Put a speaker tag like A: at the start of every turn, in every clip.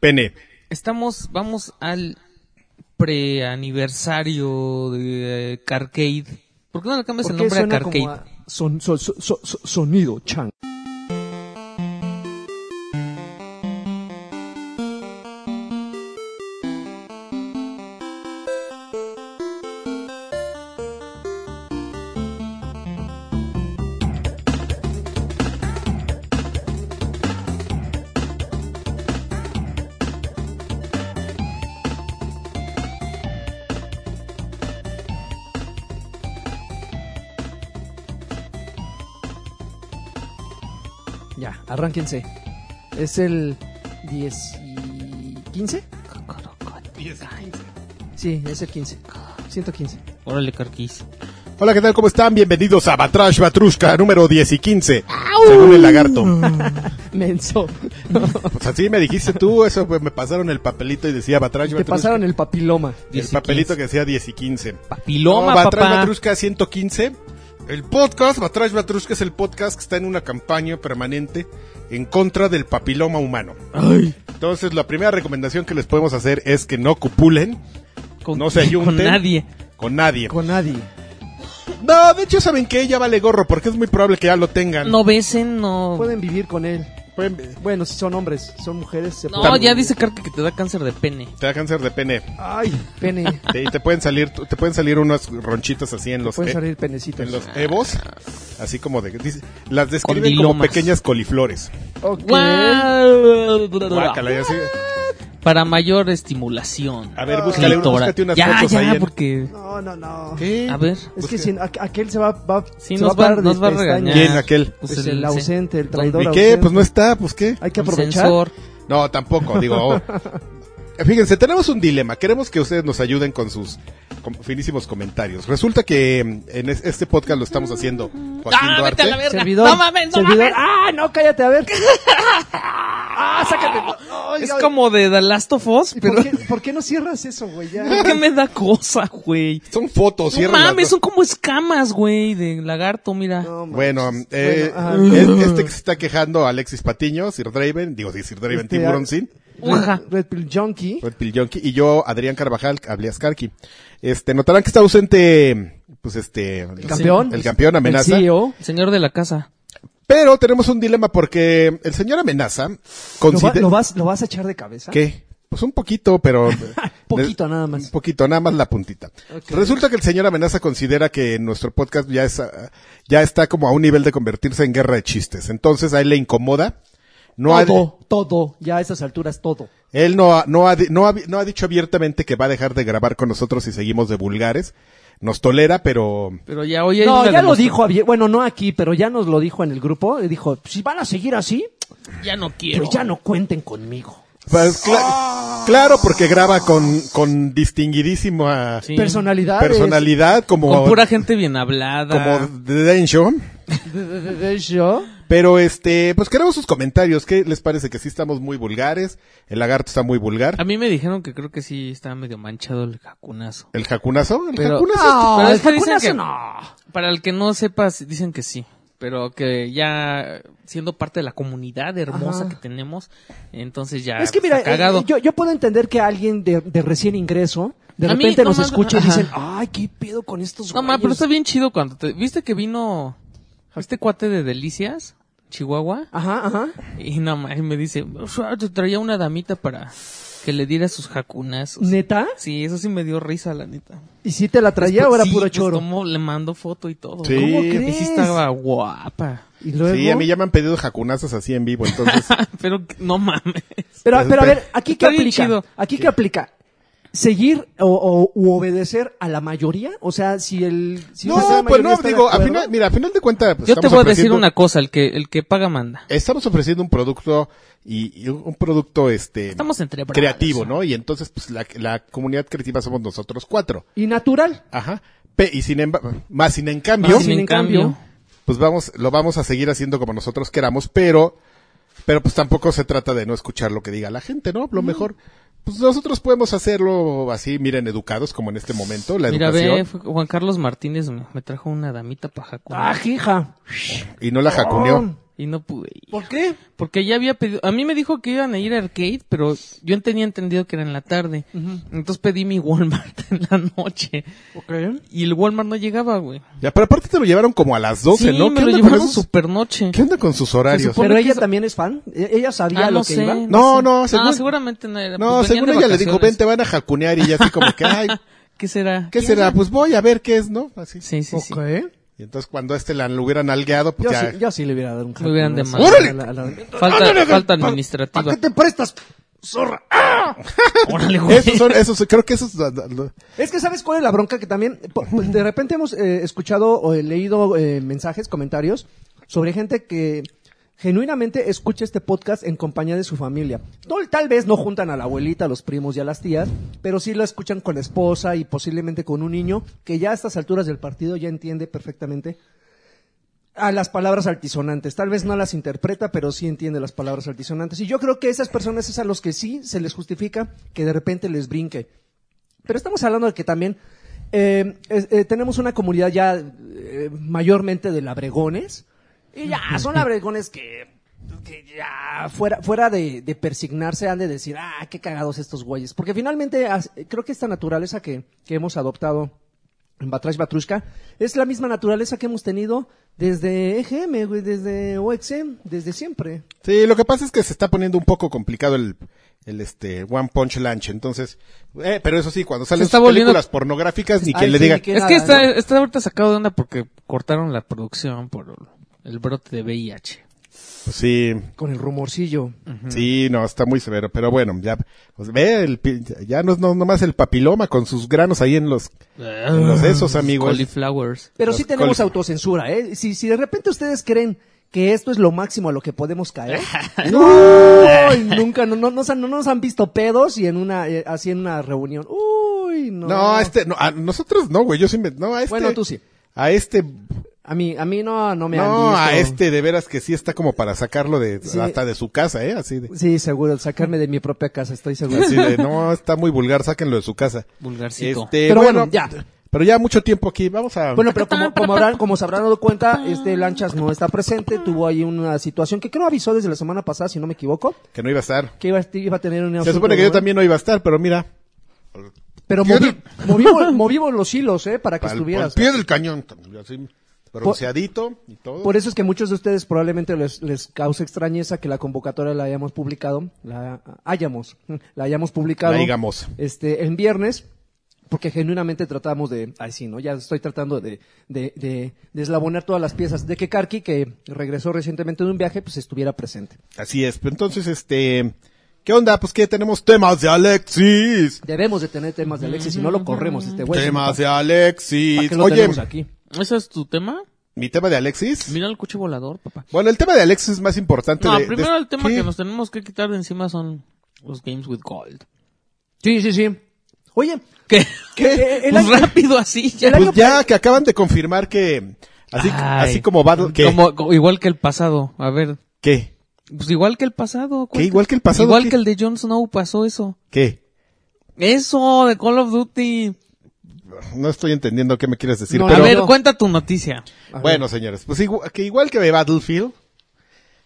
A: Pene.
B: Estamos, vamos al preaniversario de eh, Carcade. ¿Por qué no le cambias
C: ¿Por
B: el
C: qué
B: nombre a
C: suena
B: Carcade?
C: como a son- son- son- son- sonido, chan. Ya, arránquense. Es el 10 y 15? Sí, es el 15. 115.
B: Órale, Carquis.
A: Hola, ¿qué tal? ¿Cómo están? Bienvenidos a Batrash Batrushka número 10 y 15. Según el lagarto.
C: Menso.
A: Pues así me dijiste tú, eso pues, me pasaron el papelito y decía Batrash
C: Te
A: Batrushka.
C: pasaron el papiloma.
A: el
B: 10 y
A: papelito
B: 15.
A: que decía 10 y 15.
B: Papiloma,
A: No, Batrash
B: papá.
A: Batrushka 115. El podcast, Batrash Batrushka es el podcast que está en una campaña permanente en contra del papiloma humano. Entonces, la primera recomendación que les podemos hacer es que no cupulen
B: Con-
A: No se ayunten.
B: Con nadie.
A: con nadie.
C: Con nadie.
A: No, de hecho, ¿saben qué? Ya vale gorro, porque es muy probable que ya lo tengan.
B: No besen, no...
C: Pueden vivir con él.
A: Pueden-
C: Bueno, si son hombres, son mujeres. Se
B: No,
C: pueden-
B: ya dice Carque que te da cáncer de pene.
A: Te da cáncer de pene.
C: Ay, pene.
A: Te, y te pueden salir, te pueden salir unas ronchitas así en los,
C: Pueden
A: e-
C: salir penecitos.
A: en los evos, así como de, dice- las describen como
B: Condilomas.
A: pequeñas coliflores.
C: Ok.
A: Guácala, y así-
B: Para mayor estimulación.
A: A ver, búscale, un-
B: Clitora-
A: búscate unas
B: ya,
A: fotos
B: ya,
A: ahí en-
B: porque...
C: No, no, no.
A: ¿Qué?
B: A ver.
C: Es
A: Busca-
C: que si aqu- aquel se va, va,
B: Sí,
C: se
B: nos
C: va a
B: va,
C: parar de
B: nos va a
C: pestañas.
B: regañar.
A: ¿Quién, aquel?
C: Pues el ausente, el traidor.
A: ¿Y
C: Ahora
A: qué?
C: usted-
A: Pues no está, pues qué.
C: Hay que
B: un
C: aprovechar.
B: sensor.
A: No, tampoco, digo. oh. Fíjense, tenemos un dilema. Queremos que ustedes nos ayuden con sus com- finísimos comentarios. Resulta que mm, en es- este podcast lo estamos haciendo Joaquín
B: ¡Ah, vete a la
A: Duarte.
B: verga!
C: Servidor.
B: ¡No mames, no
C: servidor.
B: mames!
C: Ah, no, cállate, a ver. ah, sácate. No, ay,
B: Es
C: ay.
B: como de The Last of Us,
C: ¿Y
B: pero...
C: ¿Por, qué, por qué no cierras eso, güey? Ya.
B: ¿Por qué me da cosa, güey?
A: Son fotos,
B: No
A: ciérralas,
B: mames,
A: ¿no?
B: son como escamas, güey, de lagarto, mira.
C: No, manches.
A: Bueno, eh,
C: ajá.
A: es- este que se está quejando, Alexis Patiño, Sir Draven, digo, sí, Sir Draven,
C: Este,
A: Tiburón
C: ah,
A: Sin,
B: Ujaja.
C: Red, Red Pill Junkie.
A: Red Pill Junkie, y yo, Adrián Carvajal, alias Karki. Este, notarán que está ausente, pues este... El
C: campeón.
A: El campeón amenaza.
C: El E CEO.
B: El Señor de la casa.
A: Pero tenemos un dilema porque el señor amenaza
C: ¿Lo, va-
A: considera...
C: lo vas, ¿Lo vas a echar de cabeza?
A: ¿Qué? Pues un poquito, pero...
C: Poquito nada
A: Un
C: más.
A: poquito, nada más la puntita.
C: Ok.
A: Resulta que el señor Amenaza considera que nuestro podcast ya, es, ah, ya está como a un nivel de convertirse en guerra de chistes. Entonces a él le incomoda. No ha,
C: todo, todo. Ya a esas alturas, todo.
A: él no ha, no, ha, di- no, ha, vi- no ha dicho abiertamente que va a dejar de grabar con nosotros si seguimos de vulgares. Nos tolera, pero...
B: Pero ya, oye,
C: no, ya lo dijo. abie- Bueno, no aquí, pero ya nos lo dijo en el grupo. y Dijo, si van a seguir así,
B: Ya no quiero.
C: pues ya no cuenten conmigo.
A: pues,
C: ¡Ah!
A: cla- claro, porque graba con, con distinguidísima
B: Sí.
C: Personalidades.
A: personalidad, como,
B: Con pura gente bien hablada.
A: como de Dencho.
C: De- de- de- de- yo.
A: Pero este, pues queremos sus comentarios. ¿Qué les parece? Que sí estamos muy vulgares. El lagarto está muy vulgar.
B: A mí me dijeron que creo que sí estaba medio manchado el jacunazo.
A: ¿El jacunazo? ¿El
B: Pero-
A: jacunazo?
C: No,
B: Pero
C: el
B: Ah, es que dicen
C: jacunazo
B: que-
C: no.
B: Para el que no sepa, sí- dicen que sí. Pero que ya siendo parte de la comunidad hermosa
C: Ajá.
B: que tenemos, entonces ya pues,
C: Es que mira,
B: está cagado.
C: eh, yo, yo puedo entender que alguien de, de recién ingreso de
B: A mí
C: repente nos
B: nomás-
C: escucha y
B: ajá.
C: dicen, ay, qué pedo con estos
B: no,
C: güeyes?"
B: ma, pero está bien chido cuando te... ¿Viste que vino este cuate de Delicias? Chihuahua.
C: Ajá, ajá.
B: Y no, ma, y me dice, te traía una damita para que le diera sus jacunazos.
C: ¿Neta?
B: Sí, eso sí me dio risa, la neta.
C: ¿Y si te la traía o era
B: Sí,
C: puro
B: pues,
C: choro?
B: tomó- le mando foto y todo.
A: Sí.
C: ¿Cómo
A: Y sí
B: Y
C: crees?
B: sí estaba guapa.
C: Y luego...
A: Sí, a mí ya me han pedido jacunazos así en vivo, entonces.
B: Pero no mames.
C: Pero, pero a ver, ¿aquí qué
B: Está bien
C: aplica?
B: chido.
C: ¿Aquí qué aplica? ¿Seguir o, o- u obedecer a la mayoría? O sea, si el... Si
A: no,
C: la
A: pues
C: mayoría
A: no,
C: está de
A: digo, a
C: acuerdo-
A: final, mira, a final de cuentas. pues,
B: Yo te
A: estamos
B: voy a decir
A: ofreciendo-
B: una cosa, el que, el que paga manda.
A: Estamos ofreciendo un producto y, y un producto, este.
B: Estamos entre brothers.
A: Creativo, ¿no? Y entonces, pues la, la comunidad creativa somos nosotros cuatro.
C: Y natural.
A: Ajá. Pe- y sin embargo, más sin en cambio.
B: Más
C: sin
B: Ah, sin
C: en
B: en cambio.
C: cambio.
A: pues vamos, lo vamos a seguir haciendo como nosotros queramos, pero, pero pues tampoco se trata de no escuchar lo que diga la gente, ¿no? Lo mejor, pues nosotros podemos hacerlo así, miren, educados como en este momento, la
B: Mira, ve,
A: educación,
B: fue- Juan
A: Ah.
B: Carlos Martínez me, me trajo una damita para jacunar.
C: ¡Ah, hija!
A: y no la jacuneó.
B: Y no pude ir.
C: ¿Por qué?
B: Porque ya había pedido. A mí me dijo que iban a ir a arcade, pero yo tenía entendido que era en la tarde. Entonces pedí mi Walmart en la noche. Y el Walmart no llegaba, güey.
A: Ya, pero aparte te lo llevaron como a las 12,
B: sí,
A: ¿no?
B: me lo
A: onda con
B: llevaron
A: esos-
B: super noche.
A: ¿Qué onda con sus horarios?
B: supone-
C: Pero
B: que
C: ella
B: eso-
C: también es fan. ¿E- Ella sabía
B: Ah,
C: lo
B: no
C: que
B: sé.
C: iba.
A: No,
B: sé. Ah,
A: no, según-
B: seguramente no era.
A: No,
B: pues venían
A: según
B: de
A: ella le dijo,
B: vacaciones.
A: ven, te van a jacunear y ya así como que, ay,
B: ¿Qué será?
A: ¿qué será? Pues voy a ver qué es, ¿no? Así.
B: Sí, sí, sí.
C: Ok.
A: Y entonces cuando a este la lo hubieran algueado,
C: Este Yo,
A: pues ya.
C: sí, yo sí le hubiera dado un
B: Me hubieran
C: jalón
B: demandado.
C: a esa- a la- a la-
A: Ah,
B: Falta, falta
C: ¿Para
B: administrativa.
C: qué te prestas, zorra? ¡Ah!
B: Órale, güey.
A: Esos son, esos, creo que esos. da- da- lo-
C: Es que sabes cuál es la bronca que también po- pues, de repente hemos eh, escuchado o eh, leído eh, mensajes, comentarios sobre gente que genuinamente escucha este podcast en compañía de su familia. Tal, tal vez no juntan a la abuelita, a los primos y a las tías, pero sí lo escuchan con la esposa y posiblemente con un niño que ya a estas alturas del partido ya entiende perfectamente a las palabras altisonantes. Tal vez no las interpreta, pero sí entiende las palabras altisonantes. Y yo creo que esas personas es a los que sí se les justifica que de repente les brinque. Pero estamos hablando de que también eh, es- eh, tenemos una comunidad ya eh, mayormente de labregones. Y ya, son labregones que, que ya fuera, fuera de, de persignarse han de decir, ah, qué cagados estos güeyes. Porque finalmente as- creo que esta naturaleza que, que hemos adoptado en Batrash Batrushka es la misma naturaleza que hemos tenido desde EGM, güey, desde OXM, desde siempre.
A: Sí, lo que pasa es que se está poniendo un poco complicado el, el este One Punch Lunch, entonces, eh, pero eso sí, cuando salen
B: está
A: sus
B: volviendo-
A: películas pornográficas ni
C: Ay,
A: quien le
C: sí,
A: diga,
C: ni que
B: Es
C: nada,
B: que está,
C: ¿no?
B: está ahorita sacado de onda porque cortaron la producción por el brote de VIH.
A: pues sí,
C: Con el rumorcillo.
A: sí, no, está muy severo, pero bueno, ya pues ve el pi- ya no es no, nomás el papiloma con sus granos ahí en los
B: Ah,
A: en los esos, amigos.
B: Cauliflowers.
C: Pero
A: Los
C: sí tenemos
A: col-
C: autocensura, ¿eh? Si, si de repente ustedes creen que esto es lo máximo a lo que podemos caer, ¡no! Uy, nunca, no, no, nos han- no nos han visto pedos y en una, eh, así en una reunión. Uy, no.
A: No, este no, a nosotros no, güey, yo sí me no a este
C: Bueno, tú sí.
A: A este
C: A mí, a mí no, no me
A: no,
C: han
A: a
C: visto.
A: este de veras que sí está como para sacarlo de
C: Sí.
A: hasta de su casa, eh, así de
C: Sí, seguro, sacarme de mi propia casa, estoy seguro.
A: así de no, está muy vulgar, sáquenlo de su casa.
B: Vulgarcito.
A: Este,
C: Pero
A: bueno,
C: bueno, ya.
A: Pero ya mucho tiempo aquí, vamos a
C: Bueno, pero como, como, habrán, como se habrán dado cuenta, este Lanchas no está presente, tuvo ahí una situación que creo avisó desde la semana pasada, si no me equivoco,
A: que no iba a estar.
C: que iba, a- iba a tener una...
A: Se supone que yo también no iba a estar, pero mira,
C: Pero movi- movimos, movimos los hilos, ¿eh? Para que
A: al, al
C: estuvieras.
A: pie del cañón, así bronceadito y todo.
C: Por e- eso es que muchos de ustedes probablemente les, les causa extrañeza que la convocatoria la hayamos publicado, la hayamos, la hayamos publicado.
A: La hagamos.
C: Este, en viernes, porque genuinamente tratamos de, ay sí, ¿no? Ya estoy tratando de, de, de, de eslabonar todas las piezas, de que Karki, que regresó recientemente de un viaje, pues estuviera presente.
A: Así es. Pero Entonces, este, ¿qué onda? Pues que tenemos temas de Alexis.
C: Debemos de tener temas de Alexis, si no lo corremos este güey.
A: temas de
C: ¿Para
A: Alexis.
C: qué lo
A: Oye,
C: tenemos aquí?
B: ¿Ese es tu tema?
A: mi tema de Alexis.
B: Mira el coche volador, papá.
A: Bueno, el tema de Alexis es más importante.
B: No,
A: de- de-
B: primero el tema
A: ¿Qué?
B: que nos tenemos que quitar de encima son los Games with Gold.
C: Sí, sí, sí. Oye,
B: ¿Qué?
C: ¿Qué? El
B: Pues
C: año-
B: rápido así. ya.
A: Pues ya que acaban de confirmar que, así,
B: Ay.
A: así como Battle, que,
B: Como- como- igual que el pasado. A ver.
A: ¿qué?
B: Pues igual que el pasado.
A: ¿Qué?
B: ¿cuál-
A: Igual que el pasado.
B: Igual
A: ¿qué?
B: que el de Jon Snow pasó eso.
A: ¿Qué?
B: Eso, de Call of Duty.
A: No estoy entendiendo qué me quieres decir,
C: No,
A: pero.
B: a ver,
C: no.
B: cuenta tu noticia.
C: Ajá.
A: Bueno, señores, pues igual que, igual que Battlefield,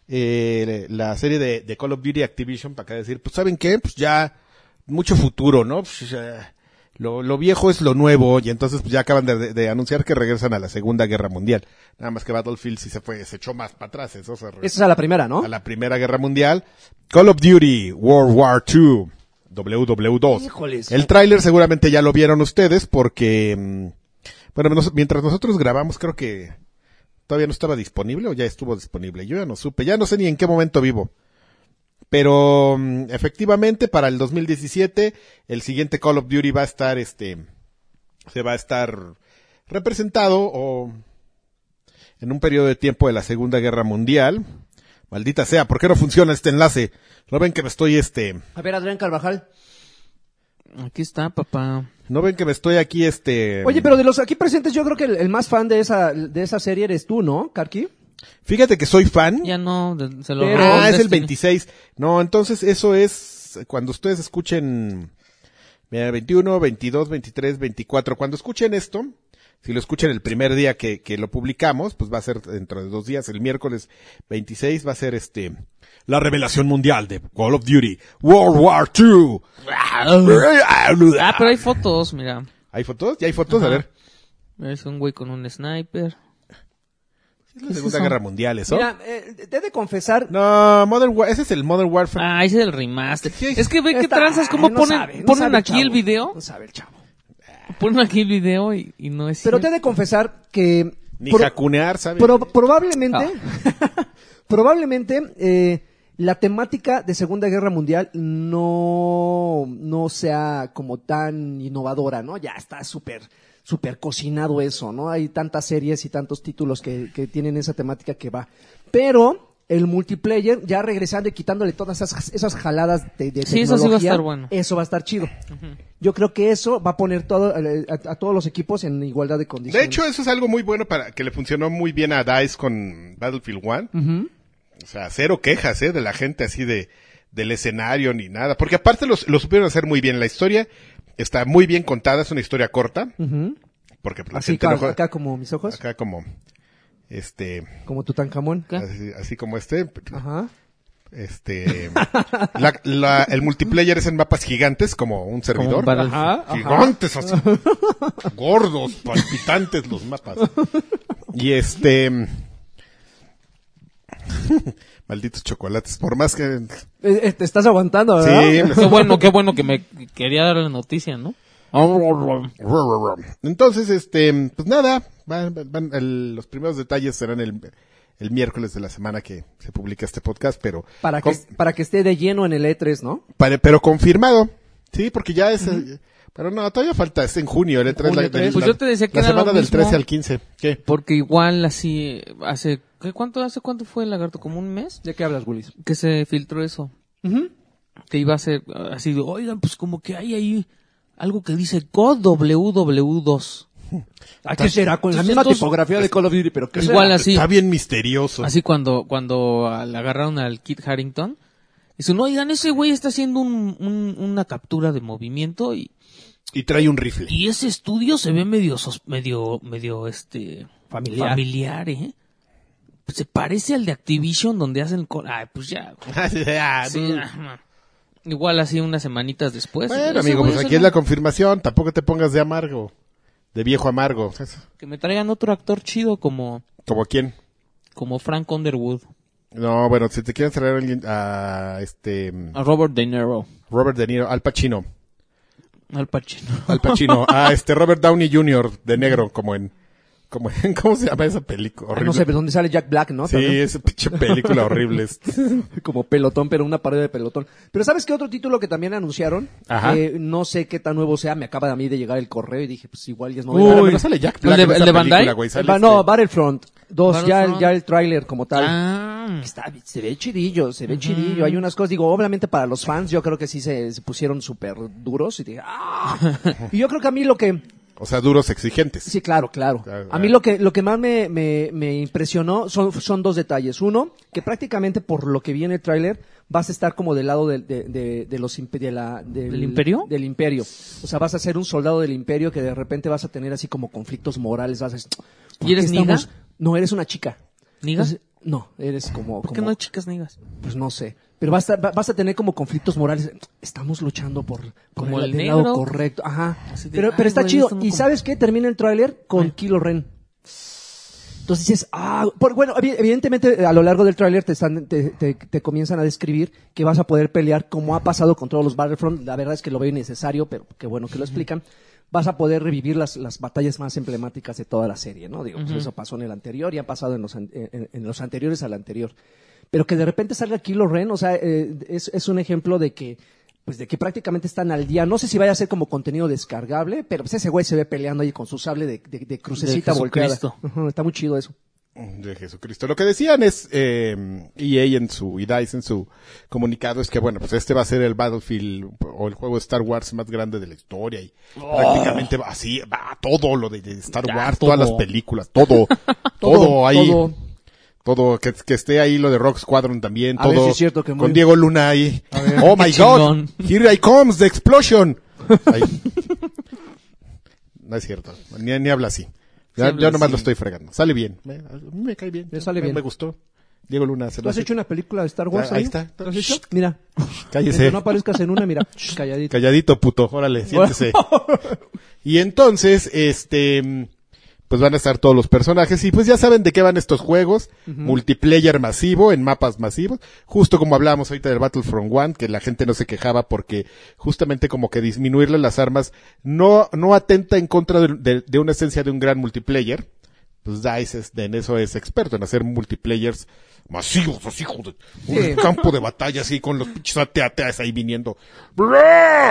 A: eh, la serie de, de Call of Duty Activision, para acá decir, pues ¿saben qué? Pues ya mucho futuro, ¿no? Pues, ya, lo, lo viejo es lo nuevo y entonces pues, ya acaban de, de- de anunciar que regresan a la Segunda Guerra Mundial. Nada más que Battlefield sí se fue, se echó más para atrás, eso se re-
C: esa es a la primera, ¿no?
A: a la Primera Guerra Mundial. Call of Duty World War II, WW2.
C: Híjoles.
A: El tráiler seguramente ya lo vieron ustedes porque, mm, bueno, nos- mientras nosotros grabamos creo que todavía no estaba disponible o ya estuvo disponible. Yo ya no supe, ya no sé ni en qué momento vivo. Pero mm, efectivamente para el 2017 el siguiente Call of Duty va a estar este se va a estar representado o en un periodo de tiempo de la Segunda Guerra Mundial. Maldita sea, ¿por qué no funciona este enlace? ¿No ven que me estoy este
C: A ver, Adrián Carvajal.
B: Aquí está, papá.
A: no ven que me estoy aquí este
C: Oye, pero de los aquí presentes, yo creo que el, el más fan de esa, de esa serie eres tú, ¿no, Karki?
A: Fíjate que soy fan.
B: Ya no, de- se lo
C: Pero-
B: robó
A: ah, es el
B: Destiny.
A: 26. No, entonces eso es cuando ustedes escuchen mira, 21, 22, 23, 24. Cuando escuchen esto, Si lo escuchan el primer día que, que lo publicamos, pues va a ser dentro de dos días, el miércoles 26 va a ser este, la revelación mundial de Call of Duty, World War II.
B: Ah, pero hay fotos, mira.
A: ¿Hay fotos? ¿Ya hay fotos? A
B: Ajá.
A: ver.
B: Es un güey con un sniper.
A: Es la Segunda Guerra Mundial, ¿eso?
C: Mira, eh, te he de confesar.
A: No, Modern War, ese es el Modern Warfare.
B: Ah, ese es el remaster.
A: Sí, sí.
B: Es que ve que
C: Esta-
B: tranzas, cómo
C: no
B: ponen,
C: sabe, no
B: ponen
C: sabe
B: aquí el
C: chavo,
B: video.
C: No sabe el chavo.
B: Ponen aquí el video y, y no es
C: Pero te he
B: cierto.
C: de confesar que.
A: Ni
C: pro-
A: jacunear, ¿sabes?
C: pro-
B: Ah.
C: probablemente. probablemente. eh, la temática de Segunda Guerra Mundial no, no sea como tan innovadora, ¿no? Ya está súper súper cocinado eso, ¿no? Hay tantas series y tantos títulos que, que tienen esa temática que va. Pero el multiplayer, ya regresando y quitándole todas esas, esas jaladas de, de
B: Sí, eso sí va a
C: tecnología,
B: estar bueno.
C: Eso va a estar chido. Yo creo que eso va a poner todo, eh, a, a todos los equipos en igualdad de
A: De
C: condiciones.
A: hecho, eso es algo muy bueno para que le funcionó muy bien a DICE con Battlefield 1. O sea, cero quejas, ¿eh? De la gente así de del escenario ni nada. Porque aparte los- lo supieron hacer muy bien. La historia está muy bien contada, es una historia corta.
C: Ujú.
A: Porque la
C: Mm. Así
A: gente
C: ca-
A: no juega-
C: acá ¿Eh? como mis ojos,
A: acá como... Este,
C: como Tutankamón.
B: ¿Qué?
A: así, así como este,
C: Ajá.
A: este, la- la- el multiplayer es en mapas gigantes como un
B: Como
A: servidor.
B: un Battlefield.
A: Gigantes, así. gordos, palpitantes los mapas. Y este. Malditos chocolates. Por más que. Ah.
C: Eh, eh, te estás aguantando, ¿verdad?
A: Sí.
B: Qué bueno, qué bueno que me quería dar la noticia, ¿no?
A: Entonces, este. Pues nada. van- van- el- los primeros detalles serán el, el miércoles de la semana que se publica este podcast, pero.
C: Para que,
A: con-
C: para que esté de lleno en el E3, ¿no?
A: pare- pero confirmado. Sí, porque ya es. eh, Pero no, todavía falta. Es en junio, el E3.
C: Junio
A: la,
C: tres.
B: Pues yo te decía que
A: la
B: era lo
A: semana del
B: mismo.
A: 13 al 15. ¿Qué?
B: Porque igual así, hace, ¿qué cuánto, hace cuánto fue el lagarto? ¿Como un mes?
C: ¿De qué hablas, Willis?
B: Que se filtró eso. Que iba a ser ah, así, de, oigan, pues como que hay ahí algo que dice CODWW2.
C: ¿A qué será? Con la
B: Entonces,
C: misma
B: estos-
C: tipografía de Call of Duty, pero ¿qué será?
B: Igual así.
A: Está bien misterioso.
B: Así cuando, cuando ah, le agarraron al Kit Harrington. Dicen, oigan, ese güey está haciendo un- un- una captura de movimiento y,
A: Y trae un rifle.
B: Y ese estudio se ve medio, sos- medio, medio, este,
C: Familiar.
B: familiar, ¿eh? Pues se parece al de Activision donde hacen el... cor- Ay, pues ya. güey.
A: Ah,
B: Sí,
A: no.
B: ah, man. Igual así unas semanitas después. Ese
A: bueno, amigo,
B: güey
A: pues
B: es
A: aquí
B: el-
A: es la confirmación. Tampoco te pongas de amargo. De viejo amargo.
B: Que me traigan otro actor chido como,
A: ¿Como quién?
B: como Frank Underwood.
A: No, bueno, si te quieren traer a alguien, a este,
B: A Robert De Niro.
A: Robert De Niro, Al Pacino.
B: Al Pacino.
A: Al Pacino. a este Robert Downey Jr. de negro, como en, como en, ¿cómo se llama esa película?
C: Ah,
A: Horrible.
C: no sé, pero ¿dónde sale Jack Black, no?
A: sí,
C: También.
A: esa pinche película horrible.
C: Como pelotón, pero una pared de pelotón. Pero ¿sabes qué otro título que también anunciaron?
A: Ajá.
C: Eh, no sé qué tan nuevo sea, me acaba de a mí de llegar el correo y dije, pues igual ya es
A: Uy,
C: nuevo.
A: no sale Jack Black
B: ¿El
A: en
B: de-
A: esa
B: el de Van
A: película,
B: Dyke?
A: güey. Sale
C: Va- no,
A: este-
C: Battlefront 2, ya, el-
B: Battlefront.
C: ya el tráiler como tal.
B: Ah,
C: Está, se ve chidillo, se ve chidillo. Hay unas cosas, digo, obviamente para los fans, yo creo que sí se, se pusieron súper duros y dije, ¡ah! y yo creo que a mí lo que,
A: o sea, duros exigentes.
C: sí, claro, claro.
A: Claro,
C: A mí
A: claro.
C: lo que, lo que más me, me, me impresionó son, son dos detalles. Uno, que prácticamente por lo que viene el tráiler, vas a estar como del lado del- de, de- de los, imp- de la, del,
B: ¿Del imperio?
C: Del imperio. O sea, vas a ser un soldado del imperio que de repente vas a tener así como conflictos morales, vas a decir, ¿por
B: ¿Y
C: qué
B: eres niga?
C: estamos? No, eres una chica.
B: ¿Nigas?
C: Entonces, no, eres como...
B: ¿Por qué
C: como-
B: no chicas nigas?
C: pues no sé. Pero vas a, va- vas a tener como conflictos morales. Estamos luchando por, por
B: Como el
C: del lado
B: negro.
C: correcto. Ajá.
B: Así de,
C: Pero, pero
B: ay,
C: está
B: güey,
C: chido.
B: esto no
C: ¿Y
B: como-
C: sabes qué? Termina el tráiler con Kilo Ren. Entonces dices, ah, por- bueno, evi- evidentemente eh, a lo largo del tráiler te, están- te, te- te comienzan a describir que vas a poder pelear como ha pasado con todos los Battlefront. La verdad es que lo veo innecesario, pero qué bueno que lo explican. Vas a poder revivir las, las batallas más emblemáticas de toda la serie, ¿no? Digo, pues eso pasó en el anterior y ha pasado en los, an- en- en los anteriores al anterior. Pero que de repente salga Kilo Ren, o sea, eh, es, es un ejemplo de que, pues de que prácticamente están al día. No sé si vaya a ser como contenido descargable, pero pues ese güey se ve peleando ahí con su sable de, de, de crucecita
B: De
C: volteada.
B: Jesucristo.
C: Ujú, está muy chido eso.
A: de Jesucristo. Lo que decían es eh, EA en su y DICE en su comunicado es que bueno, pues este va a ser el Battlefield o el juego de Star Wars más grande de la historia y
C: Oh.
A: prácticamente va así va todo lo de, de Star
B: Ya,
A: Wars,
B: todo.
A: todas las películas, todo, todo, ahí, todo,
C: todo.
A: que, que esté ahí lo de Rock Squadron también,
C: A ver
A: todo
C: si es cierto que muy-
A: con Diego Luna ahí. Oh my
B: Qué
A: God,
B: chingón.
A: here I comes the explosion. Ahí. No es cierto, ni, ni habla así. Ya,
B: Sí,
A: yo nomás
B: sí.
A: lo estoy fregando. Sale bien. Me, a mí me cae bien.
C: Le sale
A: me,
C: bien.
A: Me gustó. Diego Luna. Se
C: ¿Tú
A: lo
C: has
A: hace-
C: hecho una película de Star Wars?
A: Ahí
C: amigo?
A: está.
C: ¿Lo has hecho? Mira.
A: Cállese.
C: Mientras no aparezcas en una, mira. Calladito.
A: Calladito, puto. Órale, siéntese. y entonces, este, pues van a estar todos los personajes. Y pues ya saben de qué van estos juegos. Multiplayer masivo, en mapas masivos. Justo como hablábamos ahorita del Battlefront One, que la gente no se quejaba porque justamente como que disminuirle las armas no, no atenta en contra de, de- de una esencia de un gran multiplayer. Pues DICE es- en eso es experto, en hacer multiplayers masivos, así, joder.
C: Sí.
A: Un campo de batalla así con los pinches AT-ATs ahí viniendo.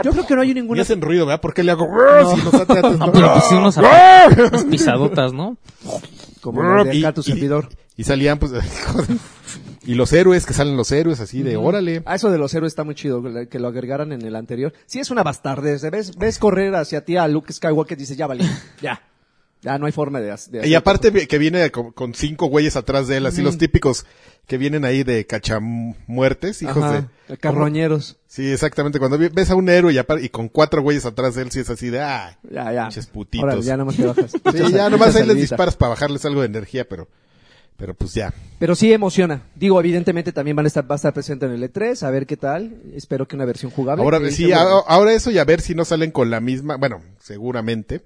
C: Yo creo que no hay
A: Y
C: ninguna.
A: hacen ruido, ¿verdad? ¿Por qué le hago? No. Si nos ate- ates-
B: No, pero pues sí unos
A: ¡Brrr!
B: Unas pisadotas, ¿no?
C: Como la de
A: Y-
C: acá, tu
A: y-
C: servidor.
A: Y salían, pues, joder. y los héroes, que salen los héroes así de, órale.
C: Ah, eso de los héroes está muy chido, que que lo agregaran en el anterior. Sí, es una bastardez. Ves, ves correr hacia ti a Luke Skywalker y dices, ya vale, ya. Ya no hay forma de, hac- de
A: Y
C: hacer-
A: aparte vi- que viene con, con cinco güeyes atrás de él, así los típicos que vienen ahí de cachamuertes, hijos
C: Ajá,
A: de...
C: Carroñeros.
A: Sí, exactamente. Cuando vi- ves a un héroe y, apar- y con cuatro güeyes atrás de él, sí es así de, ah.
C: Ya, ya.
A: Pinches putitos.
C: Órale, ya nomás te bajas.
A: Sí, ya nomás ahí les disparas para bajarles algo de energía, pero, pero pues ya.
C: Pero sí emociona. Digo, evidentemente también van a estar, va a estar presente en el E3, a ver qué tal. Espero que una versión jugable.
A: Ahora,
C: Que
A: sí,
C: seguro-
A: a- ahora eso y a ver si no salen con la misma, bueno, seguramente.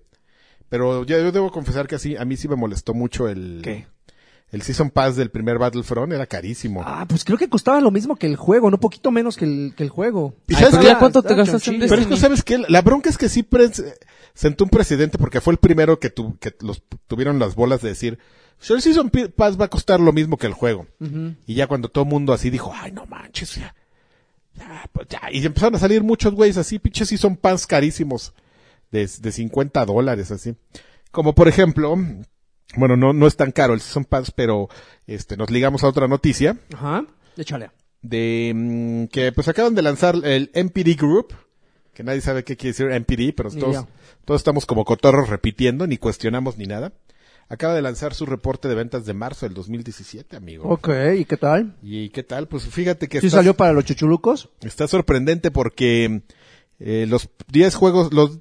A: Pero yo, yo debo confesar que así, a mí sí me molestó mucho el,
C: ¿Qué?
A: el Season Pass del primer Battlefront, era carísimo.
C: Ah, pues creo que costaba lo mismo que el juego, no poquito menos que el, que el juego.
A: ¿Y
C: Ay,
A: sabes
C: estaba-
A: qué?
B: ¿Cuánto te
C: estaba
B: gastaste en
C: chonchillo.
A: Pero es que, ¿sabes qué? La bronca es que sí pre- sentó un precedente porque fue el primero que, tu- que los, tuvieron las bolas de decir, "Si el Season Pi- Pass va a costar lo mismo que el juego. Y ya cuando todo el mundo así dijo, ay, no manches, ya, ya, pues ya". Y empezaron a salir muchos güeyes así, pinches Season Pass carísimos, de, de 50 dólares, así. Como por ejemplo, bueno, no, no es tan caro el Season Pass, pero este, nos ligamos a otra noticia
C: Ajá, échale.
A: de mm, que pues acaban de lanzar el MPD Group, que nadie sabe qué quiere decir MPD, pero
C: Ni
A: todos,
C: idea.
A: todos estamos como cotorros repitiendo, ni cuestionamos ni nada. Acaba de lanzar su reporte de ventas de marzo del 2017, amigo.
C: Ok, ¿y qué tal?
A: ¿Y qué tal? Pues fíjate que
C: ¿Sí
A: está,
C: salió para los chuchulucos?
A: está sorprendente porque eh, los 10 juegos, los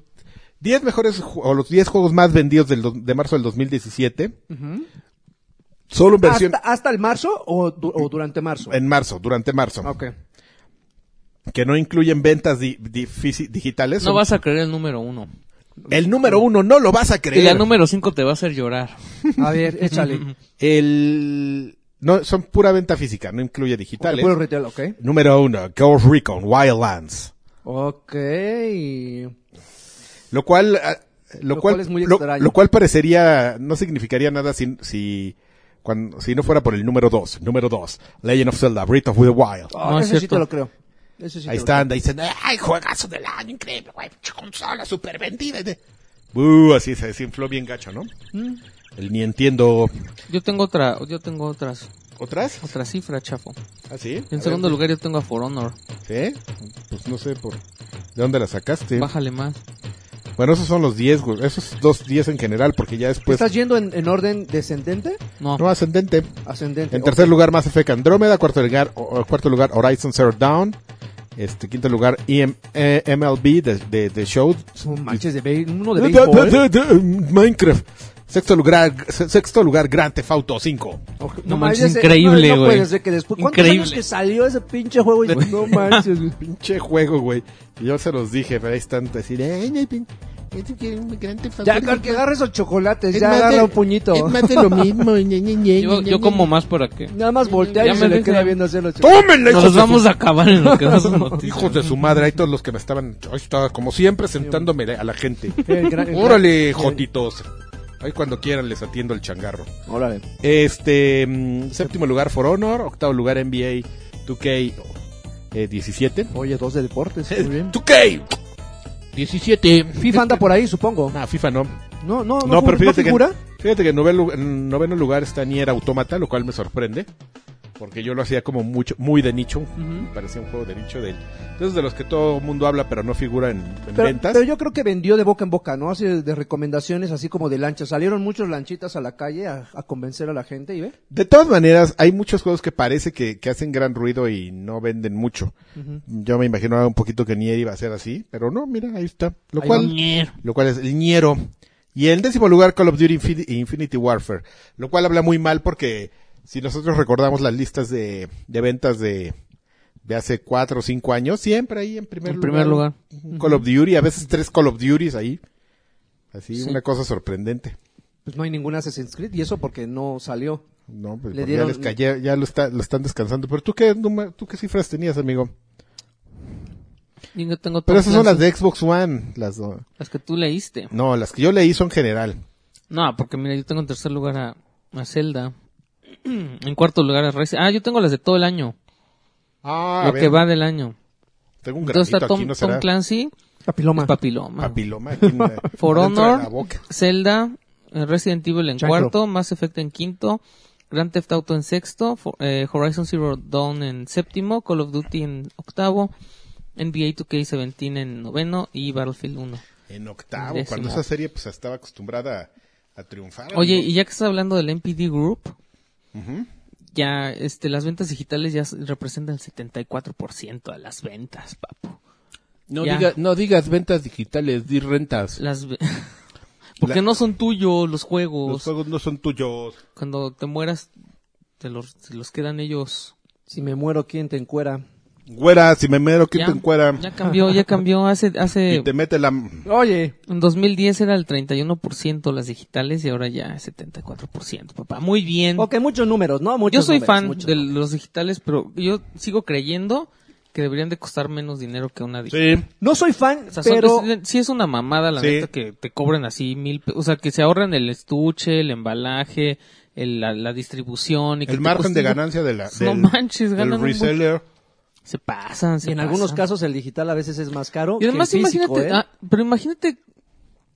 A: 10 mejores ju- o los 10 juegos más vendidos del do- de marzo del 2017, solo en versión
C: ¿Hasta, hasta el marzo o, du- o durante marzo?
A: en marzo, durante marzo,
C: Ok.
A: que no incluyen ventas di- di- fisi- digitales.
B: No
A: son-
B: vas a creer el número uno.
A: El número uno no lo vas a
B: Y
A: creer.
B: la número cinco te va a hacer llorar.
C: A ver, échale.
A: El... No, son pura venta física, no incluye digitales.
C: Puro retail, ok.
A: Número uno, Ghost Recon Wildlands.
C: Ok.
A: Lo cual, ah, lo,
C: Lo
A: cual,
C: cual es muy
A: lo,
C: extraño.
A: lo cual parecería, no significaría nada si, si, cuando, si no fuera por el número dos. Número dos, Legend of Zelda, Breath of the Wild.
C: Ah,
B: No, es
C: eso sí
B: cierto.
C: te lo creo. Eso sí
A: Ahí
C: te lo creo.
A: están, ahí dicen, ay, juegazo del año, increíble, güey, pinche consola super vendida. Uh, así se desinfló bien gacho, ¿no?
C: Mm.
A: El ni entiendo.
B: Yo tengo otra, yo tengo otras,
A: ¿Otras?
B: otra cifra, chafo.
A: ¿Ah, sí?
B: En
A: A
B: segundo
A: ver.
B: lugar yo tengo a For Honor.
A: ¿Sí? Pues no sé por... ¿De dónde la sacaste?
B: Bájale más.
A: Bueno, esos son los 10, güey. Esos dos 10 en general, porque ya después...
C: ¿Estás yendo en, en orden descendente?
B: No.
A: No, ascendente.
C: Ascendente.
A: En tercer lugar, Mass Effect Andrómeda. Cuarto lugar, o- o- cuarto lugar Horizon Zero Dawn. Este, quinto lugar, EM, eh, MLB de, de, de Show.
C: Oh, no manches de be- uno de
A: De-
C: béisbol.
A: de- de- de- Minecraft. Sexto lugar, se- sexto lugar, Grand Theft Auto 5.
C: Ok,
B: No manches,
C: ese-
B: increíble,
C: no, no
B: güey.
C: puede ser que después- ¿Cuántos
B: Increíble.
C: años que salió ese pinche juego? Y, no manches. güey.
A: Pinche juego, güey. Yo se los dije, pero ahí están decir, "Ay, no, pin- este quiere un Grand Theft Auto".
C: Ya, claro, que agarres los
A: Es
C: chocolates, Pues ya
A: más de-
C: agarra un puñito.
A: Es más de lo mismo. ñe, ñe, ñe,
B: Yo,
A: ñe,
B: yo
A: ñe.
B: como más para que
C: Nada más voltea
B: Ya
C: y
B: me
C: se le
B: dejan.
C: queda viendo hacer los chocolates.
A: ¡Tómenle, hijos
B: nos
A: de
B: vamos
A: su-
B: a acabar en lo que da su noticia.
A: Hijos de su madre, ahí todos los que me estaban, ahí estaba, como siempre, sentándome a la gente.
C: El gran- el gran-
A: Órale,
C: el-
A: jotitos. Ahí cuando quieran les atiendo el changarro.
C: Órale.
A: Este, mm, séptimo lugar For Honor, octavo lugar NBA 2K eh, 17.
C: Oye, dos de deportes, muy bien.
A: 2K 17.
C: FIFA anda por ahí, supongo.
A: Ah, FIFA no.
C: No, no, no,
A: No, pero
C: ¿no
A: fíjate que,
C: figura.
A: fíjate que en noveno, lu- en noveno lugar está Nier Automata, lo cual me sorprende. Porque yo lo hacía como mucho, muy de nicho. me Parecía un juego de nicho de Entonces, de los que todo el mundo habla, pero no figura en, en
C: Pero,
A: ventas.
C: pero yo creo que vendió de boca en boca, ¿no? Así de, de recomendaciones, así como de lanchas. Salieron muchos lanchitas a la calle a, a convencer a la gente y ve.
A: De todas maneras, hay muchos juegos que parece que, que hacen gran ruido y no venden mucho. Yo me imaginaba un poquito que Nier iba a ser así, pero no, mira, ahí está. Lo
C: Ahí
A: cual, lo cual es el ñero. Y en décimo lugar, Call of Duty Infin- Infinity Warfare. Lo cual habla muy mal porque si nosotros recordamos las listas de, de ventas de, de hace cuatro o cinco años, siempre ahí en primer
B: En
A: lugar.
B: primer lugar.
A: un Call of Duty, a veces tres Call of Duties ahí. Así,
B: Sí.
A: una cosa sorprendente.
C: Pues no hay ningún Assassin's Creed y eso porque no salió.
A: No, pues
C: Le
A: porque
C: dieron-
A: ya, les ca- ya- ya lo, está- lo están descansando. Pero tú qué, número- tú qué cifras tenías, amigo.
B: Yo no tengo
A: Pero
B: todas
A: esas son las de Xbox One. Las, do-
B: las que tú leíste.
A: no, las que yo leí son general.
B: No, porque mira, yo tengo en tercer lugar a, a Zelda. En cuarto lugar a Rise. Ah, yo tengo las de todo el año.
A: Ah,
B: lo que va del año.
A: Tengo un
B: Entonces
A: granito
B: está
A: aquí,
B: Tom,
A: no
B: Tom
A: será
B: Clancy,
C: Papiloma.
B: Papiloma.
A: papiloma. aquí en la-
B: For
A: adentro de
B: Honor,
A: la boca.
B: Zelda, eh, Resident Evil en
C: Chancro.
B: cuarto, Mass Effect en quinto, Grand Theft Auto en sexto, Fo- eh, Horizon Zero Dawn en séptimo, Call of Duty en octavo, NBA 2K17 en noveno y Battlefield 1.
A: En octavo,
B: Décimo.
A: cuando esa serie pues estaba acostumbrada a, a triunfar.
B: Oye,
A: amigo.
B: y ya que estás hablando del MPD Group,
A: Ujú.
B: ya este, las ventas digitales ya s- representan el 74% de las ventas, papu.
D: No,
B: Ya.
D: diga- no digas ventas digitales, di rentas.
B: Las ve- Porque
A: La-
B: no son tuyos los juegos.
A: Los juegos no son tuyos.
B: Cuando te mueras, te los, te los quedan ellos.
C: Si me muero, ¿quién te encuera?
A: Güera, si me mero,
B: Ya,
A: quito en cuera.
B: Ya cambió, ya cambió. Hace, hace
A: Y te mete la...
C: Oye,
B: en 2010 era el 31% las digitales y ahora ya es 74%, papá. Muy bien.
C: ok, muchos números, ¿no?
B: yo
C: Muchos
B: soy
C: números,
B: fan
C: muchos
B: de
C: números.
B: los digitales, pero yo sigo creyendo que deberían de costar menos dinero que una digital.
A: Sí.
C: No soy fan,
B: O sea, son-
C: pero...
B: es- sí es una mamada la
A: Sí.
B: neta que te cobren así mil, pe- o sea, que se ahorren el estuche, el embalaje, el- la, la distribución y que
A: El
B: te
A: margen
B: cueste-
A: de ganancia de la,
B: No
A: del,
B: manches,
A: del
B: ganan un buen-
A: reseller.
B: se pasan, se
C: Y en algunos
B: pasan.
C: casos el digital a veces es más caro.
B: Y además
C: que el físico,
B: imagínate,
C: ¿eh?
B: ah, pero imagínate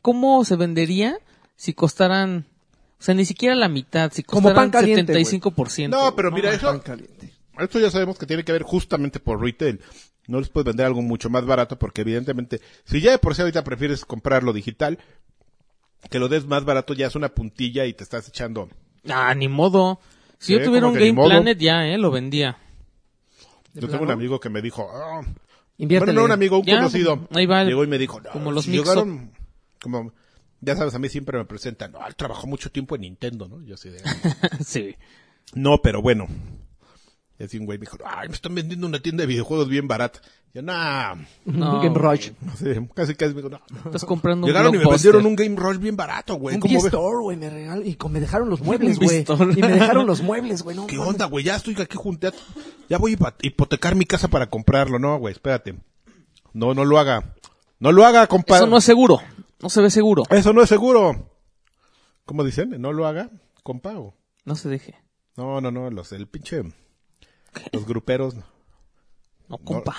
B: cómo se vendería si costaran, o sea, ni siquiera la mitad, si
C: Como
B: costaran
C: pan caliente, güey.
B: 75%.
A: No, pero mira,
C: Pan
A: eso,
C: caliente.
A: esto ya sabemos que tiene que ver justamente por retail. No les puedes vender algo mucho más barato porque evidentemente, si ya de por sí ahorita prefieres comprarlo digital, que lo des más barato ya es una puntilla y te estás echando.
B: Ah, ni modo. Si
A: Sí,
B: yo tuviera
A: como
B: un
A: que ni
B: Game
A: modo.
B: Planet ya, eh, lo vendía.
A: Yo tengo un amigo que me dijo, "Ah".
C: Inviértele.
A: bueno, no un amigo, un
B: Ya,
A: conocido.
B: ahí va.
A: Llegó y me dijo, "No,
B: Como los
A: si
B: mix-up.
A: llegaron, como, ya sabes, a mí siempre me presentan, no, él trabajó mucho tiempo en Nintendo, ¿no? Yo así de,
B: sí.
A: No, pero bueno. Y así un güey me dijo, ay, me están vendiendo una tienda de videojuegos bien barata. Yo, nah.
B: No,
C: Game Rush.
A: Así, casi, casi me dijo, no.
B: Estás comprando un
A: Llegaron y me
B: blockbuster.
A: vendieron un Game Rush bien barato, güey.
C: Un
A: ¿Cómo ves?
C: store, güey, me regaló. Y con- me dejaron los muebles,
B: Un
C: güey.
B: Vistol.
C: Y me dejaron los muebles, güey. No,
A: ¿Qué onda, güey? Ya estoy aquí junté. Ya voy a hipa- hipotecar mi casa para comprarlo. No, güey, espérate. No, no lo haga. No lo haga, compadre.
B: Eso no es seguro. No se ve seguro.
A: Eso no es seguro. ¿Cómo dicen? No lo haga, compa. o-
B: No se deje.
A: No, no, no, los, el pinche, los gruperos. no.
B: No, compa.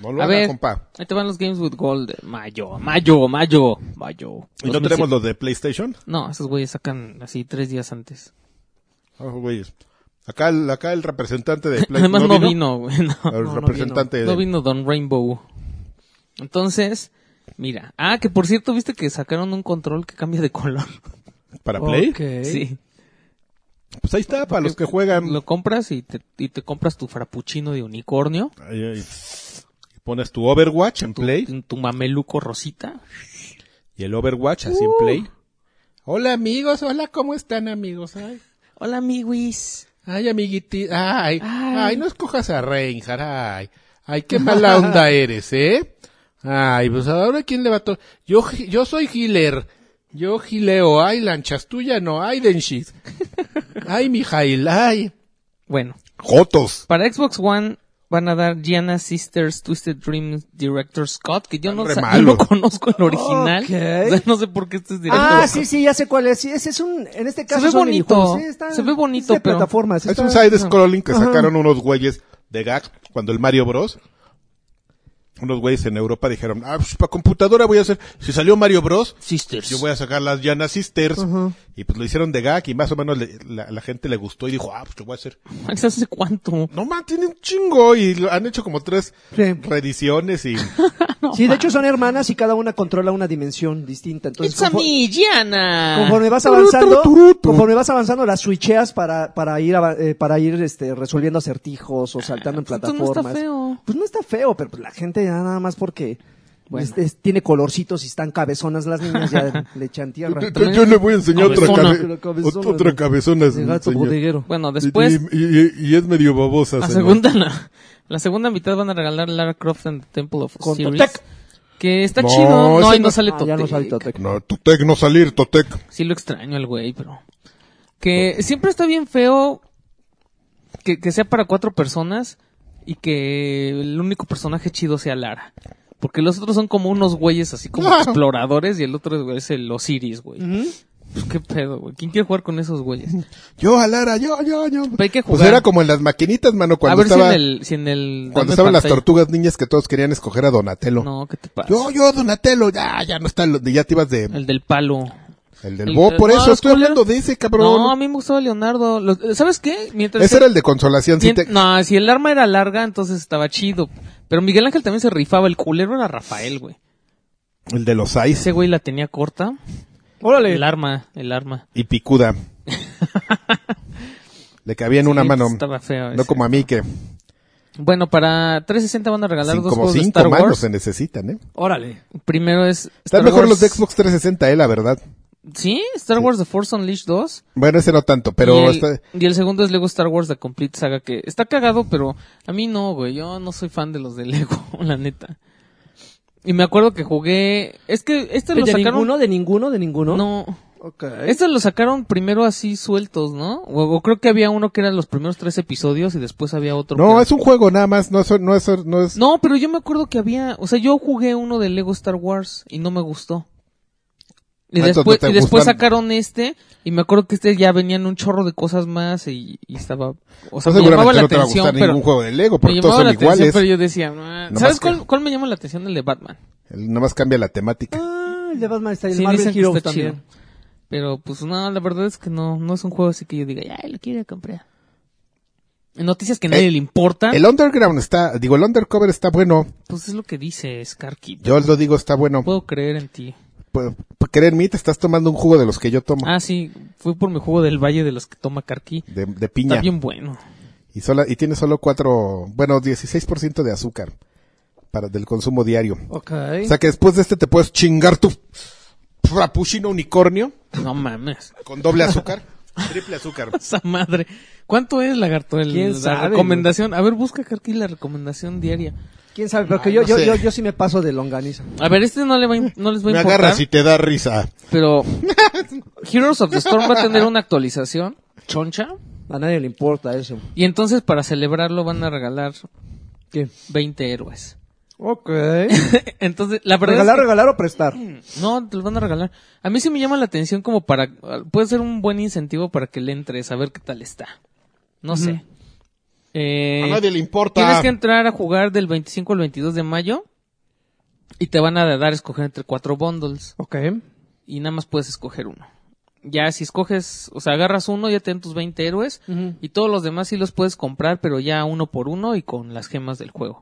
A: No lo
B: A
A: haga,
B: ver,
A: compa.
B: ahí te van los Games with Gold. de Mayo, mayo, mayo, mayo.
A: ¿Y no
B: 2007.
A: tenemos los de PlayStation?
B: No, esos güeyes sacan así tres días antes.
A: Ah, güeyes. Acá, el- acá el representante de Play-
B: Además no vino, güey. No.
A: El
C: no
A: representante de...
B: No vino Don Rainbow. Entonces, mira. Ah, que por cierto, viste que sacaron un control que cambia de color.
A: ¿Para Play?
C: Ok.
B: Sí.
A: Pues ahí está, para los que juegan.
B: Lo compras y te, y te compras tu frappuccino de unicornio.
A: Ahí, ahí. Pones tu Overwatch en Play.
B: Tu, tu mameluco rosita.
A: Y el Overwatch así
B: Uh.
A: en Play. Hola amigos, hola, ¿cómo están amigos? Ay,
B: Hola, amiguis.
A: ay amiguiti, ay, ay, no escojas a Reinhardt, ay. Ay, qué mala onda eres, ¿eh? Ay, pues ahora quién le va a... to- Yo, gi- yo soy healer. Yo gileo, ay, lanchas tuya no, ay, Denshit. Ay, Mijail, ay.
B: Bueno,
A: Jotos.
B: para Xbox One van a dar Gianna Sisters Twisted Dreams Director Scott, que yo no,
A: Re
B: sa- yo
A: malo.
B: no conozco el original. O
C: Ok.
B: sea, no sé por qué este es director.
C: Ah, sí, sí, ya sé cuál es. Sí, ese es un, en este caso
B: ve
C: son
B: bonito.
C: minijuegos. Sí, está-
B: Se ve bonito,
C: es de
B: pero-
C: plataformas.
A: Es
C: está-
A: un side scrolling que sacaron unos güeyes de gag cuando el Mario Bros. Unos güeyes en Europa dijeron, ah, pues para computadora voy a hacer, si salió Mario Bros,
B: Sisters.
A: yo voy a sacar las Yana Sisters. Y pues lo hicieron de gag y más o menos le- la, la gente le gustó y dijo, ah, pues lo voy a hacer.
B: ¿Hace cuánto?
A: No man, tiene un chingo y lo- han hecho como tres
C: Sí.
A: reediciones y
C: Sí, de hecho son hermanas y cada una controla una dimensión distinta. Entonces,
B: It's a
C: confo-
B: me, Gianna.
C: conforme vas avanzando, conforme vas avanzando las switcheas para para ir ava- eh, para ir este resolviendo acertijos o saltando en
B: Ah, esto no está
C: plataformas.
B: feo.
C: Pues no está feo, pero pues la gente ya nada más porque
B: Bueno.
C: Es- es- tiene colorcitos y están cabezonas las niñas, ya le echan tierra.
A: Yo- Yo, yo le voy a enseñar otra,
B: Cabezona.
A: cabe-
C: Cabezona.
A: otra cabezona.
C: De gato
A: señor.
C: bodeguero.
B: Bueno, después,
A: Y, y- y- y es medio babosa.
B: la
A: señor.
B: segunda, la, la segunda mitad van a regalar Lara Croft and the Temple of
C: Con
B: Series.
C: Totec.
B: Que está
A: No,
B: chido, no,
A: ese
B: ahí no,
A: no-
B: sale
C: Ah,
B: Totec.
C: ya no sale Totec.
A: No, Totec, no salir, Totec.
B: Sí lo extraño al güey, pero... Que siempre está bien feo que, que sea para cuatro personas y que el único personaje chido sea Lara. Porque los otros son como unos güeyes así como exploradores y el otro es el Osiris, güey. Pues, ¿Qué pedo, güey? ¿Quién quiere jugar con esos güeyes?
A: Yo, Alara, yo, yo, yo.
B: Pero hay que
A: Pues
B: jugar.
A: era como en las maquinitas, mano,
B: a
A: cuando
B: ver
A: estaba
B: si en el... Si en el
A: cuando
B: dame
A: estaban las
B: pantalla.
A: tortugas niñas que todos querían escoger a Donatello.
B: No, ¿qué te pasa?
A: Yo, yo, Donatello, ya, ya no está, lo- ya te ibas de, el,
B: El del palo.
A: del
B: el-
A: bo, por
B: no,
A: eso
B: los
A: estoy
B: culeros-
A: hablando de ese,
B: No, a
A: cabrón.
B: mí me gustaba Leonardo. Los- ¿Sabes qué? Mientras
A: ese era el de consolación, sí
B: Bien,
A: te-
B: No, si el arma era larga, entonces estaba chido. Pero Miguel Ángel también se rifaba. El culero era Rafael, güey.
A: el de los Ice
B: Ese güey la tenía corta.
C: Órale.
B: El arma, el arma.
A: y Picuda. Le cabía en una
B: Sí,
A: mano,
B: Estaba feo.
A: no
B: ese.
A: como a mí que
B: Bueno, para 360 van a regalar
A: sin-
B: dos
A: como
B: juegos de
A: cinco
B: Star
A: manos
B: Wars.
A: se necesitan, ¿eh?
C: Órale.
B: Primero es. Star
A: Están mejor
B: Wars-
A: los de Xbox 360, eh, la verdad.
B: Sí, Star Wars The Force Unleashed 2.
A: Bueno, ese no tanto, pero
B: y el,
A: está-
B: y el segundo es Lego Star Wars The Complete Saga, que está cagado, pero a mí no, güey. Yo no soy fan de los de Lego, la neta. Y me acuerdo que jugué. Es que este
C: ¿De
B: lo sacaron.
C: ninguno, de ninguno, de ninguno?
B: No.
C: Ok.
B: Estos los sacaron primero así sueltos, ¿no? O, o creo que había uno que eran los primeros tres episodios y después había otro. que
A: no,
B: era-
A: es un juego nada más, no es, no es, no es,
B: No, pero yo me acuerdo que había, o sea, yo jugué uno de Lego Star Wars y no me gustó. Y
A: Ah, entonces
B: después,
A: no te
B: y después
A: gustan.
B: sacaron este y me acuerdo que este ya venían un chorro de cosas más y, y estaba, o sea,
A: no
B: me llamaba
A: seguramente
B: la
A: no te va a
B: atención,
A: gustar
B: pero
A: ningún juego de Lego
B: me
A: porque todos
B: llamaba
A: son
B: la atención,
A: iguales.
B: pero yo decía, "Ah".
A: Nomás
B: ¿sabes
A: que-
B: cuál, cuál me llama la atención el de Batman?
A: El- Nada más cambia la temática.
C: Ah, el de Batman está ahí, el
B: Sí,
C: Marvel
B: dicen que
C: Heroes
B: está
C: también.
B: chido. Pero pues no, la verdad es que no, no es un juego así que yo diga, ya lo quiero comprar. En noticias que a nadie
A: Eh,
B: le importan,
A: El Underground está, digo, el Undercover está bueno.
B: pues es lo que dice Skarky.
A: Yo os lo digo, está bueno.
B: No puedo creer en ti.
A: Pu- pu- Pues, Créeme, te estás tomando un jugo de los que yo tomo.
B: Ah, sí, fui por mi juego del Valle de los que toma Karki.
A: De, de
B: Está
A: piña.
B: bien bueno.
A: Y, sola, y tiene solo cuatro, bueno, 16% de azúcar para del consumo diario.
C: Ok.
A: O sea que después de este te puedes chingar tu frappuccino unicornio
B: No mames.
A: con doble azúcar. triple azúcar.
B: Esa madre. ¿Cuánto es, lagarto? El-
C: ¿Quién
B: la
C: sabe,
B: recomendación. A ver, busca Karki la recomendación diaria.
C: ¿Quién sabe? Porque
A: Ay,
C: yo,
A: Ah, no
C: yo,
A: sé.
C: yo, yo sí me paso de longaniza.
B: A ver, este no, le va a im- no les va a
A: Me
B: importar.
A: agarras y te da risa.
B: Pero Heroes of the Storm va a tener una actualización choncha.
C: A nadie le importa eso.
B: Y entonces para celebrarlo van a regalar
C: ¿Qué?
B: 20 héroes.
C: Ok.
B: entonces, la verdad
C: ¿Regalar,
B: es
C: regalar o prestar?
B: que- no, te los van a regalar. A mí sí me llama la atención como para puede ser un buen incentivo para que le entres a ver qué tal está. No sé. Eh,
A: A nadie le
B: Tienes
A: importa.
B: que entrar a jugar del 25 al 22 de mayo y te van a dar a escoger entre cuatro bundles
C: Ok.
B: y nada más puedes escoger uno. Ya si escoges, o sea, agarras uno, ya te dan tus 20 héroes
C: Ujú.
B: Y todos los demás sí los puedes comprar, pero ya uno por uno y con las gemas del juego.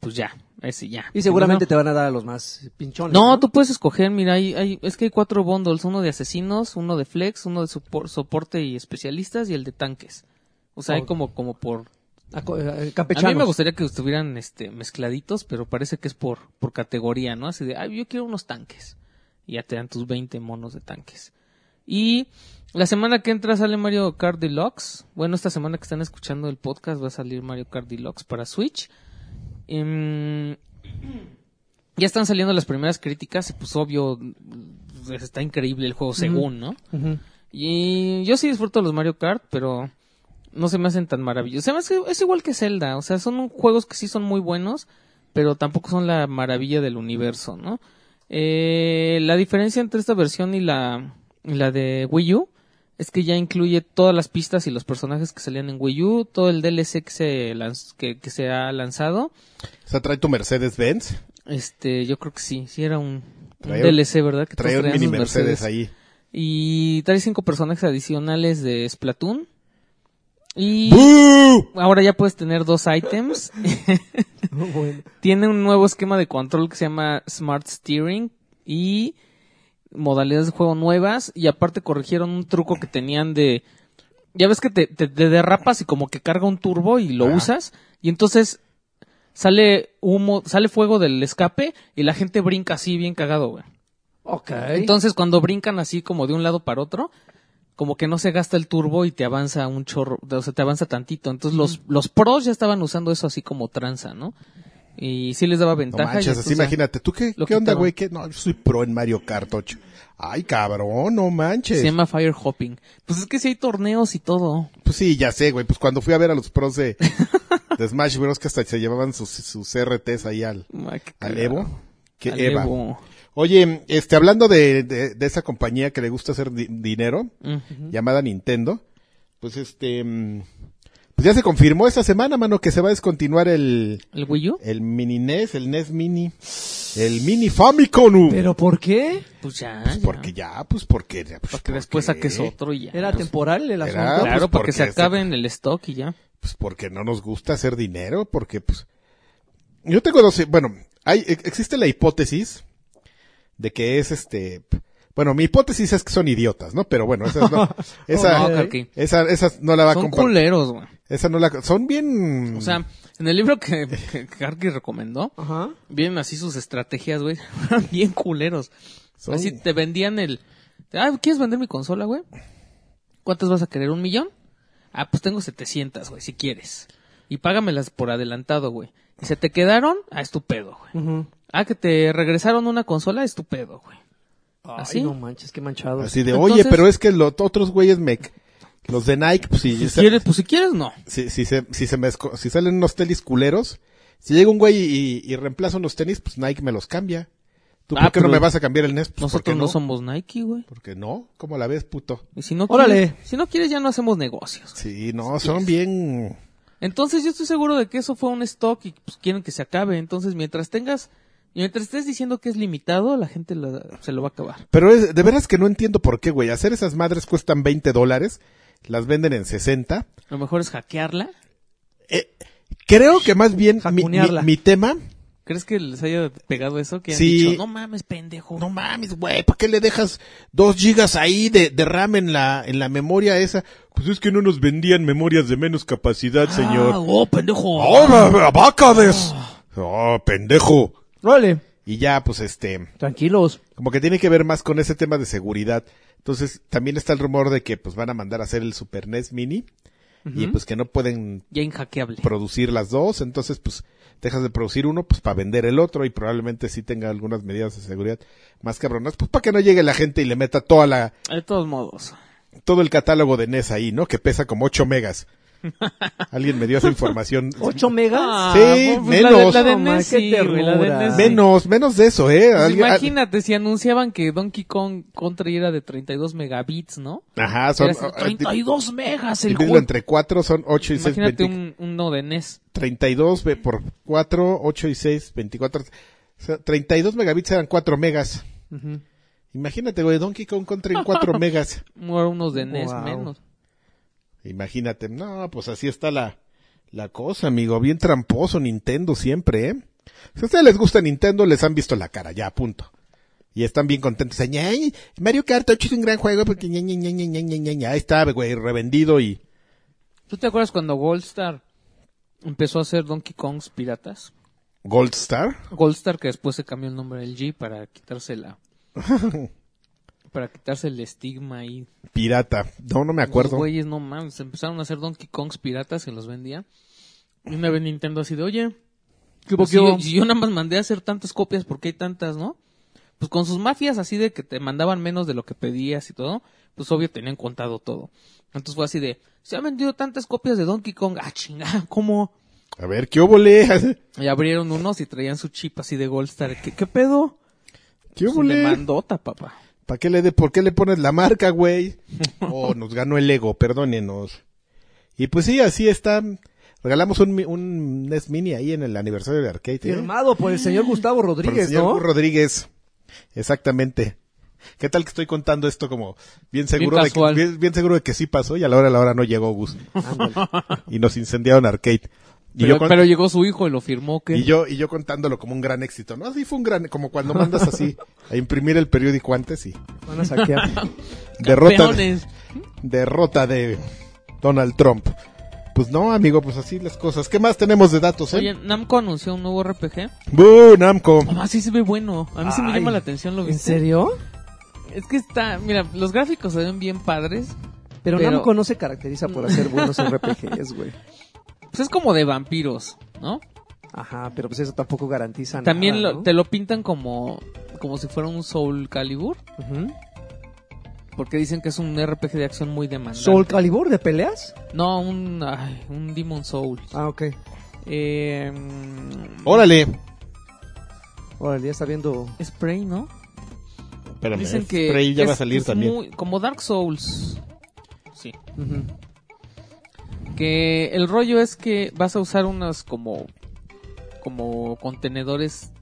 B: Pues ya, ese ya.
C: Y seguramente
B: Si
C: te van a dar a los más pinchones.
B: No, no, tú puedes escoger, mira, hay, hay- es que hay cuatro bundles, uno de asesinos, uno de flex, uno de sopor- soporte y especialistas y el de tanques. O sea, hay
C: Ok.
B: como, como por...
C: A co- eh,
B: A mí me
C: campechanos.
B: gustaría que estuvieran este, mezcladitos, pero parece que es por, por categoría, ¿no? Así de, ay, yo quiero unos tanques. Y ya te dan tus 20 monos de tanques. Y la semana que entra sale Mario Kart Deluxe. Bueno, esta semana que están escuchando el podcast va a salir Mario Kart Deluxe para Switch. Em, ya están saliendo las primeras críticas y pues obvio, pues, está increíble el juego según, ¿no?
C: Ujú.
B: Y yo sí disfruto los Mario Kart, pero no se me hacen tan maravillosos. Se me hace- es igual que Zelda, o sea, son juegos que sí son muy buenos, pero tampoco son la maravilla del universo, ¿no? Eh, la diferencia entre esta versión y la, y la de Wii U es que ya incluye todas las pistas y los personajes que salían en Wii U, todo el DLC que se, lanz- que, que se ha lanzado.
A: O sea, trae tu Mercedes-Benz.
B: Este, yo creo que sí, sí era un, un
A: Trae un-
B: DLC, ¿verdad? Que todos
A: Trae un
B: traían
A: mini
B: sus
A: Mercedes ahí.
B: y trae cinco personajes adicionales de Splatoon. Y
A: ¡Bú!
B: ahora ya puedes tener dos ítems.
C: Bueno.
B: Tiene un nuevo esquema de control que se llama Smart Steering y modalidades de juego nuevas. Y aparte corrigieron un truco que tenían de... Ya ves que te, te- te derrapas y como que carga un turbo y lo
A: Ajá.
B: usas. Y entonces sale humo, sale fuego del escape y la gente brinca así bien cagado, güey.
C: Ok.
B: Entonces cuando brincan así como de un lado para otro, como que no se gasta el turbo y te avanza un chorro, o sea, te avanza tantito. Entonces los, los pros ya estaban usando eso así como tranza, ¿no? Y sí les daba
A: No
B: ventaja. y
A: manches, así
B: entonces ya-
A: imagínate. ¿Tú qué,
B: lo
A: qué onda,
B: quitaron.
A: güey? ¿Qué? No, yo soy pro en Mario Kart 8. Ay, cabrón, no manches.
B: Se llama Fire Hopping. Pues es que sí hay torneos y todo.
A: Pues sí, ya sé, güey. Pues cuando fui a ver a los pros de, de Smash Bros. que hasta se llevaban sus, sus RTs ahí al,
B: Ay, qué
A: Ah, al
B: cagado.
A: Evo. Que
B: Al
A: Eva.
B: Evo.
A: Oye, este, hablando de, de, de esa compañía que le gusta hacer di- dinero,
B: Ujú.
A: llamada Nintendo, pues este, mm, pues ya se confirmó esta semana, mano, que se va a descontinuar el,
B: ¿El Wii U?
A: el Mini NES, el NES Mini, el Mini Famicom.
C: ¿Pero por qué?
B: Pues ya.
A: Pues
B: ya.
A: porque ya, pues porque. Pues
B: Para que después
A: porque-
B: saques otro y ya.
C: ¿Era
B: Pues,
C: temporal el
A: Era-
C: asunto?
A: Ah,
B: Claro,
A: pues,
B: para
A: porque
B: que se
A: se-
B: acabe en el stock y ya.
A: Pues porque no nos gusta hacer dinero, porque pues... Yo tengo dos... Bueno, hay, e- existe la hipótesis de que es este... p- Bueno, mi hipótesis es que son idiotas, ¿no? Pero bueno, esas no... Esa,
B: Oh, No, Karki.
A: esa, esas no la va a
B: Son
A: comprar.
B: culeros, güey.
A: Esa no la... Son bien...
B: O sea, en el libro que, que Karki recomendó,
C: Ajá.
B: vienen así sus estrategias, güey. bien culeros.
A: Son-
B: Así te vendían el. Ah, ¿quieres vender mi consola, güey? ¿Cuántas vas a querer? ¿Un millón? Ah, pues tengo 700, güey, si quieres. Y págamelas por adelantado, güey. ¿Y se te quedaron? Ah, estupendo, güey.
C: Ujú.
B: Ah, que te regresaron una consola, estupendo, güey.
C: Ay,
B: ¿Así?
C: no manches, qué manchado.
A: Así de,
B: Entonces-
A: oye, pero es que los otros güeyes me... Los de Nike, pues si...
B: Si
A: se-
B: quieres, pues si quieres, no.
A: si, si se, si se me esco- si salen unos tenis culeros, si llega un güey y, y reemplaza unos tenis, pues Nike me los cambia. ¿Tú
B: Ah,
A: por qué no
B: pero
A: me vas a cambiar el NES? Pues porque
B: Nosotros no? somos Nike, güey.
A: Porque no, ¿cómo la ves, puto?
B: Y si no
C: Órale.
B: quieres, si no quieres ya no hacemos negocios.
A: Sí, no, son bien...
B: Entonces yo estoy seguro de que eso fue un stock y pues quieren que se acabe. Entonces mientras tengas, mientras estés diciendo que es limitado, la gente lo- se lo va a acabar.
A: Pero es- de veras que no entiendo por qué, güey. Hacer esas madres cuestan 20 dólares, las venden en 60.
B: A lo mejor es hackearla.
A: Eh, creo que más bien mi, mi-
C: Jacunearla.
A: mi tema...
B: ¿Crees que les haya pegado eso? Que han
A: Sí.
B: dicho, no mames, pendejo.
A: No mames, güey, ¿para qué le dejas dos gigas ahí de, de RAM en la, en la memoria esa? Pues es que no nos vendían memorias de menos capacidad, señor.
B: Ah, oh, pendejo.
A: ¡Oh, vacades! ¡Oh, pendejo!
C: Órale,
A: Y ya, pues este,
C: tranquilos.
A: como que tiene que ver más con ese tema de seguridad. Entonces, también está el rumor de que pues van a mandar a hacer el Super NES Mini y pues que no pueden
B: Ya inhackeable.
A: producir las dos, entonces pues dejas de producir uno pues para vender el otro y probablemente sí tenga algunas medidas de seguridad más cabronas, pues para que no llegue la gente y le meta toda la
B: De todos modos.
A: todo el catálogo de NES ahí, ¿no? Que pesa como 8 megas. Alguien me dio esa información.
C: ¿Ocho megas?
B: Ah,
A: Sí,
B: pues, la de-
A: menos.
B: La de,
C: No, ma,
B: NES,
C: qué
B: sí, güey, la de
C: ternura.
B: NES, sí.
A: Menos, menos de eso, ¿eh?
B: Pues
A: Alguien-
B: imagínate si anunciaban que Donkey Kong Country era de 32 megabits, ¿no?
A: Ajá, son ah,
B: Era así, 32 megas el
A: Divídelo
B: juego.
A: entre 4 son 8 y 6,
B: Imagínate un, uno de E NES.
A: 32 ve, por 4, 8 y 6, 24. O sea, 32 megabits eran 4 megas.
C: Ujú.
A: Imagínate, güey, Donkey Kong Country en 4 megas.
B: O unos de NES
C: Wow.
B: menos.
A: Imagínate, no, pues así está la, la cosa, amigo. Bien tramposo Nintendo siempre, ¿eh? Si a ustedes les gusta Nintendo, les han visto la cara, ya, punto. Y están bien contentos. Ay, ay, Mario Kart 8 es un gran juego porque ña, ña, ña, ña, ña, ña, ña, ña. Ahí está, güey, revendido y...
B: ¿Tú te acuerdas cuando Goldstar empezó a hacer Donkey Kongs piratas?
A: Gold Star.
B: Goldstar que después se cambió el nombre del G para quitarse la... para quitarse el estigma ahí.
A: Pirata. No, no me
B: Los
A: acuerdo.
B: güeyes, no mames, empezaron a hacer Donkey Kongs piratas y los vendían. Y una vez Nintendo así de, oye, pues
C: ¿Qué hubo,
B: si
C: qué hubo?
B: yo, si yo nada más mandé a hacer tantas copias, porque hay tantas, no? Pues con sus mafias así de que te mandaban menos de lo que pedías y todo, pues obvio tenían contado todo. Entonces fue así de, se han vendido tantas copias de Donkey Kong, ah chinga, ¿cómo?
A: A ver, ¿qué óvole?
B: Y abrieron unos y traían su chip así de Goldstar, ¿qué, qué pedo?
A: ¿Qué
B: Pues, le
A: óvole?
B: mandota, papá.
A: ¿Para qué le de, por qué le pones la marca, güey? Oh, nos ganó el ego, perdónenos. Y pues sí, así está. Regalamos un, mi- un NES Mini ahí en el aniversario de Arcade. ¿eh?
C: Firmado por el señor Gustavo
A: Por el
C: Rodríguez,
A: señor
C: ¿no?
A: Rodríguez. Exactamente. ¿Qué tal que estoy contando esto como bien seguro, de, que,
B: casual.
A: bien, bien seguro de que sí pasó y a la hora a la hora no llegó Gus? y nos incendiaron Arcade. Y
B: Pero,
A: yo con-
B: pero llegó su hijo y lo firmó que...
A: Y yo, y yo contándolo como un gran éxito. No, así fue un gran, como cuando mandas así a imprimir el periódico antes y
C: Van a saquear.
A: derrota,
B: Peones.
A: derrota de Donald Trump. Pues no, amigo, pues así las cosas. ¿Qué más tenemos de datos, eh?
B: Oye, Namco anunció un nuevo RPG.
A: ¡Bu, Namco!
B: Ah, sí se ve bueno. A mí se me
C: Ay,
B: llama la atención, ¿lo
C: ¿En
B: viste?
C: serio?
B: Es que está, mira, los gráficos se ven bien padres.
C: Pero,
B: Pero-
C: Namco no se caracteriza por hacer buenos RPGs, güey.
B: Pues es como de vampiros, ¿no?
C: Ajá, pero pues eso tampoco garantiza
B: También
C: nada.
B: lo-
C: ¿no?
B: te lo pintan como, como si fuera un Soul Calibur.
C: Ujú.
B: Porque dicen que es un RPG de acción muy demandante.
C: ¿Soul Calibur de peleas?
B: No, un, ay, un Demon Soul.
C: Ah, ok.
B: Eh, mm,
A: ¡Órale!
C: Ahora ya está viendo.
B: es Prey, ¿no?
A: Espérame,
B: Dicen
A: es-
B: que.
A: Prey ya
B: es-
A: va a salir
B: es
A: también.
B: muy- como Dark Souls. Sí.
C: Ujú.
B: Que el rollo es que vas a usar unas como. Como contenedores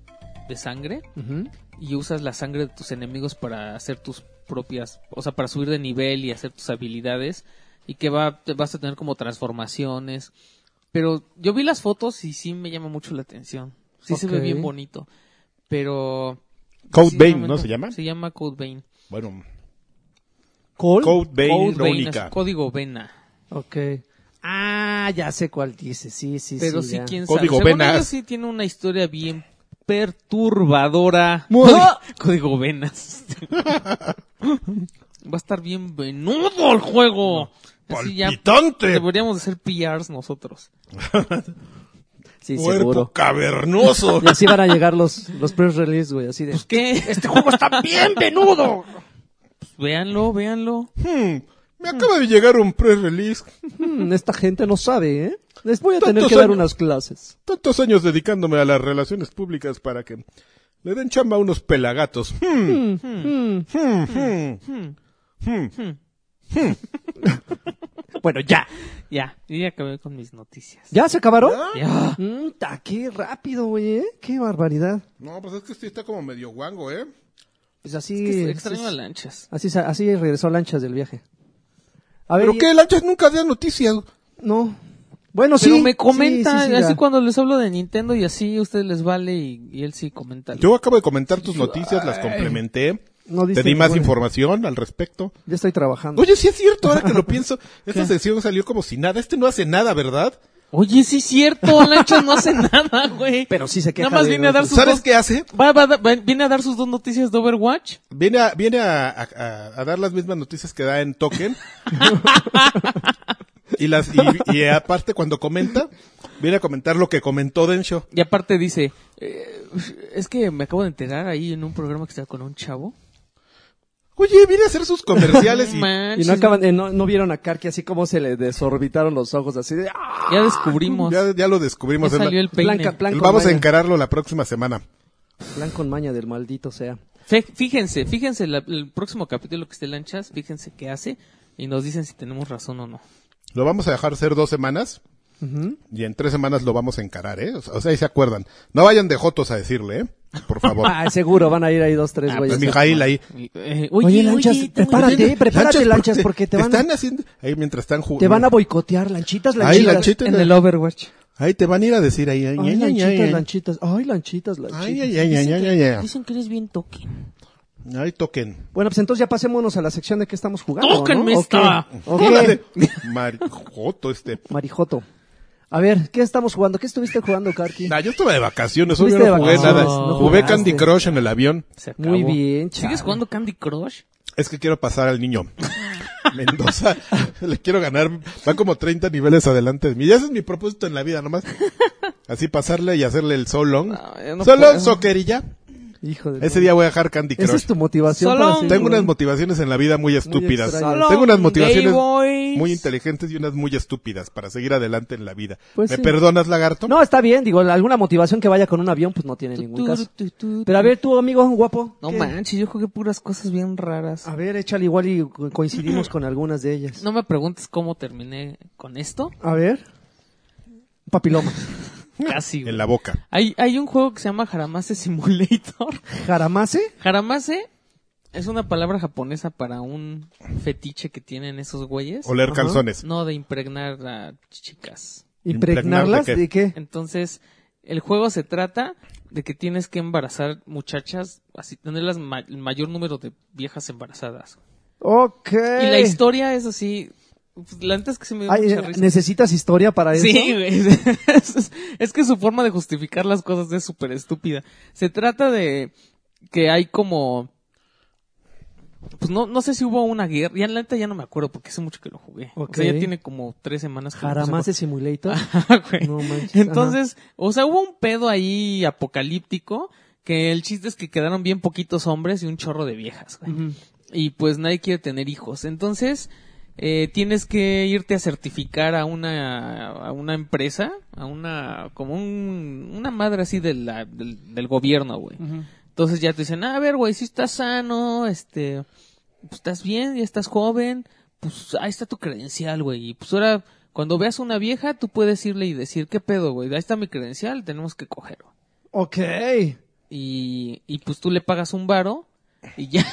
B: de sangre.
C: Ujú.
B: Y usas la sangre de tus enemigos para hacer tus propias. O sea, para subir de nivel y hacer tus habilidades. Y que va, te vas a tener como transformaciones. Pero yo vi las fotos y sí me llama mucho la atención. Sí se ve
C: Ok.
B: bien bonito. Pero.
A: Code
B: sí,
A: Vein,
B: me-
A: ¿no se llama?
B: Se llama Code Vein.
A: Bueno,
C: ¿Cole?
A: Code Vein,
B: Code Vein,
A: Verónica.
B: es código Vena.
C: Ok. Ah, ya sé cuál dice. Sí, sí,
B: Pero
C: sí.
B: sí,
C: ya.
B: quién sabe.
A: Código
B: Según
A: Venas.
B: ellos sí tiene una historia bien perturbadora.
C: Muy-
B: Código- Código Venas. Va a estar bien venudo el juego. Así ya
A: ¡Palpitante!
B: deberíamos de ser PRs nosotros.
C: Sí,
A: ¡Cuerpo
C: seguro.
A: cavernoso!
C: Y así van a llegar los, los press release, güey. Así de.
B: ¿Qué?
A: ¡Este juego está bien venudo!
B: Pues véanlo, véanlo.
A: Hmm, me acaba de llegar un pre-release.
C: "Mm, esta gente no sabe, ¿eh? Les voy a
A: Tantos
C: tener que dar
A: años.
C: unas clases.
A: Tantos años dedicándome a las relaciones públicas para que le den chamba a unos pelagatos. Hmm,
C: Mm.
A: hmm, hmm,
B: Hmm,
A: hmm.
C: Bueno, ya.
B: Ya, yo ya acabé con mis noticias.
C: ¿Ya se acabaron?
B: Ya.
C: Mm, ta, qué rápido, güey, ¿eh? Qué barbaridad.
A: No, pues es que este está como medio guango, ¿eh?
C: Pues así.
B: Es que
C: así-
B: extraño a lanchas.
C: Así, sa- así regresó Lanchas del viaje. A ver,
A: ¿Pero
C: y-
A: qué? Lanchas nunca da noticias.
C: No. Bueno,
B: Pero
C: sí.
B: me comenta,
C: sí, sí, sí,
B: así
C: ya.
B: cuando les hablo de Nintendo y así, a ustedes les vale y, y él sí comenta.
A: Yo acabo de comentar tus noticias, las complementé.
C: No
A: Te
C: diste
A: di más
C: ninguna.
A: información al respecto.
C: Ya estoy trabajando.
A: Oye, sí es cierto, ahora que lo pienso. Esta sesión salió como si nada. Este no hace nada, ¿verdad?
B: Oye, sí es cierto, Lanchas no hace nada, güey.
C: Pero sí se queja
B: Nada más
C: de
B: viene a dar sus
A: ¿Sabes
B: dos-
A: qué hace?
B: va- va- va- viene a dar sus dos noticias de Overwatch.
A: Viene, a, viene a, a- a- a dar las mismas noticias que da en Token. y, las, y, y aparte, cuando comenta, viene a comentar lo que comentó Densho.
B: Y aparte dice, eh, es que me acabo de enterar ahí en un programa que estaba con un chavo.
A: Oye, viene a hacer sus comerciales y...
B: No
C: Y
B: manches,
C: no, acaban, eh, no, no vieron a Karki así como se le desorbitaron los ojos, así de. ¡ah!
B: Ya descubrimos. Ya,
A: Ya, ya lo descubrimos. Es la-
B: salió el peine.
C: Blanca, plan
A: el-
C: con
A: vamos a
C: maña.
A: encararlo la próxima semana.
C: Plan con maña del maldito sea.
B: Fe- Fíjense, fíjense la- el próximo capítulo que esté Lanchas, fíjense qué hace y nos dicen si tenemos razón o no.
A: Lo vamos a dejar ser dos semanas
C: Ujú.
A: y en tres semanas lo vamos a encarar, ¿eh? O sea, o sea, ahí se acuerdan. No vayan de jotos a decirle, ¿eh? Por favor.
C: Ah, seguro, van a ir ahí dos, tres
B: Ah,
C: güeyes.
B: pues,
A: Mijail ahí.
B: Eh,
C: Oye, Lanchas,
B: tengo-
C: prepárate. prepárate, Lanchas, porque te van a-
A: están haciendo... Ahí mientras están jugando.
C: Te van a boicotear, lanchitas,
A: Ahí,
C: lanchitas.
A: lanchitas,
B: En el Overwatch.
A: Ahí te van a ir a decir ahí. Ay,
C: Ay,
A: ay, ay,
C: lanchitas,
A: ay, ay.
C: lanchitas. Ay, lanchitas, lanchitas.
A: Ay, ay, ay, ay, ay, ay, ay.
B: Dicen que eres bien token.
A: Ay, toquen.
C: Bueno, pues entonces ya pasémonos a la sección de qué estamos jugando. ¿no?
B: Tóquenme
C: ¿O
B: esta.
C: qué? ¿O qué?
A: Órale. Mar- Joto este.
C: Marijoto. A ver, ¿qué estamos jugando? ¿Qué estuviste jugando, Karki?
A: Nah, yo estuve de vacaciones, hoy yo
C: Estuviste
A: no
C: de
A: jugué
C: vacaciones,
A: nada.
B: no
A: jugué
C: jugaste.
A: Candy Crush en el avión.
B: Se acabó.
C: Muy bien, chale.
B: ¿Sigues jugando Candy Crush?
A: Es que quiero pasar al niño. Mendoza, le quiero ganar. Va como 30 niveles adelante de mí. Ya ese es mi propósito en la vida, nomás. Así pasarle y hacerle el so long.
B: No, Ah, yo no
A: so long,
B: puedo.
A: soccer y ya.
C: Hijo de
A: Ese día voy a dejar Candy
C: Esa
A: Crush.
C: es tu motivación
B: Solo
C: para
B: un-
C: seguir
A: Tengo unas
C: jugando?
A: motivaciones en la vida muy estúpidas.
C: extrañas.
A: Tengo unas
B: Gay
A: motivaciones
B: Boys.
A: muy inteligentes y unas muy estúpidas para seguir adelante en la vida.
C: Pues
A: ¿Me
C: sí.
A: perdonas, lagarto?
C: No, está bien, digo, alguna motivación que vaya con un avión, pues no tiene ningún
B: Tu,
C: caso.
B: tu, tu, tu.
C: Pero a ver, tú, amigo guapo.
B: No
C: ¿qué?
B: manches, yo jugué puras cosas bien raras.
C: A ver, échale igual y co- coincidimos con algunas de ellas.
B: No me preguntes cómo terminé con esto.
C: A ver. Papiloma.
B: Casi. güey.
A: En la boca.
B: Hay, hay un juego que se llama Haramase Simulator.
C: Jaramase.
B: Haramase es una palabra japonesa para un fetiche que tienen esos güeyes.
A: Oler
C: Ajá.
A: calzones.
B: No, de impregnar a chicas.
C: Impregnarlas.
A: ¿Impregnar de
C: ¿De qué?
B: Entonces, el juego se trata de que tienes que embarazar muchachas, así tenerlas ma- el mayor número de viejas embarazadas.
C: Ok.
B: Y la historia es así, Pues, la neta es que sí me dio
C: Ay,
B: mucha
C: eh,
B: risa.
C: ¿Necesitas historia para eso?
B: Sí, güey. Es, es que su forma de justificar las cosas es súper estúpida. Se trata de que hay como... Pues no, no sé si hubo una guerra. Ya la neta ya no me acuerdo porque hace mucho que lo jugué.
C: Ok.
B: O sea, ya tiene como tres semanas que lo puse a
C: Jaramase Simulator.
B: Ajá, güey.
C: No manches,
B: Entonces, o sea, hubo un pedo ahí apocalíptico que el chiste es que quedaron bien poquitos hombres y un chorro de viejas, güey.
C: Ujú.
B: Y pues nadie quiere tener hijos. Entonces, eh, tienes que irte a certificar a una, a una empresa, a una, como un, una madre así de la- del, del gobierno, güey. Entonces ya te dicen, a ver, güey, si estás sano, este, pues estás bien, ya estás joven, pues ahí está tu credencial, güey. Y pues ahora, cuando veas una vieja, tú puedes irle y decir, ¿qué pedo, güey? Ahí está mi credencial, tenemos que coger. güey".
C: Ok.
B: Y, y pues tú le pagas un varo y ya.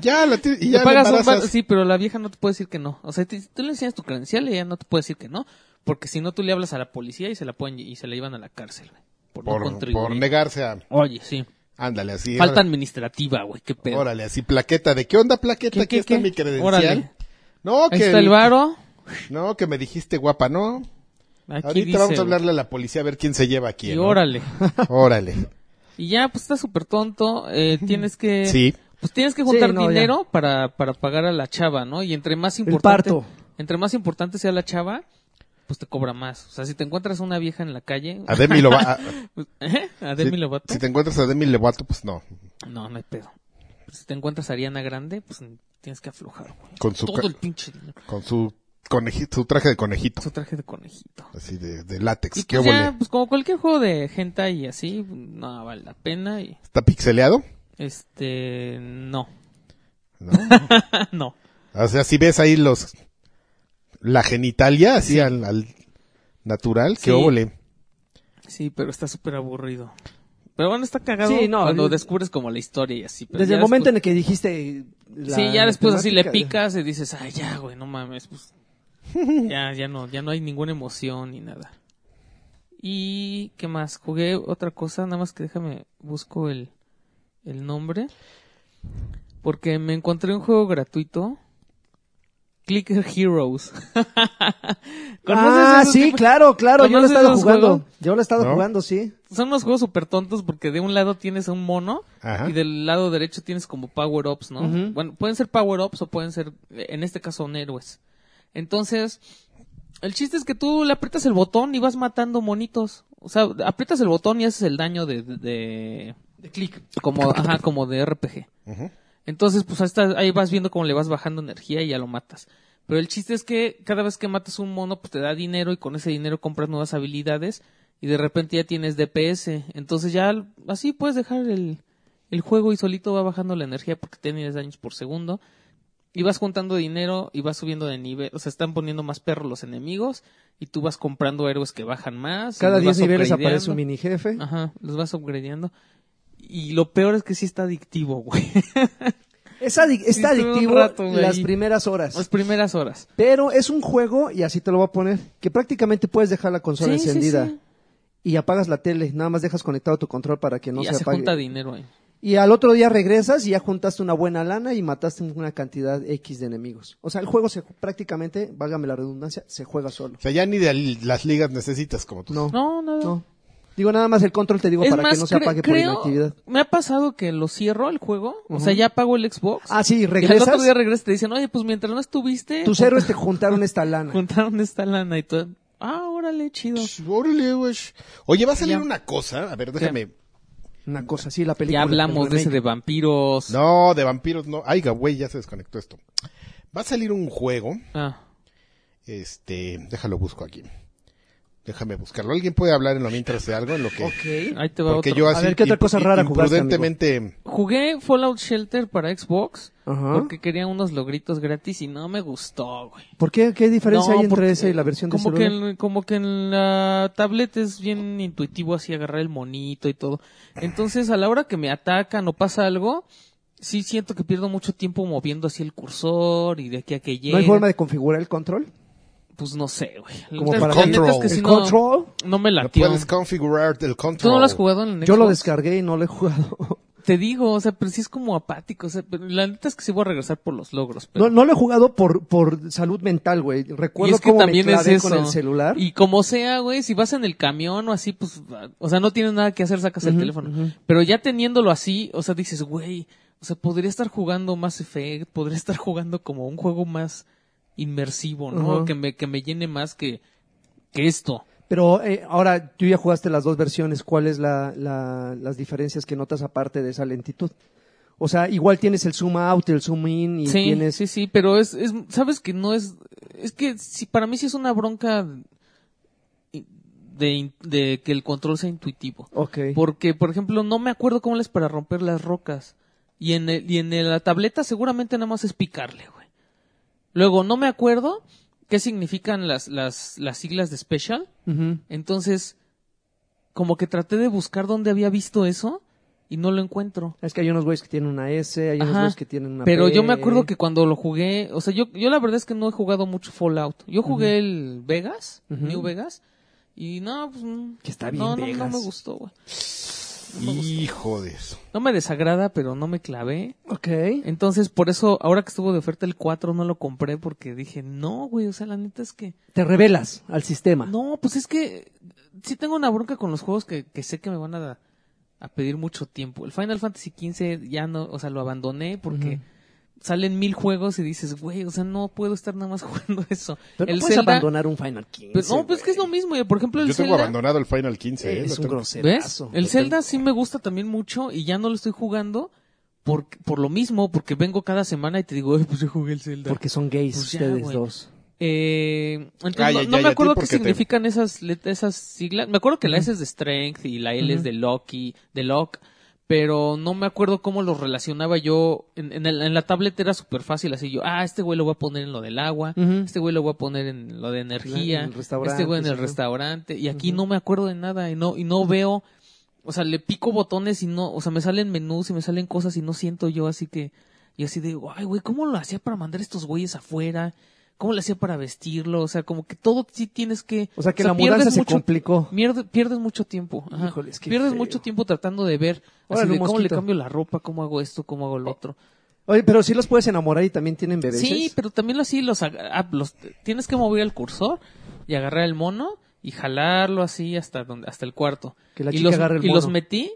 A: Ya, la ti- y ya la
B: le pagas un varo,
A: embarazas.
B: sí, pero la vieja no te puede decir que no. O sea, te- tú le enseñas tu credencial y ella no te puede decir que no, porque si no tú le hablas a la policía y se la pueden, y se la llevan a la cárcel, güey. Por, no
A: por,
B: contribuir.
A: por negarse a...
B: Oye, sí.
A: Ándale, así.
B: Falta administrativa, güey, qué pedo.
A: Órale, así plaqueta. ¿De qué onda plaqueta?
B: ¿Qué,
A: ¿Qué,
B: qué,
A: está
B: qué?
A: mi credencial?
B: Órale.
A: No,
B: Ahí
A: que
B: está el varo.
A: no, que me dijiste guapa, ¿no?
B: Aquí
A: Ahorita
B: dice,
A: vamos a
B: güey.
A: hablarle a la policía a ver quién se lleva a quién.
B: Y
A: ¿no?
B: órale.
A: Órale.
B: Y ya, pues está súper tonto. eh, tienes que.
A: Sí.
B: Pues tienes que juntar
C: Sí, no, ya.
B: dinero para, para pagar a la chava, ¿no? Y entre más
C: El
B: importante.
C: parto.
B: Entre más importante sea la chava, pues te cobra más. O sea, si te encuentras una vieja en la calle.
A: A Demi Lovato. a-
B: pues, ¿Eh? ¿A Demi
A: si,
B: Lovato?
A: Si te encuentras a Demi Lovato, pues no.
B: No, no hay pedo. Si te encuentras a Ariana Grande, pues tienes que aflojar, güey.
A: Con su,
B: Todo el
A: ca-
B: pinche dinero.
A: con su, conejito, su traje de conejito.
B: Su traje de conejito.
A: Así de, de látex.
B: Y
A: ¿Qué
B: pues ya,
A: óvole?
B: pues como cualquier juego de gente y así, no vale la pena. Y,
A: ¿Está pixeleado?
B: este, no.
A: No.
B: no.
A: o sea, si ves ahí los... La genitalia, así al, al natural.
B: Sí.
A: ¿Qué óvole?
B: Sí, pero está súper aburrido. Pero bueno, está cagado
C: Sí, no,
B: cuando
C: yo-
B: descubres como la historia y así. pero
C: Desde
B: ya
C: el momento en
B: después-
C: el que dijiste. la
B: Sí, ya después así le
C: temática
B: picas y dices, ay, ya, güey, no mames. Pues, ya, ya no, ya no hay ninguna emoción ni nada. Y, ¿qué más? Jugué otra cosa, nada más que déjame, busco el, el nombre. Porque me encontré un juego gratuito. Clicker Heroes.
C: de-
B: ¿Conoces
C: Ah,
B: esos
C: sí,
B: tipos-
C: claro, claro. Yo lo he
B: ¿Conoces
C: estado
B: esos
C: jugando.
B: juegos?
C: Yo lo he estado
A: ¿No?
C: jugando, sí.
B: Son unos juegos súper tontos porque de un lado tienes a un mono
A: Ajá.
B: y del lado derecho tienes como power-ups, ¿no?
C: Ujú.
B: Bueno, pueden ser power-ups o pueden ser, en este caso, son héroes. Entonces, el chiste es que tú le aprietas el botón y vas matando monitos. O sea, aprietas el botón y haces el daño de... De, clic. Como, ajá, como de RPG.
A: Ujú.
B: Entonces, pues ahí, está- ahí vas viendo cómo le vas bajando energía y ya lo matas. Pero el chiste es que cada vez que matas un mono, pues te da dinero y con ese dinero compras nuevas habilidades y de repente ya tienes DPS. Entonces ya l- así puedes dejar el, el juego y solito va bajando la energía porque tienes daños por segundo. Y vas juntando dinero y vas subiendo de nivel. O sea, están poniendo más perros los enemigos y tú vas comprando héroes que bajan más. y
C: Cada
B: los
C: 10
B: vas
C: niveles
B: upgradeando.
C: aparece
B: Ah.
C: un mini jefe.
B: Ajá, los vas upgradeando. Y lo peor es que sí está adictivo, güey.
C: Es adic-
B: estuve
C: está
B: un
C: adictivo
B: rato
C: las
B: ahí.
C: primeras horas.
B: Las primeras horas.
C: Pero es un juego, y así te lo voy a poner, que prácticamente puedes dejar la consola
B: Sí, sí,
C: encendida
B: sí.
C: y apagas la tele. Nada más dejas conectado tu control para que no
B: y
C: se
B: ya se
C: apague.
B: junta dinero ahí.
C: Y al otro día regresas y ya juntaste una buena lana y mataste una cantidad X de enemigos. O sea, el juego se, prácticamente, válgame la redundancia, se juega solo.
A: O sea, ya ni de las ligas necesitas como tú.
C: No, no.
B: No, nada.
C: Digo nada más el control, te digo,
B: es
C: para
B: más,
C: que no se
B: cre-
C: apague por
B: creo,
C: inactividad.
B: me ha pasado que lo cierro el juego, o sea, ya apago el Xbox.
C: Ah, sí,
B: Y al
C: regresas,
B: otro día regresas y te dicen, oye, pues mientras no estuviste,
C: tus héroes te juntaron esta lana.
B: juntaron esta lana y todo. Ah, órale, chido.
A: Sh, órale, güey. Oye, va a salir
B: Ya.
A: una cosa. A ver, déjame.
C: Una cosa así, la película.
B: Ya hablamos
C: el
B: de ese
C: remake.
B: de vampiros.
A: No, de vampiros no. Ay, güey, ya se desconectó esto. Va a salir un juego.
B: Ah,
A: Este, déjalo busco aquí. Déjame buscarlo. ¿Alguien puede hablar en lo mientras de algo? En lo que.
C: Ok.
B: ahí te va
A: Porque
B: otro.
A: yo
C: A
A: así.
C: ver, ¿qué otra
A: impu-
C: cosa rara jugaste,
A: Imprudentemente.
B: Jugué Fallout Shelter para Xbox
C: Ajá.
B: porque quería unos logritos gratis y no me gustó, güey.
C: ¿Por qué? ¿Qué diferencia
B: No,
C: hay entre
B: porque-
C: esa y la versión de
B: como que,
C: celular?
B: en, como que en la tablet es bien intuitivo así agarrar el monito y todo. Entonces a la hora que me atacan o pasa algo, sí siento que pierdo mucho tiempo moviendo así el cursor y de aquí a que llegue.
C: ¿No hay forma de configurar el control?
B: Pues no sé, güey. La
C: Como
B: neta-
C: para
B: la
A: que-
B: neta es que
A: ¿El
B: si
C: ¿El
B: no,
C: control?
B: no me
A: No
B: latió.
A: puedes configurar el control.
B: ¿Tú no lo has jugado en el
C: Yo lo
B: Xbox?
C: descargué y no lo he jugado.
B: te digo, o sea, pero sí es como apático. O sea, pero la neta es que sí voy a regresar por los logros. Pero...
C: No, no lo he jugado por, por salud mental, güey.
B: y
C: Recuerdo
B: es que
C: cómo
B: también
C: me
B: es
C: clavé
B: eso.
C: con el celular.
B: Y como sea, güey, si vas en el camión o así, pues, va- o sea, no tienes nada que hacer, sacas el
C: Ujú,
B: teléfono.
C: ujú.
B: Pero ya teniéndolo así, o sea, dices, güey, o sea, podría estar jugando Mass Effect, podría estar jugando como un juego más inmersivo, ¿no?
C: Ujú.
B: que, me, que me llene más que, que esto.
C: Pero eh, ahora tú ya jugaste las dos versiones. ¿Cuáles la, la- las diferencias que notas aparte de esa lentitud? O sea, igual tienes el zoom out, el zoom in y
B: sí,
C: tienes.
B: sí, sí, pero es, es, sabes que no es, es que si para mí sí es una bronca de, de que el control sea intuitivo.
C: Ok.
B: Porque, por ejemplo, no me acuerdo cómo les para romper las rocas. Y en, el- y en el- la tableta seguramente nada más es picarle, güey. Luego, no me acuerdo qué significan las, las, las siglas de Special.
C: Ujú.
B: Entonces, como que traté de buscar dónde había visto eso y no lo encuentro.
C: Es que hay unos güeyes que tienen una S, hay unos
B: Ajá.
C: güeyes que tienen una
B: Pero
C: P.
B: yo me acuerdo que cuando lo jugué, o sea, yo, yo la verdad es que no he jugado mucho Fallout. Yo jugué el Vegas,
C: Ujú.
B: New Vegas, y no, pues... mm,
C: Que está bien
B: no, no,
C: Vegas.
B: no me gustó, güey.
A: Hijo de eso.
B: No me desagrada, pero no me clavé.
C: Ok.
B: Entonces, por eso, ahora que estuvo de oferta el 4, no lo compré porque dije, no, güey, o sea, la neta es que...
C: Te revelas al sistema.
B: No, pues es que sí tengo una bronca con los juegos que, que sé que me van a, a pedir mucho tiempo. El Final Fantasy XV ya no, o sea, lo abandoné porque
C: Ujú.
B: salen mil juegos y dices, güey, o sea, no puedo estar nada más jugando eso.
C: Pero
B: el
C: no puedes
B: Zelda-
C: abandonar un Final 15.
B: Pero no, pues es que es lo
C: güey.
B: mismo. y, Por ejemplo, el
A: Yo tengo
B: Zelda-
A: abandonado el Final 15. ¿eh?
C: Eres
A: Lo
C: un
A: tengo-
B: ¿Ves?
C: groserazo.
B: El
C: Lo
B: Zelda
C: tengo.
B: sí me gusta también mucho y ya no lo estoy jugando por, por lo mismo, porque vengo cada semana y te digo, "Ay, pues yo jugué el Zelda.
C: Porque son gays
B: Pues ya,
C: ustedes
B: güey.
C: dos.
B: Eh, entonces,
A: Ah,
B: no,
A: ya, ya,
B: no me
A: ya,
B: acuerdo
A: tú,
B: qué
A: porque te-
B: significan esas, let- esas siglas. Me acuerdo que la S es de Strength y la L es
C: Ujú.
B: de Loki, de Lock, pero no me acuerdo cómo los relacionaba yo. En, en el- en la tablet era súper fácil, así yo, ah, este güey lo voy a poner en lo del agua,
C: Ujú.
B: este güey lo voy a poner en lo de energía,
C: el restaurante,
B: este güey en el
C: sí.
B: restaurante, y aquí
C: Ujú.
B: no me acuerdo de nada y no, y no veo, o sea, le pico botones y no, o sea, me salen menús y me salen cosas y no siento yo, así que, y así de, ay, güey, ¿cómo lo hacía para mandar estos güeyes afuera? ¿Cómo lo hacía para vestirlo? O sea, como que todo sí tienes que...
C: O sea, que la
B: pierdes
C: mudanza se
B: mucho-
C: complicó.
B: mierde- pierdes mucho tiempo. Ajá.
C: Híjole, es que
B: pierdes
C: feo.
B: mucho tiempo tratando de ver así
C: Órale,
B: de
C: un
B: cómo le
C: mosquito.
B: cambio la ropa, cómo hago esto, cómo hago lo otro.
C: Oye, pero sí los puedes enamorar y también tienen bebés.
B: Sí, pero también así los, aga- ah, los- tienes que mover el cursor y agarrar el mono y jalarlo así hasta donde hasta el cuarto.
C: Que la
B: y
C: chica
B: los,
C: agarre el
B: y
C: mono.
B: los metí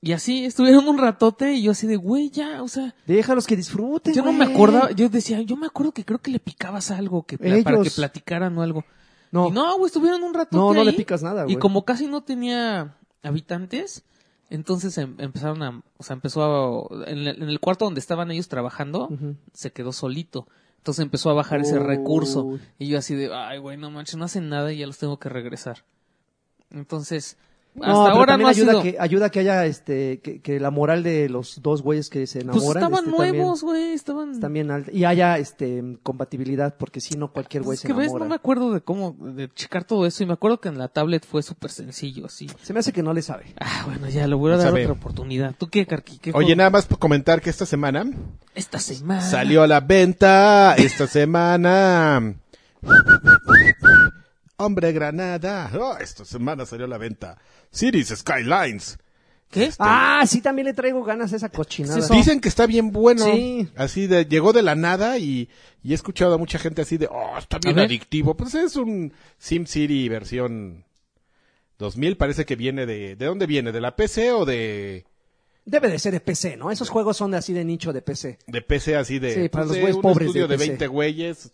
B: y así estuvieron un ratote y yo así de, güey, ya, o sea,
C: Déjalos que disfruten.
B: yo no me
C: güey.
B: acordaba, yo decía, yo me acuerdo que creo que le picabas algo que pla- para que
C: Ellos.
B: platicaran o algo.
C: No,
B: Y no, güey, estuvieron un ratote
C: no, no le
B: ahí.
C: picas nada, güey.
B: Y como casi no tenía habitantes, entonces em- empezaron a, o sea, empezó a, en, el- en el cuarto donde estaban ellos trabajando,
C: Ujú.
B: se quedó solito. Entonces empezó a bajar ese recurso.
C: Uy.
B: Y yo así de, ay, güey, no manches, no hacen nada y ya los tengo que regresar. Entonces,
C: No,
B: hasta
C: pero
B: ahora
C: también
B: no ha
C: ayuda
B: sido...
C: que ayuda que haya este que, que la moral de los dos güeyes que se enamoran
B: Pues estaban
C: este, también-
B: nuevos, güey, estaban...
C: también alta y haya este compatibilidad porque si no cualquier güey
B: Pues es
C: se
B: que ves,
C: enamora.
B: no me acuerdo de cómo, de checar todo eso. Y me acuerdo que en la tablet fue súper sencillo, así.
C: Se me hace que no le sabe.
B: Ah, bueno, ya, le voy a dar
A: Sabe.
B: otra oportunidad. ¿Tú qué, Carqui? ¿Qué
A: Pues Oye,
B: juego?
A: nada más por comentar que esta semana
B: Esta semana.
A: salió a la venta. Esta semana. Hombre Granada. Oh, esta semana salió a la venta. Cities Skylines.
B: ¿Qué?
C: Ah, sí también le traigo ganas a esa cochinada.
B: eso?
A: Dicen que está bien bueno.
C: Sí.
A: Así de, llegó de la nada y, y he escuchado a mucha gente así de, oh, está bien
B: ver.
A: adictivo. Pues es un SimCity versión 2000. Parece que viene de, ¿de dónde viene? ¿De la PC o de,
C: Debe de ser de PC, ¿no? Esos juegos son de así de nicho de PC.
A: de PC así de,
C: Sí, para
A: pues,
C: los
A: de
C: güeyes
A: un
C: pobres
A: estudio
C: de
A: de,
C: PC.
A: 20 güeyes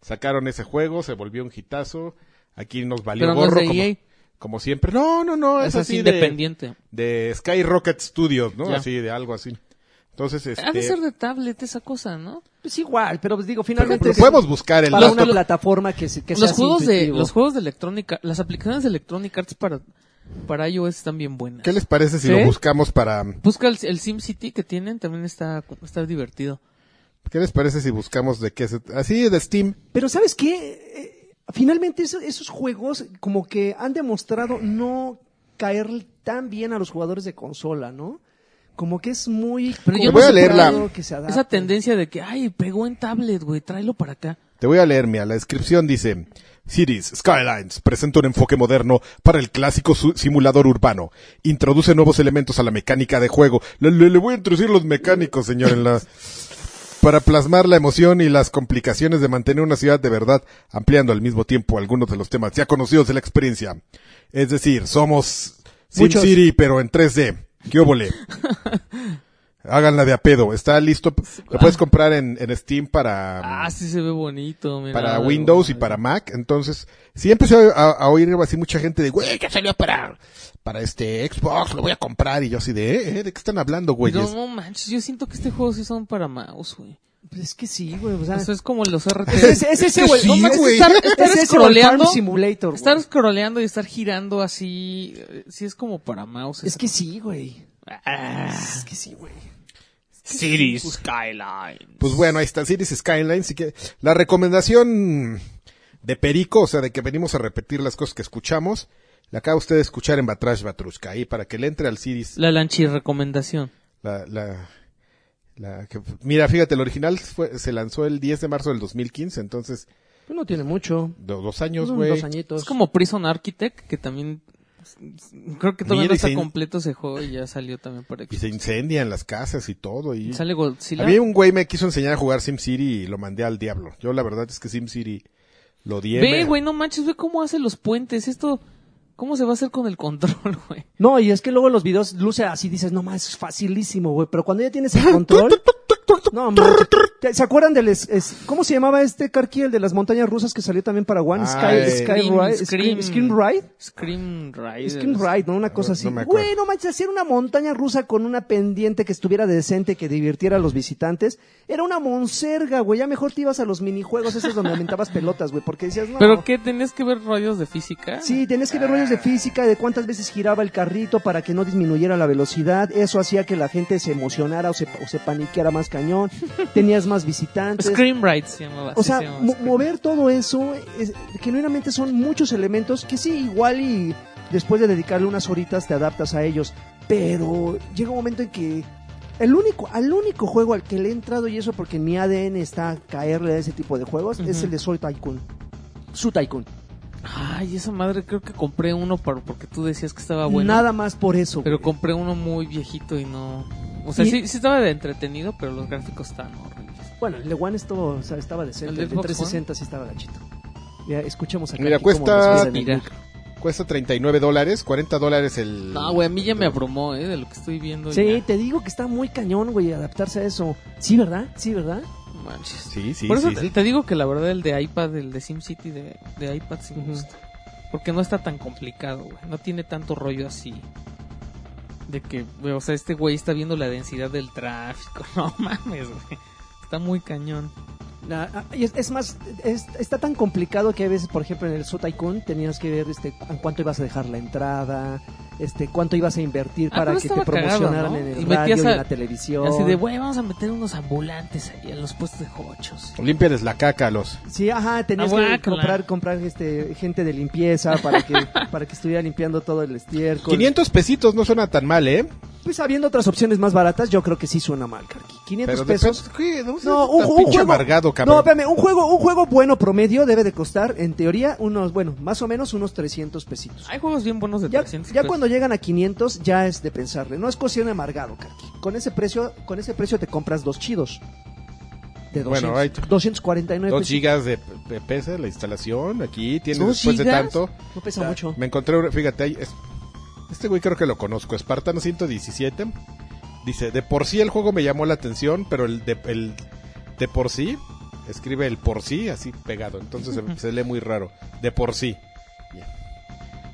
A: sacaron ese juego, se volvió un hitazo. Aquí nos valió
B: Pero no es
A: gorro
B: de EA.
A: como, como siempre. No, no, no, es,
B: es
A: así
B: así
A: de,
B: independiente.
A: de Skyrocket Studios, ¿no?
B: Ya.
A: Así de algo así. Entonces, este,
B: Ha de ser de tablet esa cosa, ¿no?
C: Pues igual, pero pues digo,
A: pero-
C: finalmente
A: pero
C: es
A: podemos buscar el
C: para
A: dato.
C: una plataforma que, se- que sea
B: los juegos de
C: intuitivo.
B: los juegos de electrónica, las aplicaciones de Electronic Arts para para iOS están bien buenas.
A: ¿Qué les parece si
B: ¿Sí?
A: lo buscamos para
B: Busca el, el SimCity que tienen, también está está divertido.
A: ¿Qué les parece si buscamos de qué se así de Steam?
C: Pero ¿sabes qué? Eh, Finalmente eso- esos juegos como que han demostrado no caer tan bien a los jugadores de consola, ¿no? Como que es muy...
B: Pero yo
A: Te voy a leer
C: concentrado,
A: la-
C: que se adapte.
B: Esa tendencia de que, ay, pegó en tablet, güey, tráelo para acá.
A: Te voy a leer, mira, la descripción dice, Cities Skylines presenta un enfoque moderno para el clásico su- simulador urbano. Introduce nuevos elementos a la mecánica de juego. Le, le- le voy a introducir los mecánicos, señor, en la... Para plasmar la emoción y las complicaciones de mantener una ciudad de verdad, ampliando al mismo tiempo algunos de los temas ya conocidos de la experiencia. Es decir, somos
C: Muchos.
A: SimCity, pero en 3D. ¿Qué óvole? Háganla de a pedo. Está listo. Lo puedes comprar en, en Steam para,
B: Ah, sí se ve bonito. mira.
A: para Windows y para Mac. Entonces, sí empecé a, a oír así mucha gente de, güey, ya salió para, para este Xbox, lo voy a comprar. Y yo así de, "Eh, eh, ¿de qué están hablando,
B: Pero
A: güeyes?
B: no manches, yo siento que este juego sí son para mouse, güey.
C: Es que sí, güey. O sea,
B: O sea, es como los RT.
C: es, es ese, güey.
A: sí,
C: no manches,
A: güey.
C: estar- estar
B: Estar
C: ese, güey, Farm
B: scrolleando.
C: Simulator. güey.
B: Estar scrolleando y estar girando así, eh, sí es como para mouse.
C: Es que sí, güey.
B: Ah.
C: Es que sí, güey.
B: Cities Skyline.
A: Pues bueno, ahí está Cities Skylines. Así que la recomendación de Perico, o sea, de que venimos a repetir las cosas que escuchamos, la acaba usted de escuchar en Batrash Batrushka. Ahí para que le entre al Cities.
B: La lanchi recomendación.
A: La, la, la que- mira, fíjate, el original fue- se lanzó el 10 de marzo del 2015, entonces
C: Pues no tiene mucho.
A: do- dos años,
C: Son
A: güey.
C: dos añitos.
B: Es como Prison Architect, que también creo que todavía
A: Mira,
B: no
A: y
B: está
A: se-
B: completo ese juego y ya salió también para
A: Y
B: Xbox.
A: se incendian las casas y todo. Y...
B: Sale
A: A
B: Godzilla.
A: mí un güey me quiso enseñar a jugar SimCity y lo mandé al diablo. Yo la verdad es que SimCity lo di.
B: Ve, güey, no manches, ve cómo hace los puentes. Esto, ¿cómo se va a hacer con el control, güey?
C: No, y es que luego los videos luce así, dices, no más, es facilísimo, güey. Pero cuando ya tienes el control. No, manches. ¿Te- ¿Se acuerdan del. es- es- ¿Cómo se llamaba este carqui, el de las montañas rusas que salió también para One?
A: Ah,
C: Sky,
A: eh,
C: Sky Ride. Scream, Scream Ride.
B: Scream Ride.
C: Skin Ride, ¿no? Una cosa así.
A: No me acuerdo.
C: Güey, no manches, hacer una montaña rusa con una pendiente que estuviera decente, que divirtiera a los visitantes. Era una monserga, güey. Ya mejor te ibas a los minijuegos esos donde aventabas pelotas, güey. Porque decías, no.
B: ¿Pero qué? ¿Tenías que ver rollos de física?
C: Sí, tenías que ver rollos de física, de cuántas veces giraba el carrito para que no disminuyera la velocidad. Eso hacía que la gente se emocionara o se, o se paniqueara más cañón. Tenías más visitantes.
B: Scream Ride se llamaba.
C: O
B: sí,
C: sea,
B: se llamaba
C: mo-
B: Scream.
C: mover todo eso, es, genuinamente son muchos elementos que sí, igual y después de dedicarle unas horitas te adaptas a ellos, pero llega un momento en que el único, al único juego al que le he entrado y eso porque en mi ADN está caerle a ese tipo de juegos, es
B: Ujú.
C: el de Soul Tycoon. Su Tycoon.
B: Ay, esa madre, creo que compré uno para, porque tú decías que estaba Ah, bueno.
C: Nada más por eso.
B: Pero
C: güey.
B: compré uno muy viejito y no. O sea,
C: Y-
B: sí, sí estaba de entretenido, pero los gráficos estaban horribles.
C: Bueno, el de One esto, o sea, estaba decente,
B: ¿El
C: el,
B: de
C: de
B: Xbox
C: 360 sí estaba gachito. Ya, escuchemos acá.
A: Mira,
C: aquí cómo
A: cuesta-
C: nos piden el
B: Mira.
C: micro.
A: Cuesta 39 dólares, 40 dólares el...
B: No, güey, a mí ya me abrumó, ¿eh? De lo que estoy viendo.
C: Sí,
B: ya.
C: te digo que está muy cañón, güey, adaptarse a eso. Sí, ¿verdad? Sí, ¿verdad?
B: No Manches.
A: Sí, sí,
B: Por eso
A: sí,
B: te,
A: sí.
B: te digo que la verdad el de iPad, el de SimCity de, de iPad sí me
C: Ujú.
B: gusta. Porque no está tan complicado, güey. No tiene tanto rollo así. De que, güey, o sea, este güey está viendo la densidad del tráfico. No mames, güey. Está muy cañón.
C: La- ah, y es, es más, es- está tan complicado que a veces, por ejemplo, en el Zoo Tycoon tenías que ver este, en cuánto ibas a dejar la entrada, este, cuánto ibas a invertir
B: Ah,
C: para
B: pero
C: que te
B: estaba cagado,
C: promocionaran
B: ¿no?
C: en el
B: Y
C: radio
B: metías
C: y en
B: a-
C: la televisión.
B: Así de, güey, vamos a meter unos ambulantes ahí en los puestos de jochos.
A: Límpiales la caca a los...
C: Sí, ajá, tenías
B: Ah,
C: que
B: guácala.
C: comprar, comprar este, gente de limpieza para que, para que estuviera limpiando todo el estiércol.
A: 500 pesitos no suena tan mal, ¿eh?
C: Pues habiendo otras opciones más baratas, yo creo que sí suena mal, Karki. 500
A: Pero de
C: pesos.
A: pesos, ¿qué? No,
C: No,
A: seas
C: un,
A: tan
C: un
A: pinche
C: juego,
A: amargado,
C: No,
A: cabrón.
C: espérame, un juego, un juego bueno promedio debe de costar, en teoría, unos, bueno, más o menos unos 300 pesitos.
B: Hay juegos bien buenos de pues.
C: Ya,
B: 300
C: ya
B: pesos.
C: cuando llegan a 500 ya es de pensarle. No es cuestión de amargado, Karki. Con ese precio, con ese precio te compras dos chidos. De 200,
A: Bueno, ahí te-
C: 249
A: Dos
C: pesos.
A: gigas de, de pesa la instalación, aquí tiene
B: ¿Dos
A: después de
B: gigas?
A: tanto.
C: No pesa mucho.
A: Me encontré, un- fíjate, ahí es- este güey creo que lo conozco, Espartano 117. Dice, de por sí el juego me llamó la atención, pero el de, el de por sí, escribe el por sí así pegado, entonces se, se lee muy raro. De por sí. Ya.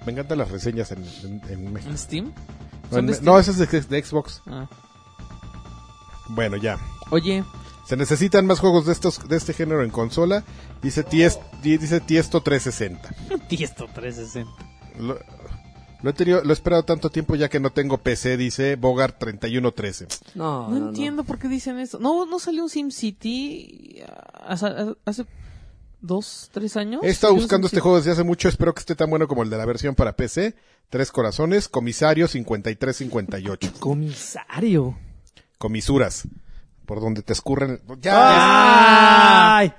A: Me encantan las reseñas en, en- en México.
B: ¿En Steam?
A: No,
B: ¿Son de
A: en-
B: Steam?
A: no, ese es de, de Xbox.
B: Ah.
A: Bueno, ya.
B: Oye,
A: Se necesitan más juegos de estos de este género en consola. Dice, Ties- di- dice Tiesto 360.
B: Tiesto 360.
A: Lo, lo he tenido, lo he esperado tanto tiempo ya que no tengo PC, dice Bogart 3113.
C: No,
B: No, entiendo por qué dicen eso. No, no salió un SimCity ah, hace, hace dos, tres años.
A: He estado
B: Salió un
A: buscando este
B: SimCity.
A: juego desde hace mucho, espero que esté tan bueno como el de la versión para PC. Tres corazones, comisario 5358.
C: Comisario. Ah.
A: Comisuras. Por donde te escurren. ¡Ya!
C: ¡Ay!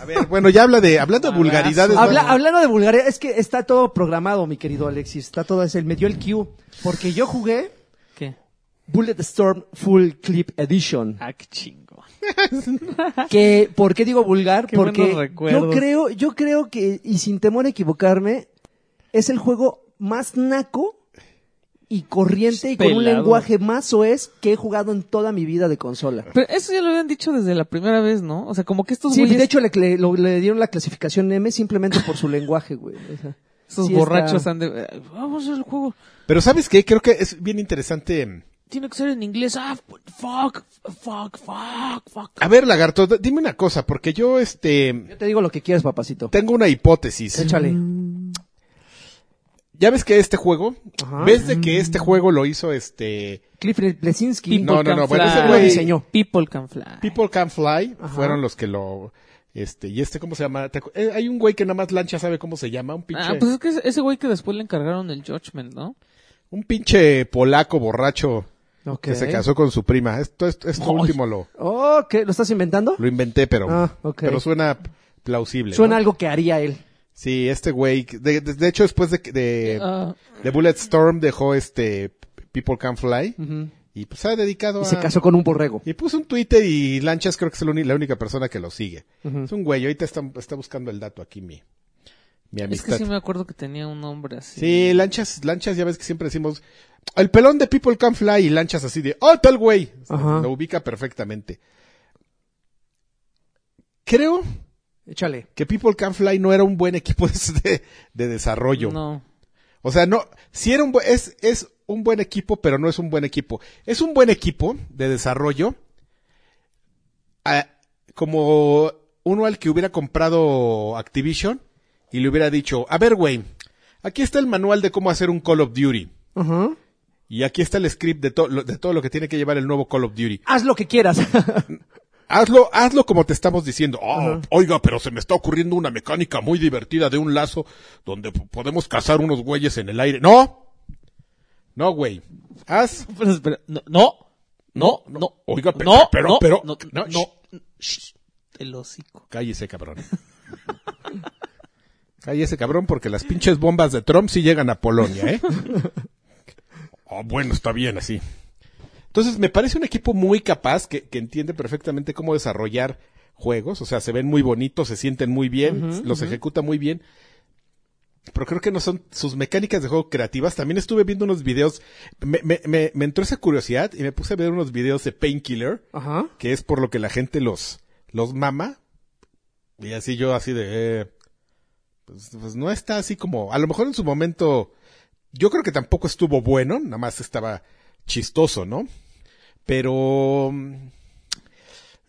A: A ver, bueno, ya habla de, hablando de
B: Abrazo.
A: vulgaridades.
C: Habla-
A: vamos.
C: hablando de vulgaridad, es que está todo programado, mi querido Alexis. Está todo ese. Me dio el cue. Porque yo jugué
B: ¿Qué?
C: Bullet Storm Full Clip Edition.
B: Ah, qué chingo.
C: que ¿Por qué digo vulgar?
B: Qué
C: Porque
B: buenos
C: yo
B: recuerdos.
C: creo, yo creo que, y sin temor a equivocarme, es el juego más naco y corriente y con un
B: Pelado.
C: lenguaje más soez que he jugado en toda mi vida de consola.
B: Pero eso ya lo habían dicho desde la primera vez, ¿no? O sea, como que estos
C: Sí,
B: güeyes,
C: de hecho le, le- lo- le dieron la clasificación M simplemente por su lenguaje, güey. O sea,
B: estos
C: sí está-
B: borrachos han de... "Eh, Vamos a hacer el juego.
A: Pero ¿sabes qué? Creo que es bien interesante. mm,
B: Tiene que ser en inglés. Ah, fuck, fuck, fuck, fuck.
A: A ver, lagarto, d- dime una cosa, porque yo, este,
C: Yo te digo lo que quieras, papacito.
A: tengo una hipótesis.
C: Échale.
A: Ya ves que este juego,
C: Ajá. Mm.
A: ves de que este juego lo hizo este
C: Cliff Blesinski.
A: No, no, no, bueno, ese
C: güey- diseñó.
B: People Can Fly.
A: People Can Fly,
C: Ajá.
A: fueron los que lo, este, y este, ¿cómo se llama? ¿Te acu- eh, hay un güey que nada más lancha sabe cómo se llama, un pinche,
B: Ah, pues es que ese- ese güey que después le encargaron el Judgment, ¿no?
A: un pinche polaco borracho
C: Ok.
A: que se casó con su prima. Esto, esto, esto
B: Ay.
A: último lo,
C: Oh, ¿qué? ¿Lo estás inventando?
A: lo inventé, pero,
C: Ah, ok.
A: pero suena plausible. ¿no?
C: Suena algo que haría él.
A: Sí, este güey, de, de- de hecho después de, de,
B: Ah,
A: de Bulletstorm dejó este People Can Fly
C: Ujú.
A: y pues se ha dedicado
C: Y
A: a...
B: Ah.
C: se casó con un borrego.
A: Y puso un Twitter y Lanchas creo que es la uni- la única persona que lo sigue.
C: Ujú.
A: Es un güey, ahorita está, está buscando el dato aquí mi, mi
B: es
A: amistad.
B: que sí me acuerdo que tenía un nombre así.
A: Sí, lanchas, lanchas, ya ves que siempre decimos, el pelón de People Can Fly y lanchas así de, oh, tal güey. O sea,
C: Ajá.
A: Lo ubica perfectamente. Creo
C: Échale.
A: que People Can Fly no era un buen equipo de, de desarrollo.
B: No.
A: O sea, no, si era un bu- es, es un buen equipo, pero no es un buen equipo. Es un buen equipo de desarrollo, a- como uno al que hubiera comprado Activision y le hubiera dicho, a ver, güey, aquí está el manual de cómo hacer un Call of Duty.
C: Ajá.
A: Y aquí está el script de, to- lo- de todo lo que tiene que llevar el nuevo Call of Duty.
C: Haz lo que quieras.
A: Hazlo, hazlo como te estamos diciendo. Ah,
C: Ajá.
A: Oiga, pero se me está ocurriendo una mecánica muy divertida de un lazo donde p- podemos cazar unos güeyes en el aire. No, no, güey. Haz.
B: Pero, espera, no, no, no, no,
A: Oiga, pe-
B: no,
A: pero-
B: no,
A: pero-
B: no,
A: no,
B: no, shh, el hocico.
A: Cállese, cabrón. Cállese, cabrón, porque las pinches bombas de Trump sí llegan a Polonia, ¿eh? Ah, bueno, está bien así. Entonces, me parece un equipo muy capaz que, que entiende perfectamente cómo desarrollar juegos. O sea, se ven muy bonitos, se sienten muy bien, los ejecuta muy bien. Pero creo que no son sus mecánicas de juego creativas. También estuve viendo unos videos. Me, me- me- me entró esa curiosidad y me puse a ver unos videos de Painkiller
C: Ajá.
A: que es por lo que la gente los, los mama. Y así yo así de... eh, pues, pues no está así como... A lo mejor en su momento... Yo creo que tampoco estuvo bueno, nada más estaba chistoso, ¿no? Pero... mm,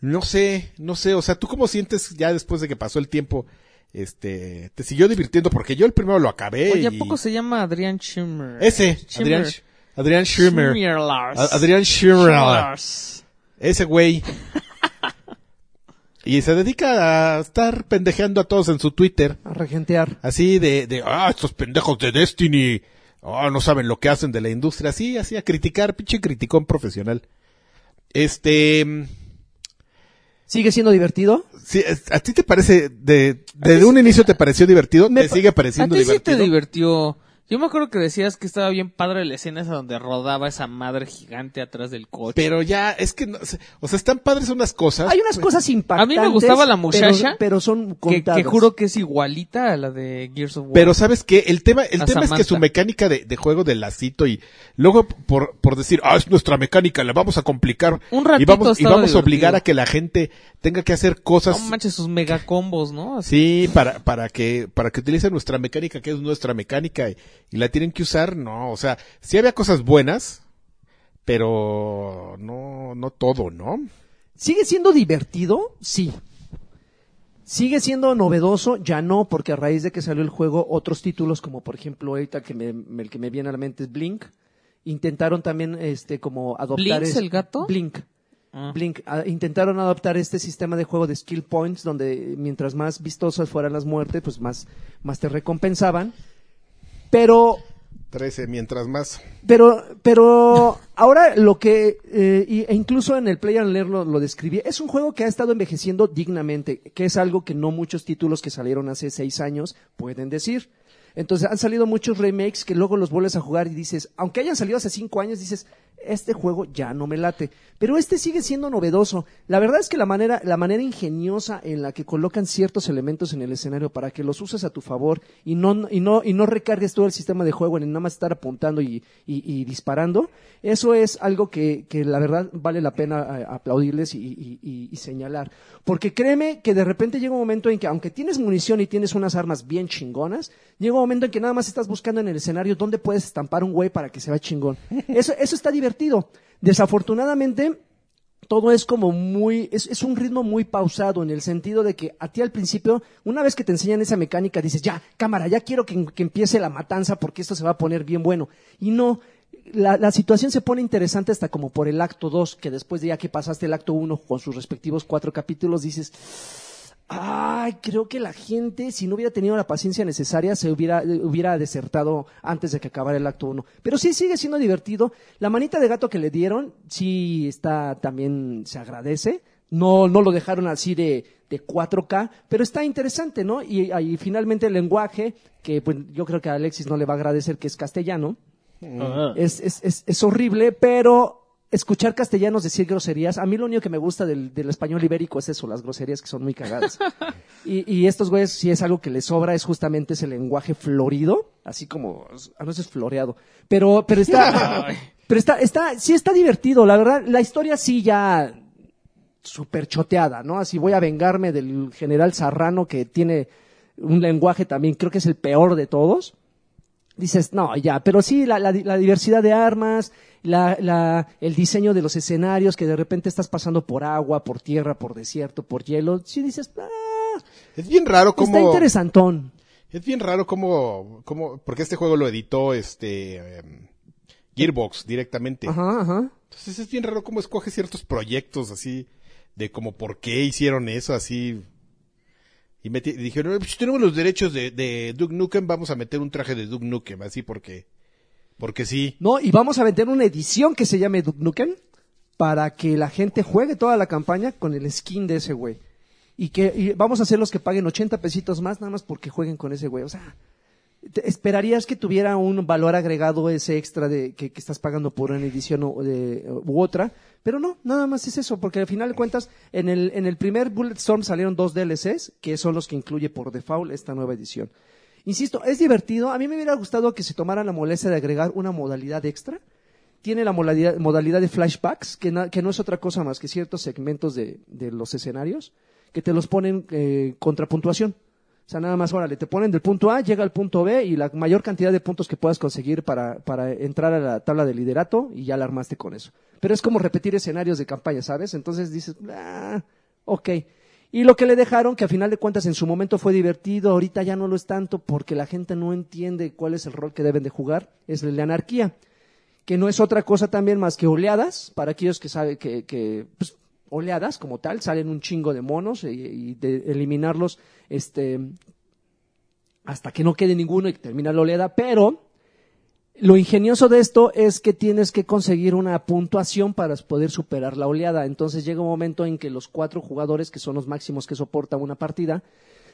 A: No sé, no sé, o sea, ¿tú cómo sientes ya después de que pasó el tiempo? Este, te siguió divirtiendo porque yo el primero lo acabé.
B: Oye, ¿a
A: y-
B: poco se llama Adrián Schirmer?
A: Ese, Adrián, Sch- Adrián Schirmer.
B: Lars.
A: A- Adrián Schirmer.
B: Lars.
A: Ese güey. Y se dedica a estar pendejeando a todos en su Twitter.
C: A regentear.
A: Así de, de ah, estos pendejos de Destiny. Ah, no saben lo que hacen de la industria. Así, así a criticar, pinche criticón profesional. Este, mm,
C: ¿Sigue siendo divertido?
A: sí, es- ¿a ti te parece, de, desde un inicio te pareció divertido?
C: me
A: ¿Te
C: pa-
A: sigue
B: ¿A
A: pareciendo
B: ti sí te
A: divertido?
B: divirtió? Yo me acuerdo que decías que estaba bien padre la escena esa donde rodaba esa madre gigante atrás del coche.
A: Pero ya, es que, no sé, o sea, están padres unas cosas.
C: Hay unas cosas impactantes.
B: A mí me gustaba la
C: pero-
B: muchacha
C: Pero, son
B: que,
C: contadas.
B: que juro que es igualita a la de Gears of War.
A: Pero sabes qué, el tema, el
B: A
A: tema es que
B: Samantha.
A: su mecánica de, de juego de lacito y luego por, por decir, ah, es nuestra mecánica, la vamos a complicar
B: Un ratito
A: y vamos, y
B: estaba
A: vamos a
B: divertido.
A: obligar a que la gente tenga que hacer cosas,
B: no manches sus megacombos, ¿no? Así.
A: sí, para, para que, para que utilicen nuestra mecánica, que es nuestra mecánica y, y la tienen que usar, no, o sea, sí había cosas buenas, pero no, no todo, ¿no?
C: ¿Sigue siendo divertido? Sí. ¿Sigue siendo novedoso? Ya no, porque a raíz de que salió el juego, otros títulos, como por ejemplo ahorita que me, me- el que me viene a la mente es Blink, intentaron también este como adoptar...
B: ¿Blinks
C: es-
B: el gato?
C: Blink.
B: Ah.
C: Blink. ah, intentaron adoptar este sistema de juego de skill points, donde mientras más vistosas fueran las muertes, pues más, más te recompensaban. Pero
A: 13, mientras más.
C: Pero, pero ahora lo que, eh, y- e incluso en el Play and Learn lo, lo describí, es un juego que ha estado envejeciendo dignamente, que es algo que no muchos títulos que salieron hace seis años pueden decir. Entonces han salido muchos remakes que luego los vuelves a jugar y dices, aunque hayan salido hace cinco años, dices, este juego ya no me late. Pero este sigue siendo novedoso. La verdad es que la manera, la manera ingeniosa en la que colocan ciertos elementos en el escenario para que los uses a tu favor y no, y no, y no recargues todo el sistema de juego en nada más estar apuntando y, y- y disparando, eso es algo que, que la verdad vale la pena eh, aplaudirles y, y- y- y señalar. Porque créeme que de repente llega un momento en que, aunque tienes munición y tienes unas armas bien chingonas, llega un momento en que nada más estás buscando en el escenario dónde puedes estampar un güey para que se vea chingón. Eso, eso está divertido. Desafortunadamente, todo es como muy, es, es un ritmo muy pausado en el sentido de que a ti al principio, una vez que te enseñan esa mecánica, dices, ya, cámara, ya quiero que, que empiece la matanza porque esto se va a poner bien bueno. Y no, la, la situación se pone interesante hasta como por el acto 2, que después de ya que pasaste el acto 1 con sus respectivos cuatro capítulos, dices, Ay, creo que la gente, si no hubiera tenido la paciencia necesaria, se hubiera, eh, hubiera desertado antes de que acabara el acto 1. Pero sí sigue siendo divertido. La manita de gato que le dieron, sí está también, se agradece. No, no lo dejaron así de, de 4K, pero está interesante, ¿no? Y, ahí finalmente el lenguaje, que pues, yo creo que a Alexis no le va a agradecer que es castellano. Es, es, es, es horrible, pero escuchar castellanos decir groserías, a mí lo único que me gusta del, del español ibérico es eso, las groserías que son muy cagadas. y, y estos güeyes, si es algo que les sobra, es justamente ese lenguaje florido, así como, a veces floreado. Pero, pero está, pero está, está, sí está divertido, la verdad, la historia sí ya súper choteada, ¿no? Así voy a vengarme del general Serrano que tiene un lenguaje también, creo que es el peor de todos dices, no, ya, pero sí, la, la- la diversidad de armas, la, la- el diseño de los escenarios, que de repente estás pasando por agua, por tierra, por desierto, por hielo, sí dices, ah,
A: Es bien raro
B: Pues
C: está
A: como.
C: interesantón.
A: Es bien raro como, como. Porque este juego lo editó este. em, Gearbox directamente.
C: Ajá, ajá.
A: Entonces es bien raro cómo escoge ciertos proyectos así, de como por qué hicieron eso, así. Y, meti- y dijeron, "Eh, pues, tenemos los derechos de, de Duke Nukem, vamos a meter un traje de Duke Nukem, así porque, porque sí.
C: No, y vamos a vender una edición que se llame Duke Nukem para que la gente juegue toda la campaña con el skin de ese güey. Y que y vamos a hacer los que paguen 80 pesitos más nada más porque jueguen con ese güey. O sea, te- esperarías que tuviera un valor agregado ese extra de que, que estás pagando por una edición o de- u otra, pero no, nada más es eso, porque al final de cuentas en el en el primer Bulletstorm salieron dos DLCs, que son los que incluye por default esta nueva edición. Insisto, es divertido, a mí me hubiera gustado que se tomara la molestia de agregar una modalidad extra. Tiene la modalidad, modalidad de flashbacks, que, na- que no es otra cosa más que ciertos segmentos de, de los escenarios, que te los ponen eh, contra puntuación. O sea, nada más, órale, te ponen del punto A, llega al punto B y la mayor cantidad de puntos que puedas conseguir para, para entrar a la tabla de liderato y ya la armaste con eso. Pero es como repetir escenarios de campaña, ¿sabes? Entonces dices, ah, ok. Y lo que le dejaron, que a final de cuentas en su momento fue divertido, ahorita ya no lo es tanto porque la gente no entiende cuál es el rol que deben de jugar, es el de anarquía que no es otra cosa también más que oleadas, para aquellos que saben que, que, pues, oleadas como tal, salen un chingo de monos y, y de eliminarlos este, hasta que no quede ninguno y que termina la oleada, pero lo ingenioso de esto es que tienes que conseguir una puntuación para poder superar la oleada, entonces llega un momento en que los cuatro jugadores, que son los máximos que soporta una partida,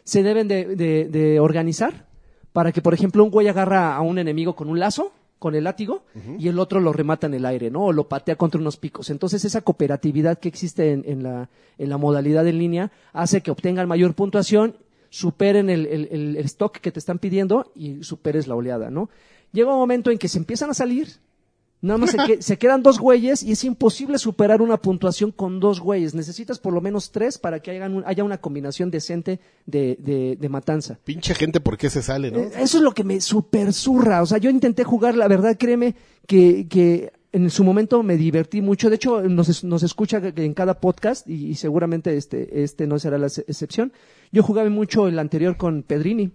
C: se deben de, de- de organizar para que, por ejemplo, un güey agarra a un enemigo con un lazo, con el látigo, y el otro lo remata en el aire, ¿no? O lo patea contra unos picos. Entonces, esa cooperatividad que existe en, en la, en la modalidad en línea hace que obtengan mayor puntuación, superen el, el- el- el stock que te están pidiendo y superes la oleada, ¿no? Llega un momento en que se empiezan a salir, Nada más se, que- se quedan dos güeyes y es imposible superar una puntuación con dos güeyes. Necesitas por lo menos tres para que hagan un- haya una combinación decente de, de- de matanza.
A: Pinche gente, ¿por qué se sale, no?
C: Eh, Eso es lo que me super zurra. O sea, yo intenté jugar, la verdad, créeme, que, que en su momento me divertí mucho. De hecho, nos, es- nos escucha en cada podcast y, y seguramente este, este no será la ex- excepción. Yo jugaba mucho el anterior con Pedrini.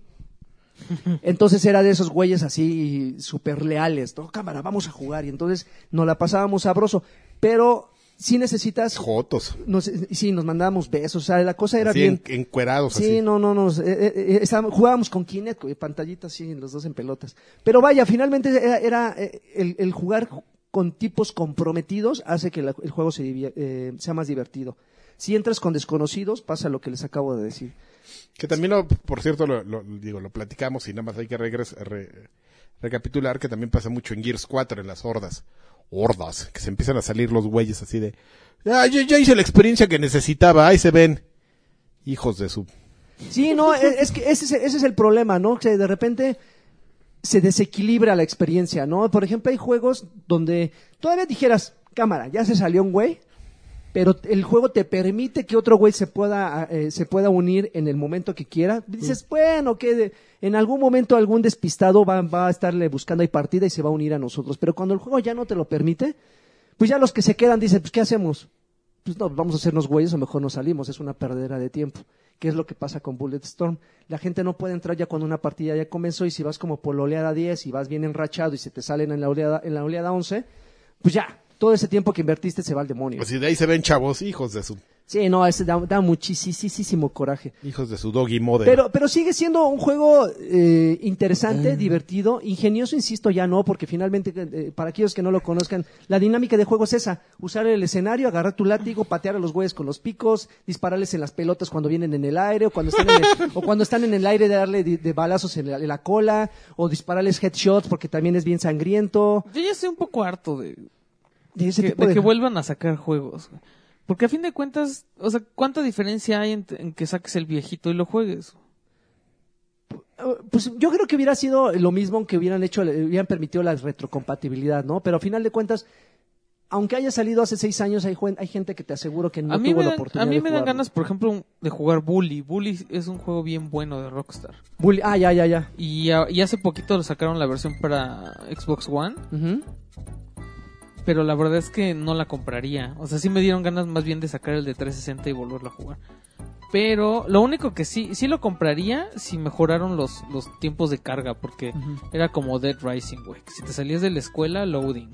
C: Entonces era de esos güeyes así súper leales, ¿no? Cámara, vamos a jugar. Y entonces nos la pasábamos sabroso. Pero sí necesitas...
A: Jotos.
C: Nos, sí, nos mandábamos besos, o sea, la cosa era
A: así
C: bien...
A: en- encuerados
C: Sí,
A: así.
C: no, no, no. eh, eh, eh, estábamos- jugábamos con Kinect, güey, pantallitas, sí, los dos en pelotas. Pero vaya, finalmente era, era, eh, el, el jugar con tipos comprometidos hace que la- el juego se divie- eh, sea más divertido. Si entras con desconocidos, pasa lo que les acabo de decir.
A: Que también, lo- por cierto, lo, lo- digo, lo platicamos y nada más hay que regres- re- recapitular que también pasa mucho en Gears 4, en las hordas. Hordas, que se empiezan a salir los güeyes así de, "Ah, ya, ya hice la experiencia que necesitaba, ahí se ven. Hijos de su...
C: Sí, no, es, es que ese es, ese es el problema, ¿no? Que de repente se desequilibra la experiencia, ¿no? Por ejemplo, hay juegos donde todavía dijeras, cámara, ya se salió un güey, pero el juego te permite que otro güey se pueda, eh, se pueda unir en el momento que quiera. Dices, bueno, que de- en algún momento algún despistado va, va a estarle buscando ahí partida y se va a unir a nosotros. Pero cuando el juego ya no te lo permite, pues ya los que se quedan dicen, pues ¿qué hacemos? Pues no, vamos a hacernos güeyes o mejor nos salimos, es una perdera de tiempo. ¿Qué es lo que pasa con Bulletstorm? La gente no puede entrar ya cuando una partida ya comenzó y si vas como por la oleada 10 y vas bien enrachado y se te salen en la oleada, en la oleada 11, pues ya, todo ese tiempo que invertiste se va al demonio.
A: Así de ahí se ven chavos, hijos de su...
C: Sí, no, ese da, da muchísimo coraje.
A: Hijos de su doggy model.
C: Pero, pero sigue siendo un juego eh, interesante, divertido, ingenioso, insisto, ya no, porque finalmente, eh, para aquellos que no lo conozcan, la dinámica de juego es esa, usar el escenario, agarrar tu látigo, patear a los güeyes con los picos, dispararles en las pelotas cuando vienen en el aire, o cuando están en el, o cuando están en el aire, darle de, de balazos en la, en la cola, o dispararles headshots porque también es bien sangriento,
B: Yo ya estoy un poco harto de,
C: de ese
B: que,
C: tipo
B: de
C: de...
B: que vuelvan a sacar juegos. güey. Porque a fin de cuentas, o sea, ¿cuánta diferencia hay en, en que saques el viejito y lo juegues?
C: Pues yo creo que hubiera sido lo mismo aunque hubieran hecho, hubieran permitido la retrocompatibilidad, ¿no? Pero a final de cuentas, aunque haya salido hace seis años, hay, juen- hay gente que te aseguro que no
B: a mí
C: tuvo
B: me
C: la
B: dan,
C: oportunidad.
B: a mí
C: de
B: me dan
C: jugarlo.
B: ganas, por ejemplo, un- de jugar Bully. Bully es un juego bien bueno de Rockstar.
C: Bully- ah, ya, ya, ya.
B: Y, a- y hace poquito lo sacaron la versión para Xbox One,
C: Ujú.
B: pero la verdad es que no la compraría. O sea, sí me dieron ganas más bien de sacar el de 360 y volverlo a jugar. Pero lo único que sí, sí lo compraría si mejoraron los, los tiempos de carga, porque era como Dead Rising, güey. que Si te salías de la escuela, loading.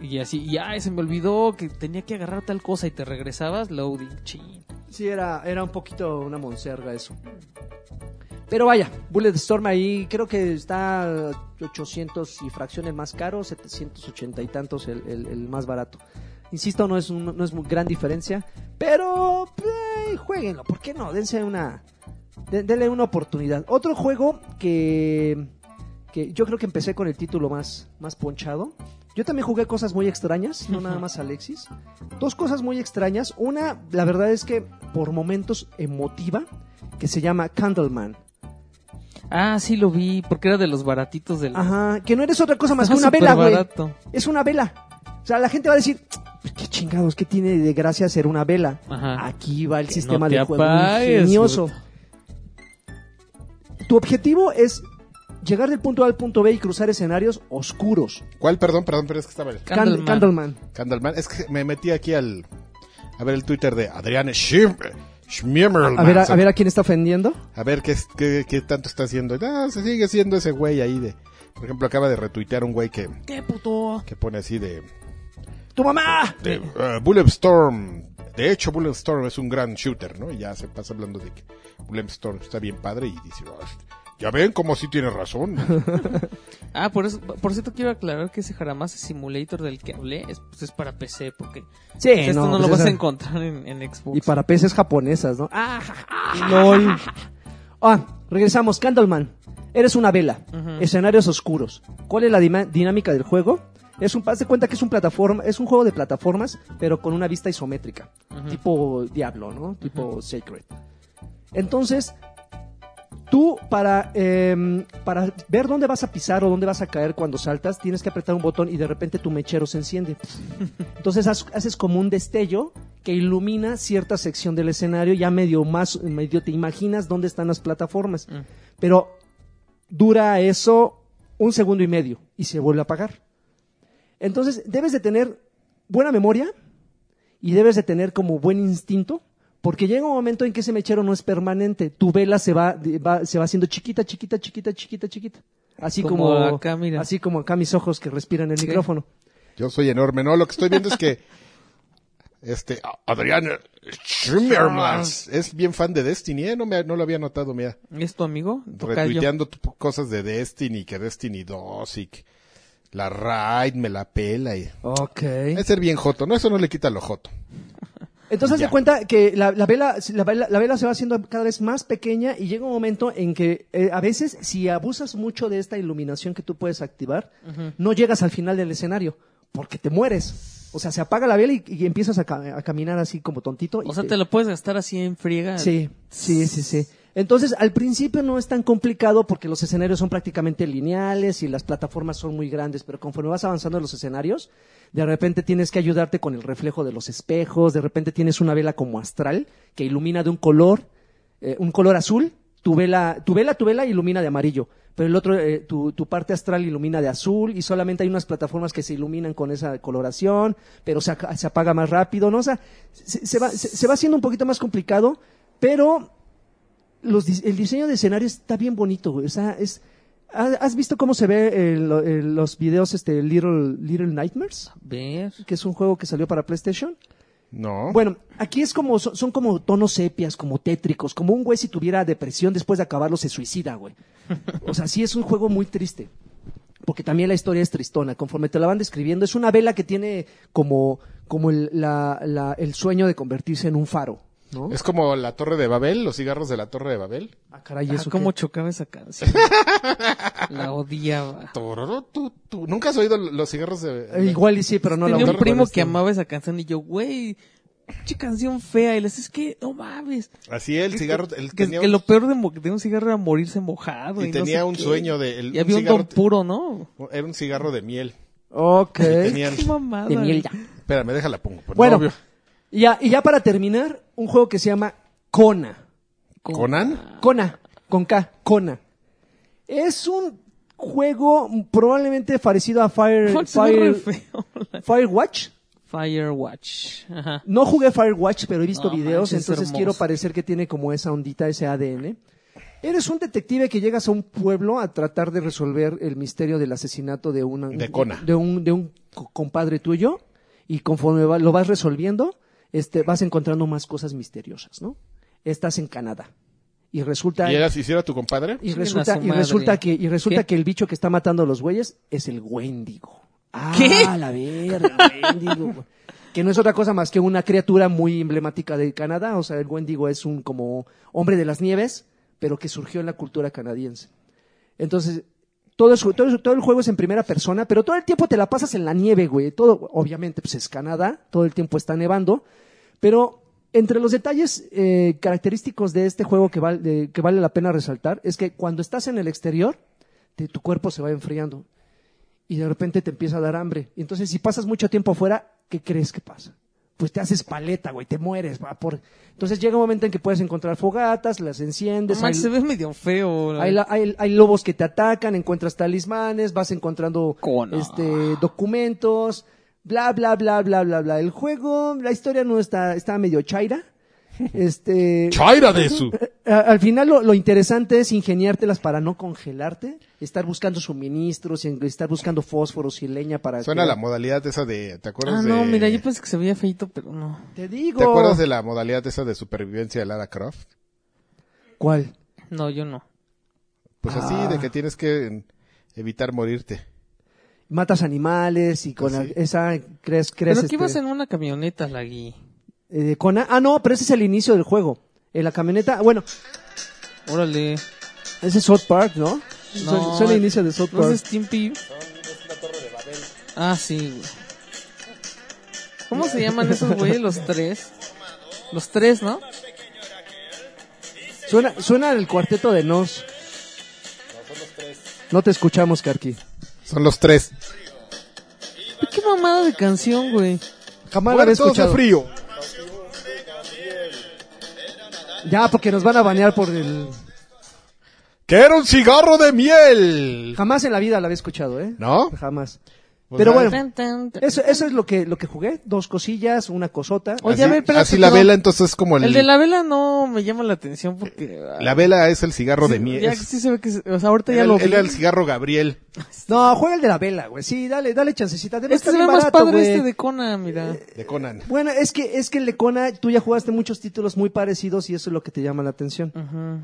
B: Y así, y ay, se me olvidó que tenía que agarrar tal cosa y te regresabas, loading, ching.
C: Sí, era, era un poquito una monserga eso. Pero vaya, Bulletstorm ahí creo que está 800 y fracciones más caro, 780 y tantos el, el- el más barato. Insisto, no es, un- no es muy gran diferencia, pero eh, jueguenlo, ¿por qué no? Dense una, de- denle una oportunidad. Otro juego que, que yo creo que empecé con el título más, más ponchado. Yo también jugué cosas muy extrañas, no nada más Alexis. Dos cosas muy extrañas. Una, la verdad es que por momentos emotiva, que se llama Candleman.
B: Ah, sí lo vi, porque era de los baratitos del.
C: Ajá, que no eres otra cosa más que una
B: Estaba
C: vela, güey.
B: superbarato.
C: Es una vela. O sea, la gente va a decir, qué chingados, qué tiene de gracia ser una vela.
B: Ajá.
C: Aquí va el
B: Que
C: sistema
B: no te
C: de juego
B: apagues,
C: ingenioso.
B: bruto.
C: Tu objetivo es llegar del punto A al punto B y cruzar escenarios oscuros.
A: ¿Cuál? Perdón, perdón, pero es que estaba el...
C: Candleman.
B: Candleman.
C: Candleman.
A: Candleman. Es que me metí aquí al... A ver el Twitter de Adrián Schim- Schmiermelman.
C: A ver, a, a ver a quién está ofendiendo.
A: A ver qué, es- qué, qué tanto está haciendo. Ah, se sigue siendo ese güey ahí de... Por ejemplo, acaba de retuitear un güey que,
B: ¿Qué puto?
A: que pone así de...
C: ¡Tu mamá!
A: de eh, Bulletstorm. De hecho, Bulletstorm es un gran shooter, ¿no? Y ya se pasa hablando de que Bulletstorm está bien padre y dice... "Ah, ya ven como sí tiene razón.
B: Ah, por eso, por cierto quiero aclarar que ese Jaramase Simulator del que hablé es, pues, es para PC, porque
C: Sí,
B: o sea, esto Este no,
C: pues
B: lo vas
C: esa-
B: a encontrar en, en Xbox.
C: Y para peces japonesas, ¿no? ¡Ah! ¡Lol! Ah, regresamos. Candleman, eres una vela.
B: Ujú.
C: Escenarios oscuros. ¿Cuál es la dima- dinámica del juego? Es un, haz de cuenta que es un plataforma, es un juego de plataformas, pero con una vista isométrica. Tipo Diablo, ¿no? Tipo Sacred. Entonces, tú para, em, para ver dónde vas a pisar o dónde vas a caer cuando saltas, tienes que apretar un botón y de repente tu mechero se enciende. Entonces haz- haces como un destello que ilumina cierta sección del escenario, ya medio más, medio te imaginas dónde están las plataformas.
B: Mm.
C: Pero dura eso un segundo y medio y se vuelve a apagar. Entonces debes de tener buena memoria y debes de tener como buen instinto, porque llega un momento en que ese mechero no es permanente, tu vela se va, de- va- se va haciendo chiquita, chiquita, chiquita, chiquita, chiquita. Así como,
B: Como acá, mira.
C: así como acá mis ojos que respiran el
B: Sí.
C: micrófono.
A: Yo soy enorme, ¿no? Lo que estoy viendo es que Este, a- Adrián Schimmermans es bien fan de Destiny, ¿eh? No, me, no lo había notado, mira.
B: ¿Es tu amigo? Tocayo.
A: Retuiteando tu- cosas de Destiny, que Destiny 2 y que la Raid me la pela. Y...
C: Ok.
A: Es ser bien joto, ¿no? Eso no le quita lo joto.
C: Entonces
A: Ya.
C: se cuenta que la, la vela, la, vela, la vela se va haciendo cada vez más pequeña y llega un momento en que eh, a veces si abusas mucho de esta iluminación que tú puedes activar, no llegas al final del escenario porque te mueres. O sea, se apaga la vela y, y empiezas a, ca- a caminar así como tontito. y
B: O sea, te lo puedes gastar así en friega.
C: Sí, sí, sí, sí. Entonces, al principio no es tan complicado porque los escenarios son prácticamente lineales y las plataformas son muy grandes, pero conforme vas avanzando en los escenarios, de repente tienes que ayudarte con el reflejo de los espejos, de repente tienes una vela como astral que ilumina de un color, eh, un color azul, tu vela, tu vela, tu vela ilumina de amarillo, pero el otro, eh, tu, tu parte astral ilumina de azul y solamente hay unas plataformas que se iluminan con esa coloración, pero se, aca- se apaga más rápido, ¿no? O sea, se, se va, se- se va haciendo un poquito más complicado, pero los dis- el diseño de escenario está bien bonito, güey. O sea, es... ¿ha- ¿Has visto cómo se ve el- el- los videos este Little, Little Nightmares?
B: A ver.
C: Que es un juego que salió para PlayStation.
A: No.
C: Bueno, aquí es como, son, son como tonos sepias, como tétricos, como un güey si tuviera depresión después de acabarlo se suicida, güey. O sea, sí es un juego muy triste. Porque también la historia es tristona, conforme te la van describiendo. Es una vela que tiene como, como el, la- la- el sueño de convertirse en un faro, ¿no?
A: Es como la Torre de Babel, los cigarros de la Torre de Babel.
C: Ah, caray,
B: Ah,
C: ¿eso
B: cómo
C: qué?
B: chocaba esa canción. la odiaba.
A: Tororo, tu, tu. ¿Nunca has oído los cigarros de...
C: Eh, Igual y sí, pero no la
B: Tenía
C: voy
B: un
C: a
B: primo
C: poner
B: que
C: este.
B: amaba esa canción y yo, güey, qué canción fea. Y les es que no mames.
A: Así el cigarro... El
B: Que,
A: tenía
B: que
A: un-
B: lo peor de, mo- de un cigarro era morirse mojado. Y,
A: y
B: no
A: tenía
B: sé
A: un
B: qué.
A: sueño de... el-
B: Y había un
A: cigarro
B: don puro, ¿no?
A: te- Era un cigarro de miel.
C: Ok.
A: Tenían...
B: Qué mamada.
C: De mierda.
A: Espérame, déjala pongo. por
C: Bueno,
A: novio.
C: y ya, y ya para terminar, un juego que se llama Kona.
A: ¿Conan?
C: Kona, con K, Kona. Es un juego probablemente parecido a Fire,
B: Fuck, suena re
C: Mm, Fire,
B: feo.
C: Firewatch.
B: Firewatch. Ajá.
C: No jugué Firewatch, pero he visto
B: No
C: videos,
B: manches, es
C: entonces
B: hermoso.
C: quiero parecer que tiene como esa ondita, ese ADN. Eres un detective que llegas a un pueblo a tratar de resolver el misterio del asesinato de una
A: De Kona.
C: de un de un co- compadre tuyo y conforme va- lo vas resolviendo, este vas encontrando más cosas misteriosas, ¿no? Estás en Canadá y resulta
A: ¿Y era si era tu compadre?
C: y
B: Chinguen a
C: resulta,
B: su
C: y
B: madre.
C: resulta que y resulta
B: ¿Qué?
C: que el bicho que está matando a los güeyes es el Wendigo. Ah,
B: ¿Qué?
C: la verga, Wendigo. güey. Que no es otra cosa más que una criatura muy emblemática de Canadá, o sea, el Wendigo es un como hombre de las nieves, pero que surgió en la cultura canadiense. Entonces, todo, es- todo, es- todo el juego es en primera persona, pero todo el tiempo te la pasas en la nieve, güey. Todo, obviamente, pues es Canadá, todo el tiempo está nevando. Pero entre los detalles eh, característicos de este juego que, val- de- que vale la pena resaltar es que cuando estás en el exterior, te- tu cuerpo se va enfriando y de repente te empieza a dar hambre. Y entonces, si pasas mucho tiempo afuera, ¿qué crees que pasa? Pues te haces paleta, güey, te mueres. Va, por... Entonces llega un momento en que puedes encontrar fogatas, las enciendes.
B: Max,
C: hay-
B: se ve medio feo. la
C: hay, la- hay- hay lobos que te atacan, encuentras talismanes, vas encontrando
B: Cono.
C: este documentos, bla bla bla bla bla bla. El juego, la historia no está, está medio chaira. Este
A: ¡Chaira de su!
C: a- al final lo, lo interesante es ingeniártelas para no congelarte, estar buscando suministros, y estar buscando fósforos y leña para
A: Suena la modalidad esa de... ¿Te acuerdas
B: Ah, no,
A: de-
B: mira, yo pensé que se veía feito, pero no.
C: Te digo.
A: ¿Te acuerdas de la modalidad esa de supervivencia de Lara Croft?
C: ¿Cuál?
B: No, yo no.
A: Pues así,
B: Ah.
A: de que tienes que evitar morirte.
C: Matas animales y con
A: Pues sí.
C: la- esa crees crees
B: Pero que
C: este-
B: ibas en una camioneta, Lagui.
C: eh, de Conan. Ah, no, pero ese es el inicio del juego. En la camioneta, bueno,
B: Órale.
C: Ese es South Park, ¿no?
B: No,
C: Suena- Suena el inicio de South
B: ¿No
C: Park.
B: es pues Stimpy? Ah, sí, güey. ¿Cómo se llaman esos güeyes los tres? Los tres, ¿no?
C: Suena, suena el cuarteto de Nos. No te escuchamos, Karki.
A: Son los tres.
B: ¿Qué mamada de canción, güey?
C: Jamás la había
A: Muertos de
C: escuchado.
A: frío.
C: Ya, porque nos van a banear por el...
A: ¡Que era un cigarro de miel!
C: Jamás en la vida la había escuchado, ¿eh?
A: ¿No? Pues
C: Jamás. Pero
A: sea,
C: bueno, eso, eso es lo que, lo que jugué. Dos cosillas, una cosota.
B: Oye,
A: así,
B: a ver, espérate,
A: así la
B: pero-
A: vela entonces es como el,
B: El de la vela no me llama la atención porque... ah,
A: la vela es el cigarro de miel.
B: Ya
A: es-
B: sí se ve que... se- O sea, ahorita ya
A: era,
B: lo
A: el-
B: vi.
A: era el cigarro Gabriel.
C: No, juega el de la vela, güey. Sí, dale, dale chancecita. Además,
B: Este
C: está
B: se ve
C: bien
B: más
C: barato,
B: padre
C: güey.
B: este de Kona, mira.
A: De Conan.
C: Bueno, es que, es que el de Kona, tú ya jugaste muchos títulos muy parecidos y eso es lo que te llama la atención.
B: Ajá.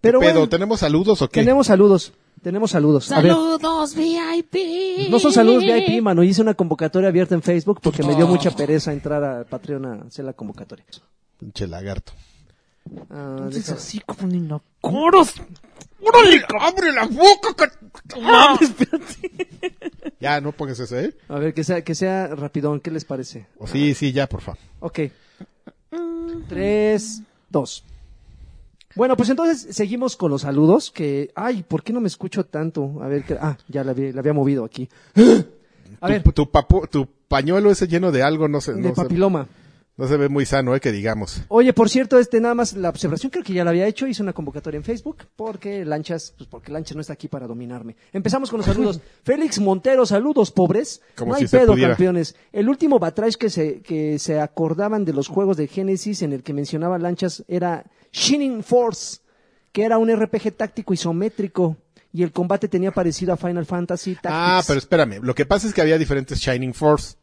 C: Pero
A: ¿Qué pedo?
C: bueno,
A: ¿tenemos saludos o qué?
C: tenemos saludos. Tenemos saludos. A ver.
E: Saludos VIP.
C: No son saludos VIP, mano. Hice una convocatoria abierta en Facebook porque me dio mucha pereza entrar a Patreon a hacer la convocatoria.
A: Pinche lagarto.
C: Ah,
B: Entonces
C: deja-
B: así como ni no coros.
A: ¡Abre la boca!
B: Ah.
A: Ya, no pongas eso, ¿eh?
C: a ver, que sea, que sea rapidón. ¿Qué les parece?
A: O sí,
B: Ah.
A: sí, ya, por favor.
C: Ok. Tres, dos. Bueno, pues entonces seguimos con los saludos que... Ay, ¿por qué no me escucho tanto? A ver, que- ah, ya la, había- la había movido aquí. A
A: tu,
C: ver,
A: tu papu- tu pañuelo ese lleno de algo no se,
C: de
A: no, se,
C: papiloma.
A: no se ve muy sano, ¿eh? Que digamos.
C: Oye, por cierto, este nada más la observación creo que ya la había hecho, hice una convocatoria en Facebook porque Lanchas, pues porque Lanchas no está aquí para dominarme. Empezamos con los saludos. Félix Montero, saludos pobres.
A: Como
C: no
A: si
C: hay
A: se
C: pedo,
A: pudiera.
C: campeones. El último batrash que se que se acordaban de los juegos de Genesis en el que mencionaba Lanchas era Shining Force, que era un RPG táctico isométrico y el combate tenía parecido a Final Fantasy Tactics.
A: Ah, pero espérame. Lo que pasa es que había diferentes Shining Force.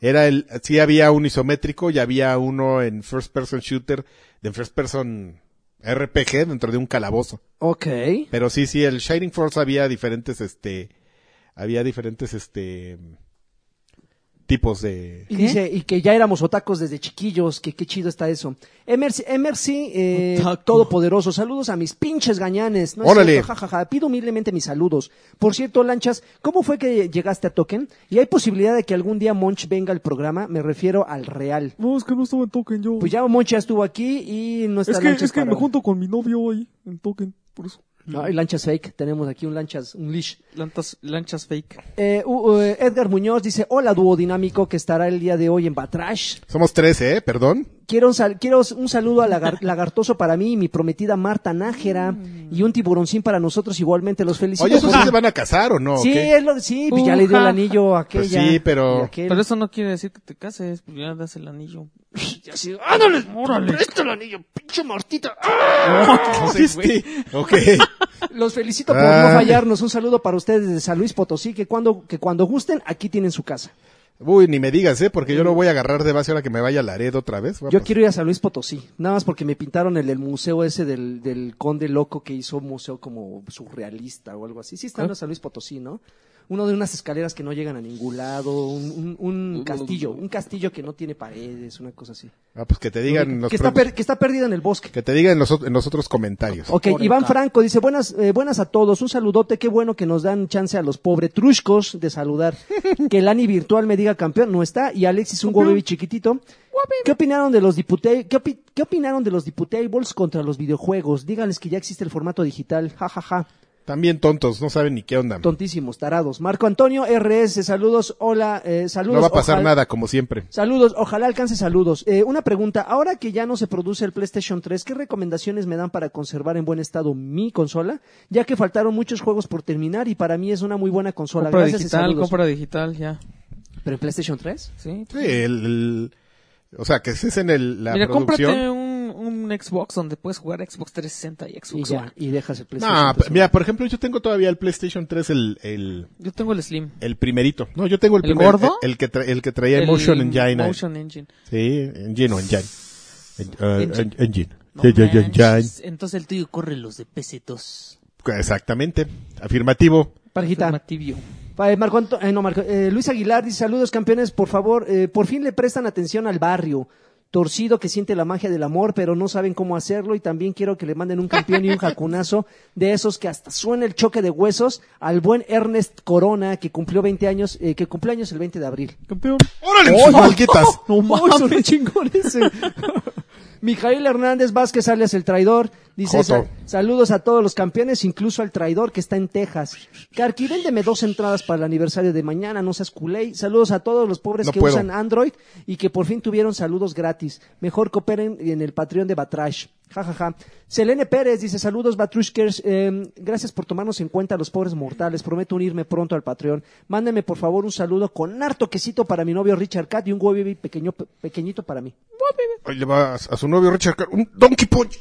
A: Era el, sí había un isométrico y había uno en first person shooter, de first person RPG dentro de un calabozo.
C: Ok.
A: Pero sí, sí, el Shining Force había diferentes, este, había diferentes, este, tipos de...
C: Y
B: ¿Qué?
C: dice, y que ya éramos otacos desde chiquillos, que qué chido está eso. Emercy, Emercy eh,
B: Otaku.
C: todopoderoso, saludos a mis pinches gañanes. No es
A: Órale.
C: cierto, jajaja, pido humildemente mis saludos. Por cierto, Lanchas, ¿cómo fue que llegaste a Token? Y hay posibilidad de que algún día Monch venga al programa, me refiero al real.
B: No, es que no estuvo en token yo.
C: Pues ya Monch ya estuvo aquí y no está
B: es que,
C: Lanchas
B: es que
C: para-
B: me junto con mi novio hoy en token, por eso.
C: Ay, Lanchas fake, tenemos aquí un Lanchas, un leash.
B: Lantas, lanchas fake.
C: Eh, u- u- eh, Edgar Muñoz dice, hola duodinámico que estará el día de hoy en Batrash.
A: Somos 13, ¿eh? Perdón.
C: Quiero un, sal- quiero un saludo a Lagar- Lagartoso para mí y mi prometida Marta Nájera y un tiburoncín para nosotros igualmente. Los felicito.
A: Oye, ¿esos
C: por-
A: sí se van a casar o no?
C: Sí,
A: ¿O qué?
C: es lo- sí, pues ya le dio el
B: Ujaja.
C: anillo a aquella.
A: Pues sí, pero-
C: y aquel.
B: Pero eso no quiere decir que te cases, pues ya das el anillo.
E: Ya sí. Ándale, presta el anillo, pinche Martita.
A: Consiste. Ok.
C: Los felicito por
A: Ah.
C: no fallarnos. Un saludo para ustedes desde San Luis Potosí, que cuando, que cuando gusten, aquí tienen su casa.
A: Uy, ni me digas, ¿eh? Porque yo lo voy a agarrar de base ahora que me vaya a Laredo otra vez. Voy a
C: Yo
A: pasar.
C: quiero ir a San Luis Potosí, nada más porque me pintaron el del museo ese del, del conde loco que hizo un museo como surrealista o algo así.
A: Ah.
C: Sí, está en San Luis Potosí, ¿no? Uno de unas escaleras que no llegan a ningún lado, un, un- un castillo, un castillo que no tiene paredes, una cosa así.
A: Ah, pues que te digan en los
C: Que está,
A: pro-
C: per- que está perdido en el bosque.
A: que te digan en los, o- en los otros comentarios.
C: Ok, Iván Franco dice, buenas, eh, buenas a todos, un saludote, qué bueno que nos dan chance a los pobretruscos de saludar. que el Ani Virtual me diga campeón, no está, y Alexis un huevo chiquitito. ¿Qué opinaron de los diputables? ¿Qué, opi- qué opinaron de los diputables contra los videojuegos? Díganles que ya existe el formato digital, jajaja.
A: También tontos, no saben ni qué onda.
C: Tontísimos, tarados. Marco Antonio RS, saludos, hola, eh, saludos.
A: No va a pasar
C: ojalá-
A: nada, como siempre.
C: Saludos, ojalá alcance saludos. Eh, una pregunta, ahora que ya no se produce el PlayStation 3, ¿qué recomendaciones me dan para conservar en buen estado mi consola? Ya que faltaron muchos juegos por terminar y para mí es una muy buena consola.
B: Compra
C: Gracias y
B: digital,
C: saludos.
B: compra digital, ya.
C: ¿Pero en PlayStation 3?
B: Sí.
A: Sí, el, el- o sea, que cesen el, la
B: Mira,
A: producción.
B: cómprate un, un Xbox donde puedes jugar Xbox 360 y
C: Y
B: Xbox
C: ya,
B: One.
C: y dejas el PlayStation
A: No,
C: 3.
A: p- mira, por ejemplo, yo tengo todavía el PlayStation 3, el, el,
B: Yo tengo el Slim.
A: el primerito. No, yo tengo el,
B: ¿El
A: primer-
B: gordo?
A: El, el que tra- el que traía Motion Engine.
B: Motion Engine.
A: Sí, Engine o Engine. En- eh, en- engine.
B: No
A: Sí, sí, sí,
B: manches,
A: engine.
B: Entonces el tuyo corre los de PC2.
A: Exactamente. Afirmativo.
C: Parejita.
B: Formativo.
C: Eh, Marco Anto- eh, no, Marco, eh, Luis Aguilar dice, saludos campeones, por favor, eh, por fin le prestan atención al barrio. Torcido que siente la magia del amor, pero no saben cómo hacerlo. Y también quiero que le manden un campeón y un jacunazo de esos que hasta suena el choque de huesos al buen Ernest Corona, que cumplió 20 años, eh, que cumple años el 20 de abril.
B: Campeón.
A: ¡Órale! ¡Oh, malquitas!
C: ¡No mames! son chingones! eh. Mijael Hernández Vázquez alias el traidor. Dice,
A: Joto.
C: "Sa- saludos a todos los campeones, incluso al traidor que está en Texas. Carqui, véndeme dos entradas para el aniversario de mañana, no seas culé. Saludos a todos los pobres
A: No
C: que
A: puedo.
C: usan Android y que por fin tuvieron saludos gratis. Mejor cooperen en el Patreon de Batrash. Ja, ja, ja. Selene Pérez dice, saludos Batrushkers, Eh, gracias por tomarnos en cuenta a los pobres mortales, prometo unirme pronto al Patreon. Mándenme por favor un saludo con harto quesito para mi novio Richard Cat y un huevo pequeño, pequeñito para mí.
A: Ahí le va a, a su novio Richard Car- un Donkey Punch.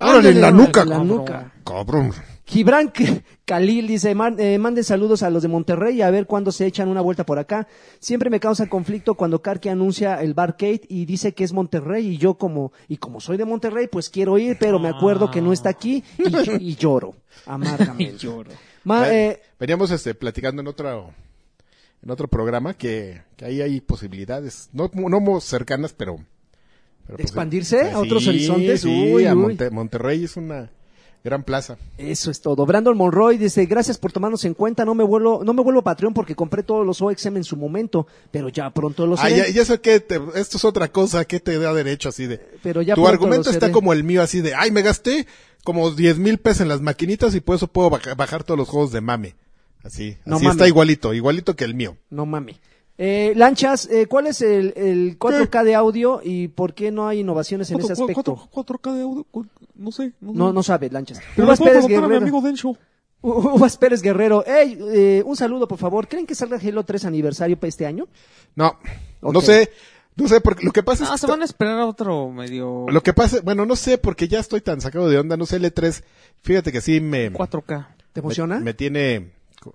A: Órale, en la
C: Ándale,
A: nuca.
C: en la
A: cabrón.
C: nuca.
A: Cabrón.
C: Gibran K- Khalil dice, "Man- eh, manden saludos a los de Monterrey a ver cuándo se echan una vuelta por acá. Siempre me causa conflicto cuando Karki anuncia el Barcade y dice que es Monterrey y yo como, y como soy de Monterrey, pues quiero ir, pero me acuerdo que no está aquí y, y lloro, amargamente.
B: lloro.
C: Ma- eh,
A: Veníamos este, platicando en otro, en otro programa que, que ahí hay posibilidades, no, no muy cercanas, pero... pero pues,
C: ¿De expandirse a otros horizontes?
A: Sí,
C: Uy,
A: a
C: uy.
A: Monte- Monterrey es una gran plaza.
C: Eso es todo. Brandon Monroy dice, gracias por tomarnos en cuenta, no me vuelvo, no me vuelvo Patreon porque compré todos los OXM en su momento, pero ya pronto los
A: Ah,
C: haré.
A: ya, ya sé que te- esto es otra cosa que te da derecho así de...
C: Pero ya ¿eh?
A: tu
C: pronto
A: argumento
C: lo
A: está
C: seré.
A: como el mío así de, ay, me gasté como 10 mil pesos en las maquinitas y por eso puedo baja- bajar todos los juegos de mame. Así,
C: No
A: así
C: mame.
A: está igualito, igualito que el mío.
C: No mami. Eh, Lanchas, eh, ¿cuál es el, el 4K de audio y por qué no hay innovaciones en ese aspecto?
F: 4K de audio, cu- no sé. No,
C: No, no sabe, Lanchas.
F: Pero
C: Uvas
F: puedo
C: Pérez
F: preguntar a mi
C: Guerrero.
F: amigo Dencho.
C: U- Uvas Pérez Guerrero. Ey, eh, un saludo, por favor. ¿Creen que salga Halo 3 aniversario para este año?
A: No, no
C: Ok.
A: sé, no sé, porque lo que
C: Este
A: pasa es
B: Ah,
A: que
B: se van a esperar a otro medio
A: Lo que pasa, bueno, no sé, porque ya estoy tan sacado de onda, no sé, L3, fíjate que sí me...
B: 4K.
C: ¿Te emociona?
A: Me, me tiene co-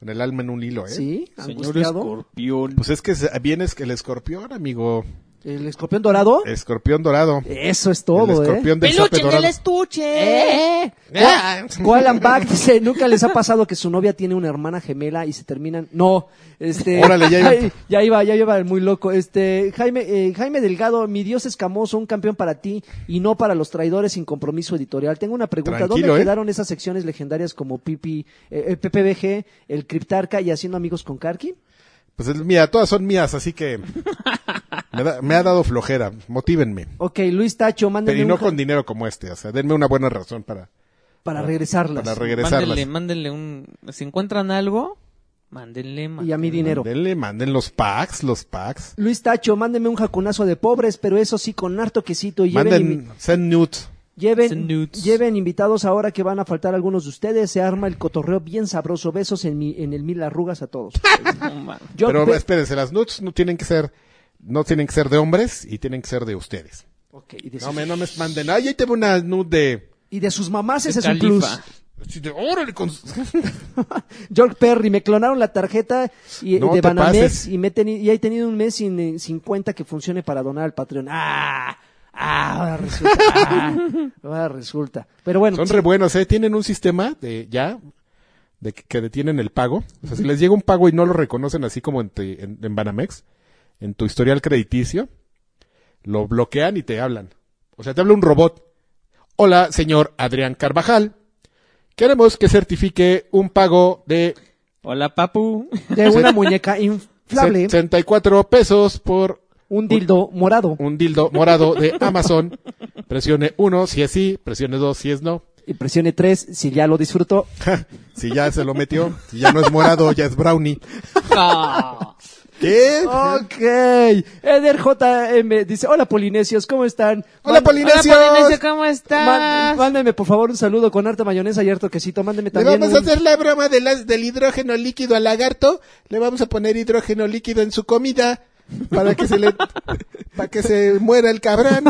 A: con el alma en un hilo, ¿eh?
C: Sí, angustiado.
F: escorpión.
A: Pues es que se- viene es- el escorpión, amigo.
C: ¿El escorpión dorado?
A: Escorpión dorado.
C: Eso es
A: el
C: todo, ¿eh?
A: escorpión del sape dorado.
B: estuche!
A: Ah.
C: Koalan Bach dice, nunca les ha pasado que su novia tiene una hermana gemela y se terminan. No, este.
A: Órale, ya iba.
C: Ay, ya iba, ya iba el muy loco. Este, Jaime, eh, Jaime Delgado, mi Dios escamoso, un campeón para ti y no para los traidores sin compromiso editorial. Tengo una pregunta,
A: Tranquilo,
C: ¿dónde
A: ¿eh?
C: quedaron esas secciones legendarias como Pipi, eh, eh, PPBG, el Criptarca y haciendo amigos con Karki?
A: Pues es mía, todas son mías, así que me, da- me ha dado flojera, motívenme.
C: Ok, Luis Tacho,
A: Pero
C: mándenme
A: y
C: un
A: no
C: ja-
A: con dinero como este, o sea, denme una buena razón para,
C: para regresarlas.
A: para regresarlas.
B: Mándenle, mándenle un... Si encuentran algo, mándenle,
C: y a
B: mándenle.
C: mi dinero.
A: Mándenle, manden los packs, los packs.
C: Luis Tacho, mándenme un jacunazo de pobres, pero eso sí con harto quesito y lleven mi-
A: Manden, send nudes.
C: Lleven,
B: Send nudes.
C: lleven invitados ahora que van a faltar algunos de ustedes. Se arma el cotorreo bien sabroso. Besos en, mi, en el mil arrugas a todos.
B: No, man.
C: Yo-
A: Pero
C: pe-
A: espérense, las nudes no tienen que ser, no tienen que ser de hombres y tienen que ser de ustedes.
C: Ok, y, de
A: No
C: sus,
A: me, no me manden, ay, ahí te veo una nude de,
C: y de sus mamás, ese es un plus.
B: Califa.
A: así de, órale, con-
C: George Perry, me clonaron la tarjeta y,
A: No te
C: de Banamex
A: pases.
C: y, me he teni- y he tenido un mes sin, eh, sin cuenta que funcione para donar al Patreon. ¡Ah! ¡Ah! Ahora resulta. ah, ahora resulta. Pero bueno,
A: son
C: sí,
A: re buenos, ¿eh? Tienen un sistema de, ya, de que, que detienen el pago. O sea, si les llega un pago y no lo reconocen así como en, te- en, en Banamex, en tu historial crediticio, lo bloquean y te hablan. O sea, te habla un robot. Hola, señor Adrián Carvajal. Queremos que certifique un pago de
B: Hola, papu.
C: de una muñeca inflable,
A: 64 pesos por
C: un dildo morado.
A: un dildo morado de Amazon. Presione 1 si es sí, presione 2 si es no.
C: Y presione 3 si ya lo disfrutó.
A: Si ya se lo metió, si ya no es morado, ya es brownie.
B: Ah.
A: ¿Qué?
C: Ok. Eder JM dice, hola Polinesios, ¿cómo están?
A: Hola,
C: Man-
A: Polinesios.
B: Hola, Polinesio, ¿cómo
C: man-
B: estás?
C: Mándenme por favor un saludo con harta mayonesa y harto quesito. Mándenme
A: Le
C: también
A: vamos
C: un-
A: a hacer la broma de las- del hidrógeno líquido al lagarto. Le vamos a poner hidrógeno líquido en su comida para que se le para que se muera el cabrón.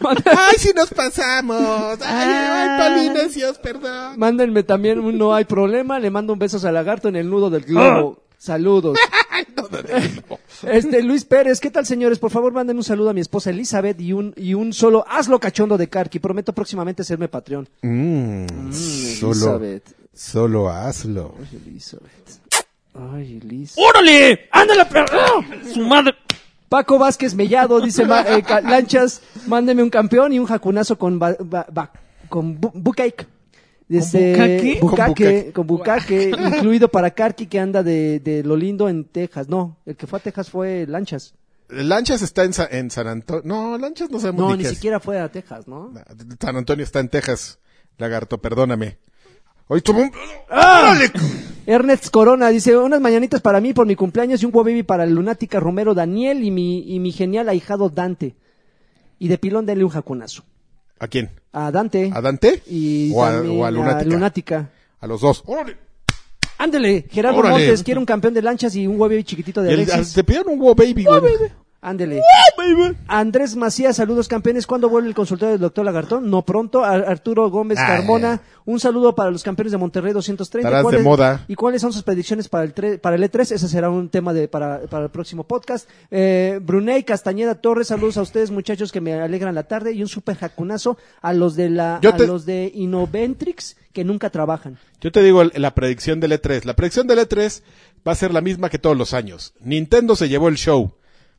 C: mándenme-
A: Ay, si nos pasamos. Ay,
C: Ah.
A: ay, Polinesios, perdón.
C: Mándenme también un no hay problema. Le mando un beso al lagarto en el nudo
A: Ah.
C: del globo. Saludos. Este Luis Pérez, ¿qué tal señores? Por favor, mándenme un saludo a mi esposa Elizabeth y un y un solo hazlo cachondo de Karki. Prometo próximamente serme Patreon.
A: Mm,
C: Mm,
A: solo, solo hazlo.
C: Elizabeth. Ay, Elizabeth.
F: ¡Órale! ¡Ándale, perro!
B: ¡Ah!
F: ¡Su madre!
C: Paco Vázquez Mellado dice, ma- eh, ca- Lanchas, mándeme un campeón y un jacunazo con ba- ba- ba- con bu- bucake. Este,
B: bucaque?
C: bucaque,
A: Con bucaque.
C: Con bucaque, incluido para Karki que anda de, de lo lindo en Texas. No, el que fue a Texas fue Lanchas.
A: Lanchas está en, Sa- en San Antonio. No, Lanchas no sabemos
C: No,
A: ni,
C: ni
A: qué es.
C: siquiera fue a Texas, ¿no?
A: San Antonio está en Texas. Lagarto, perdóname. Hoy tomó un...
B: ¡Ah!
A: ¡Órale!
C: Ernest Corona dice, unas mañanitas para mí por mi cumpleaños y un baby para el lunática Romero Daniel y mi, y mi genial ahijado Dante. Y de pilón denle un jaconazo.
A: ¿A quién?
C: A Dante.
A: ¿A Dante?
C: Y
A: ¿O a,
C: también
A: o a Lunática?
C: Lunática.
A: A los dos. ¡Órale!
C: Ándele, Gerardo
A: Órale.
C: Montes quiere un campeón de lanchas y un baby chiquitito de
A: Y el- ah,
C: Alexis.
A: te pidieron un wow baby, güey.
C: Ándele. Andrés Macías, saludos campeones. ¿Cuándo vuelve el consultorio del doctor Lagartón? No pronto. Ar- Arturo Gómez
A: Ah,
C: Carmona,
A: eh.
C: un saludo para los campeones de Monterrey 230.
A: Estarás
C: ¿Cuáles-
A: de moda.
C: ¿Y cuáles son sus predicciones para el, tre- para el E3? Ese será un tema de, para, para el próximo podcast. Eh, Brunei Castañeda Torres, saludos a ustedes muchachos que me alegran la tarde y un super jacunazo a los de la,
A: Yo
C: a
A: te-
C: los de Innoventrix que nunca trabajan.
A: Yo te digo el- la predicción del E3. La predicción del E3 va a ser la misma que todos los años. Nintendo se llevó el show.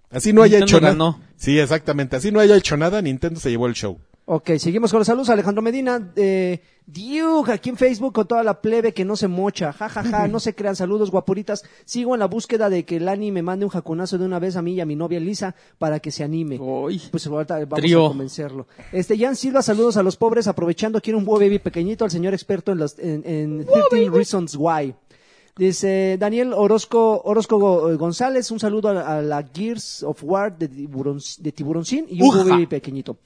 A: Así no haya
B: Nintendo
A: hecho nada.
B: ganó.
A: Sí, exactamente. Así no haya hecho nada, Nintendo se llevó el show.
C: Ok, seguimos con los saludos. Alejandro Medina, eh, Diuk, aquí en Facebook con toda la plebe que no se mocha. Ja, ja, ja, no se crean saludos, guapuritas. Sigo en la búsqueda de que Lani me mande un jaconazo de una vez a mí y a mi novia Elisa para que se anime.
B: Uy.
C: Pues ahorita vamos
B: Oh. Trío.
C: a convencerlo. Este, Jan Silva, saludos a los pobres, aprovechando, quiero un Wo Baby pequeñito al señor experto en, las, en, en 13 Reasons Why. Dice Daniel Orozco, Orozco Go- eh, González, un saludo a, a la Gears of War de, tiburón, de Tiburoncín y un Wo Baby pequeñito.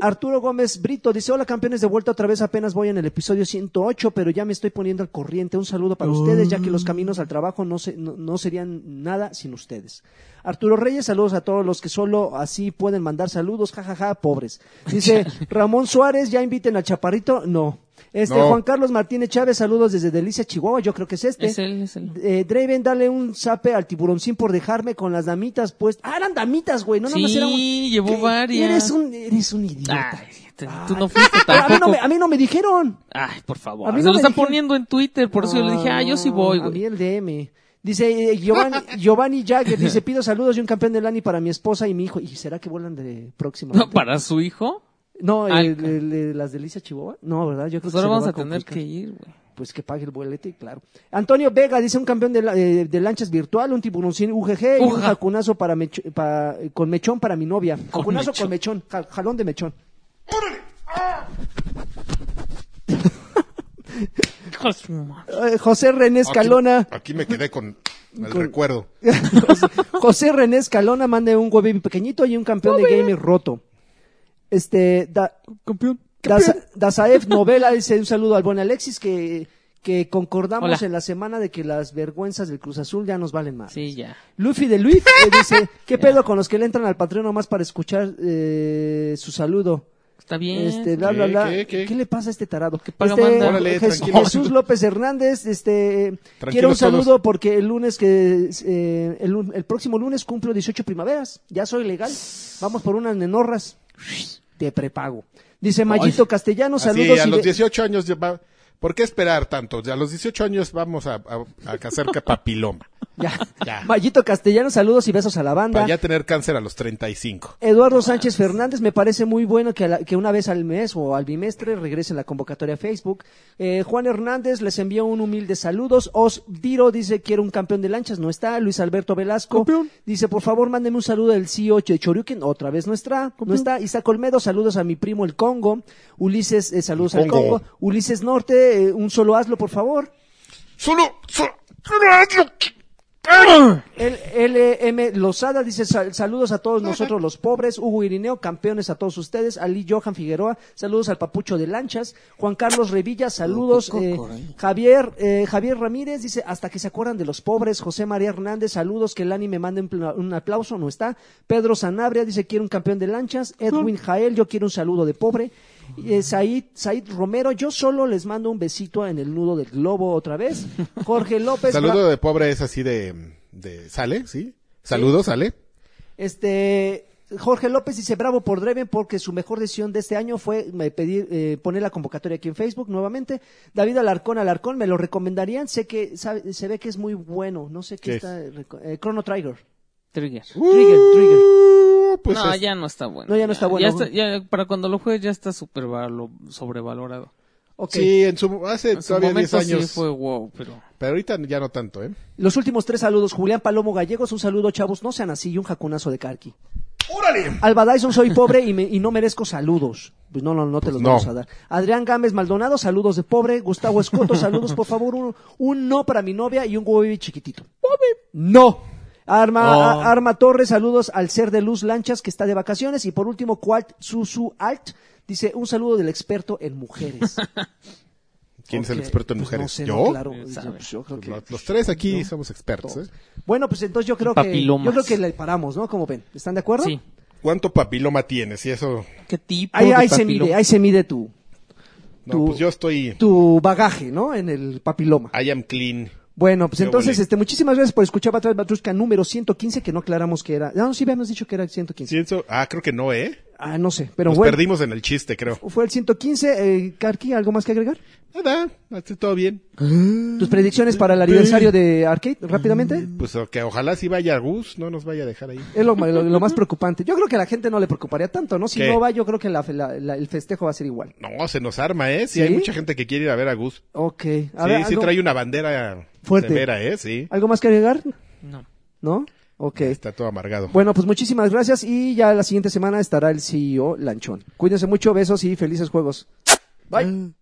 C: Arturo Gómez Brito dice, hola campeones, de vuelta otra vez, apenas voy en el episodio 108, pero ya me estoy poniendo al corriente. Un saludo para ustedes, ya que los caminos al trabajo no, se- no, no serían nada sin ustedes. Arturo Reyes, saludos a todos los que solo así pueden mandar saludos, jajaja, pobres. Dice Ramón Suárez, ya inviten al chaparrito, no. Este
A: No.
C: Juan Carlos Martínez Chávez, saludos desde Delicia, Chihuahua, yo creo que es este.
B: Es él, es él.
C: Eh, Draven, dale un zape al tiburoncín por dejarme con las damitas, pues. Ah, eran damitas, güey, no
B: Sí,
C: nomás era un-
B: llevó
C: ¿Qué?
B: varias.
C: Eres un, eres un idiota.
B: Ay, te- tú no fuiste
C: A mí no,
B: tampoco.
C: me, a mí no me dijeron.
B: Ay, por favor.
C: A mí
B: Se
C: no
B: lo
C: me
B: está
C: dijeron.
B: poniendo en Twitter, por eso yo le dije, ah, yo sí voy,
C: A mí
B: güey.
C: el DM. Dice eh, Giovanni, Giovanni Jagger, dice, pido saludos y un campeón de Lani para mi esposa y mi hijo. ¿Y será que vuelan de próxima?
B: No, para su hijo.
C: No,
B: Al-
C: el- el- el- las delicias Chihuahua. No, ¿verdad? Yo creo
B: Pues
C: que se
B: ahora
C: le
B: vamos
C: va
B: a tener
C: complicar.
B: que ir, güey.
C: Pues que pague el boleto y claro. Antonio Vega dice un campeón de, la- eh, de lanchas virtual, un tiburoncín UGG y un
B: Uja.
C: jacunazo para mecho- pa- con mechón para mi novia. Jacunazo con mechón, ja- jalón de mechón.
B: Hijo de su madre.
C: Eh, José René Escalona.
A: Aquí, aquí me quedé con el recuerdo.
C: José- José René Escalona mande un huevín pequeñito y un campeón de gaming roto. Este, da,
F: Campeón.
C: Daza- Dazaef Novela dice un saludo al buen Alexis que, que concordamos
B: Hola.
C: en la semana de que las vergüenzas del Cruz Azul ya nos valen más.
B: Sí, ya.
C: Luffy de Luis dice, ¿qué pedo con los que le entran al Patreon nomás para escuchar eh, su saludo?
B: Está bien.
C: Este, bla, bla,
A: ¿Qué,
C: bla.
A: qué, qué?
C: le pasa a este tarado?
B: paga
C: Este,
B: banda.
A: Órale,
C: Jes-
A: tranquilos.
C: Jesús López Hernández, este, quiero un
A: Tranquilos
C: saludo
A: todos.
C: porque el lunes que, eh, el, lun- el próximo lunes cumplo 18 primaveras. Ya soy legal. Vamos por unas nenorras. Te prepago. Dice Mayito Castellano,
A: Así,
C: saludos.
A: a
C: y
A: los
C: be-
A: 18 años ya va- ¿Por qué esperar tanto? Ya A los 18 años vamos a, a, a cazar que papiloma.
C: Ya.
A: Ya.
C: Mayito Castellano, saludos y besos a la banda.
A: Para ya tener cáncer a los 35.
C: Eduardo Sánchez Fernández, me parece muy bueno que, a la- que una vez al mes o al bimestre regrese la convocatoria a Facebook. Eh, Juan Hernández les envió un humilde saludos. Os Diro dice quiero un campeón de lanchas, no está. Luis Alberto Velasco dice por favor mándeme un saludo del CEO de Choriuken, otra vez no está. No está. Isaac Olmedo, saludos a mi primo el Congo. Ulises, eh, saludos al
A: Congo.
C: Congo. Ulises Norte, eh, un solo hazlo por favor.
E: Solo, solo, solo hazlo.
B: ¡Ah!
C: El LM Lozada dice "Sal- saludos a todos nosotros los pobres, Hugo Irineo, campeones a todos ustedes, Ali Johan Figueroa, saludos al Papucho de Lanchas, Juan Carlos Revilla, saludos, eh, Javier eh, Javier Ramírez dice hasta que se acuerdan de los pobres, José María Hernández, saludos, que Lani me mande un pla- un aplauso, no está, Pedro Sanabria dice quiero un campeón de lanchas, Edwin Jael, yo quiero un saludo de pobre, eh, Said, Said Romero, yo solo les mando un besito en el nudo del globo otra vez, Jorge López,
A: Saludo de pobre es así de, de sale, ¿sí? Saludo, sale.
C: Este Jorge López dice bravo por Dreven porque su mejor decisión de este año fue me pedir eh, poner la convocatoria aquí en Facebook nuevamente. David Alarcón Alarcón me lo recomendarían, sé que sabe- se ve que es muy bueno, no sé qué,
A: ¿Qué
C: está reco- eh, Chrono Trigger.
B: Trigger.
C: Trigger, Trigger.
A: Uh, pues
B: no,
A: es-
B: ya no está bueno.
C: No, ya no está bueno.
B: Ya ya- para cuando lo juegues ya está súper valo- sobrevalorado.
C: Ok.
A: Sí, en su, hace
B: En su
A: todavía 10
B: momento
A: años.
B: sí fue wow, pero...
A: Pero ahorita ya no tanto, ¿eh?
C: Los últimos tres saludos. Julián Palomo Gallegos, un saludo, chavos. No sean así y un jacunazo de Carqui. ¡Órale! Alba Dyson, soy pobre y, me- y no merezco saludos. Pues no, no, no te los
A: no.
C: vamos a dar. Adrián Gámez Maldonado, saludos de pobre. Gustavo Escoto, saludos, por favor. Un, un no para mi novia y un huevi chiquitito. ¡No! Arma, a- Arma Torres, saludos al ser de luz lanchas que está de vacaciones. Y por último, Qualt Susu Alt dice un saludo del experto en mujeres.
A: ¿Quién es el
C: Porque,
A: experto en
C: pues,
A: mujeres?
C: no sé,
A: ¿Yo?
C: no, claro,
B: Eh,
C: yo-
B: sabe.
C: pues, yo creo que-
A: Los, los tres aquí somos expertos, ¿eh?
C: Bueno, pues entonces yo creo que
B: Papilomas.
C: yo creo que le paramos, ¿no? Como ven, ¿están de acuerdo?
B: Sí.
A: ¿Cuánto papiloma tienes? Y eso...
B: ¿Qué tipo
C: Ahí,
B: de
C: ahí se
B: papiloma?
C: mide, ahí se mide tu,
A: No,
C: Tú-
A: pues yo Ah, estoy...
C: tu bagaje, ¿no? En el papiloma.
A: I am clean.
C: Bueno, pues
A: Yo
C: entonces,
A: volé.
C: este, muchísimas gracias por escuchar Batrás Batrusca número 115, que no aclaramos que era. Ah, No, sí habíamos dicho que era el 115.
A: Sí, eso- Ah, creo que no, ¿eh?
C: Ah, no sé, pero
A: Nos
C: bueno.
A: perdimos en el chiste, creo.
C: Fue el 115, eh, Karki, ¿algo más que agregar?
A: Nada, así todo bien.
C: ¿Tus predicciones para el aniversario de Arcade, rápidamente?
A: Pues o- que ojalá si vaya Gus, no nos vaya a dejar ahí.
C: Es lo, lo- lo más preocupante. Yo creo que a la gente no le preocuparía tanto, ¿no? Si
A: ¿Qué?
C: no va, yo creo que la- la- la- el festejo va a ser igual.
A: No, se nos arma, ¿eh? Sí,
C: ¿Sí?
A: hay mucha gente que quiere ir a ver a Gus.
C: Ok. A
A: sí,
C: ver,
A: sí
C: ¿algo,
A: trae una bandera
C: Fuerte. Ah.
A: severa, ¿eh? Sí.
C: algo más que agregar?
B: No.
C: ¿No? Ok.
A: Está todo amargado.
C: Bueno, pues muchísimas gracias y ya la siguiente E semana estará el CEO Lanchón. Cuídense mucho, besos y felices juegos. Bye.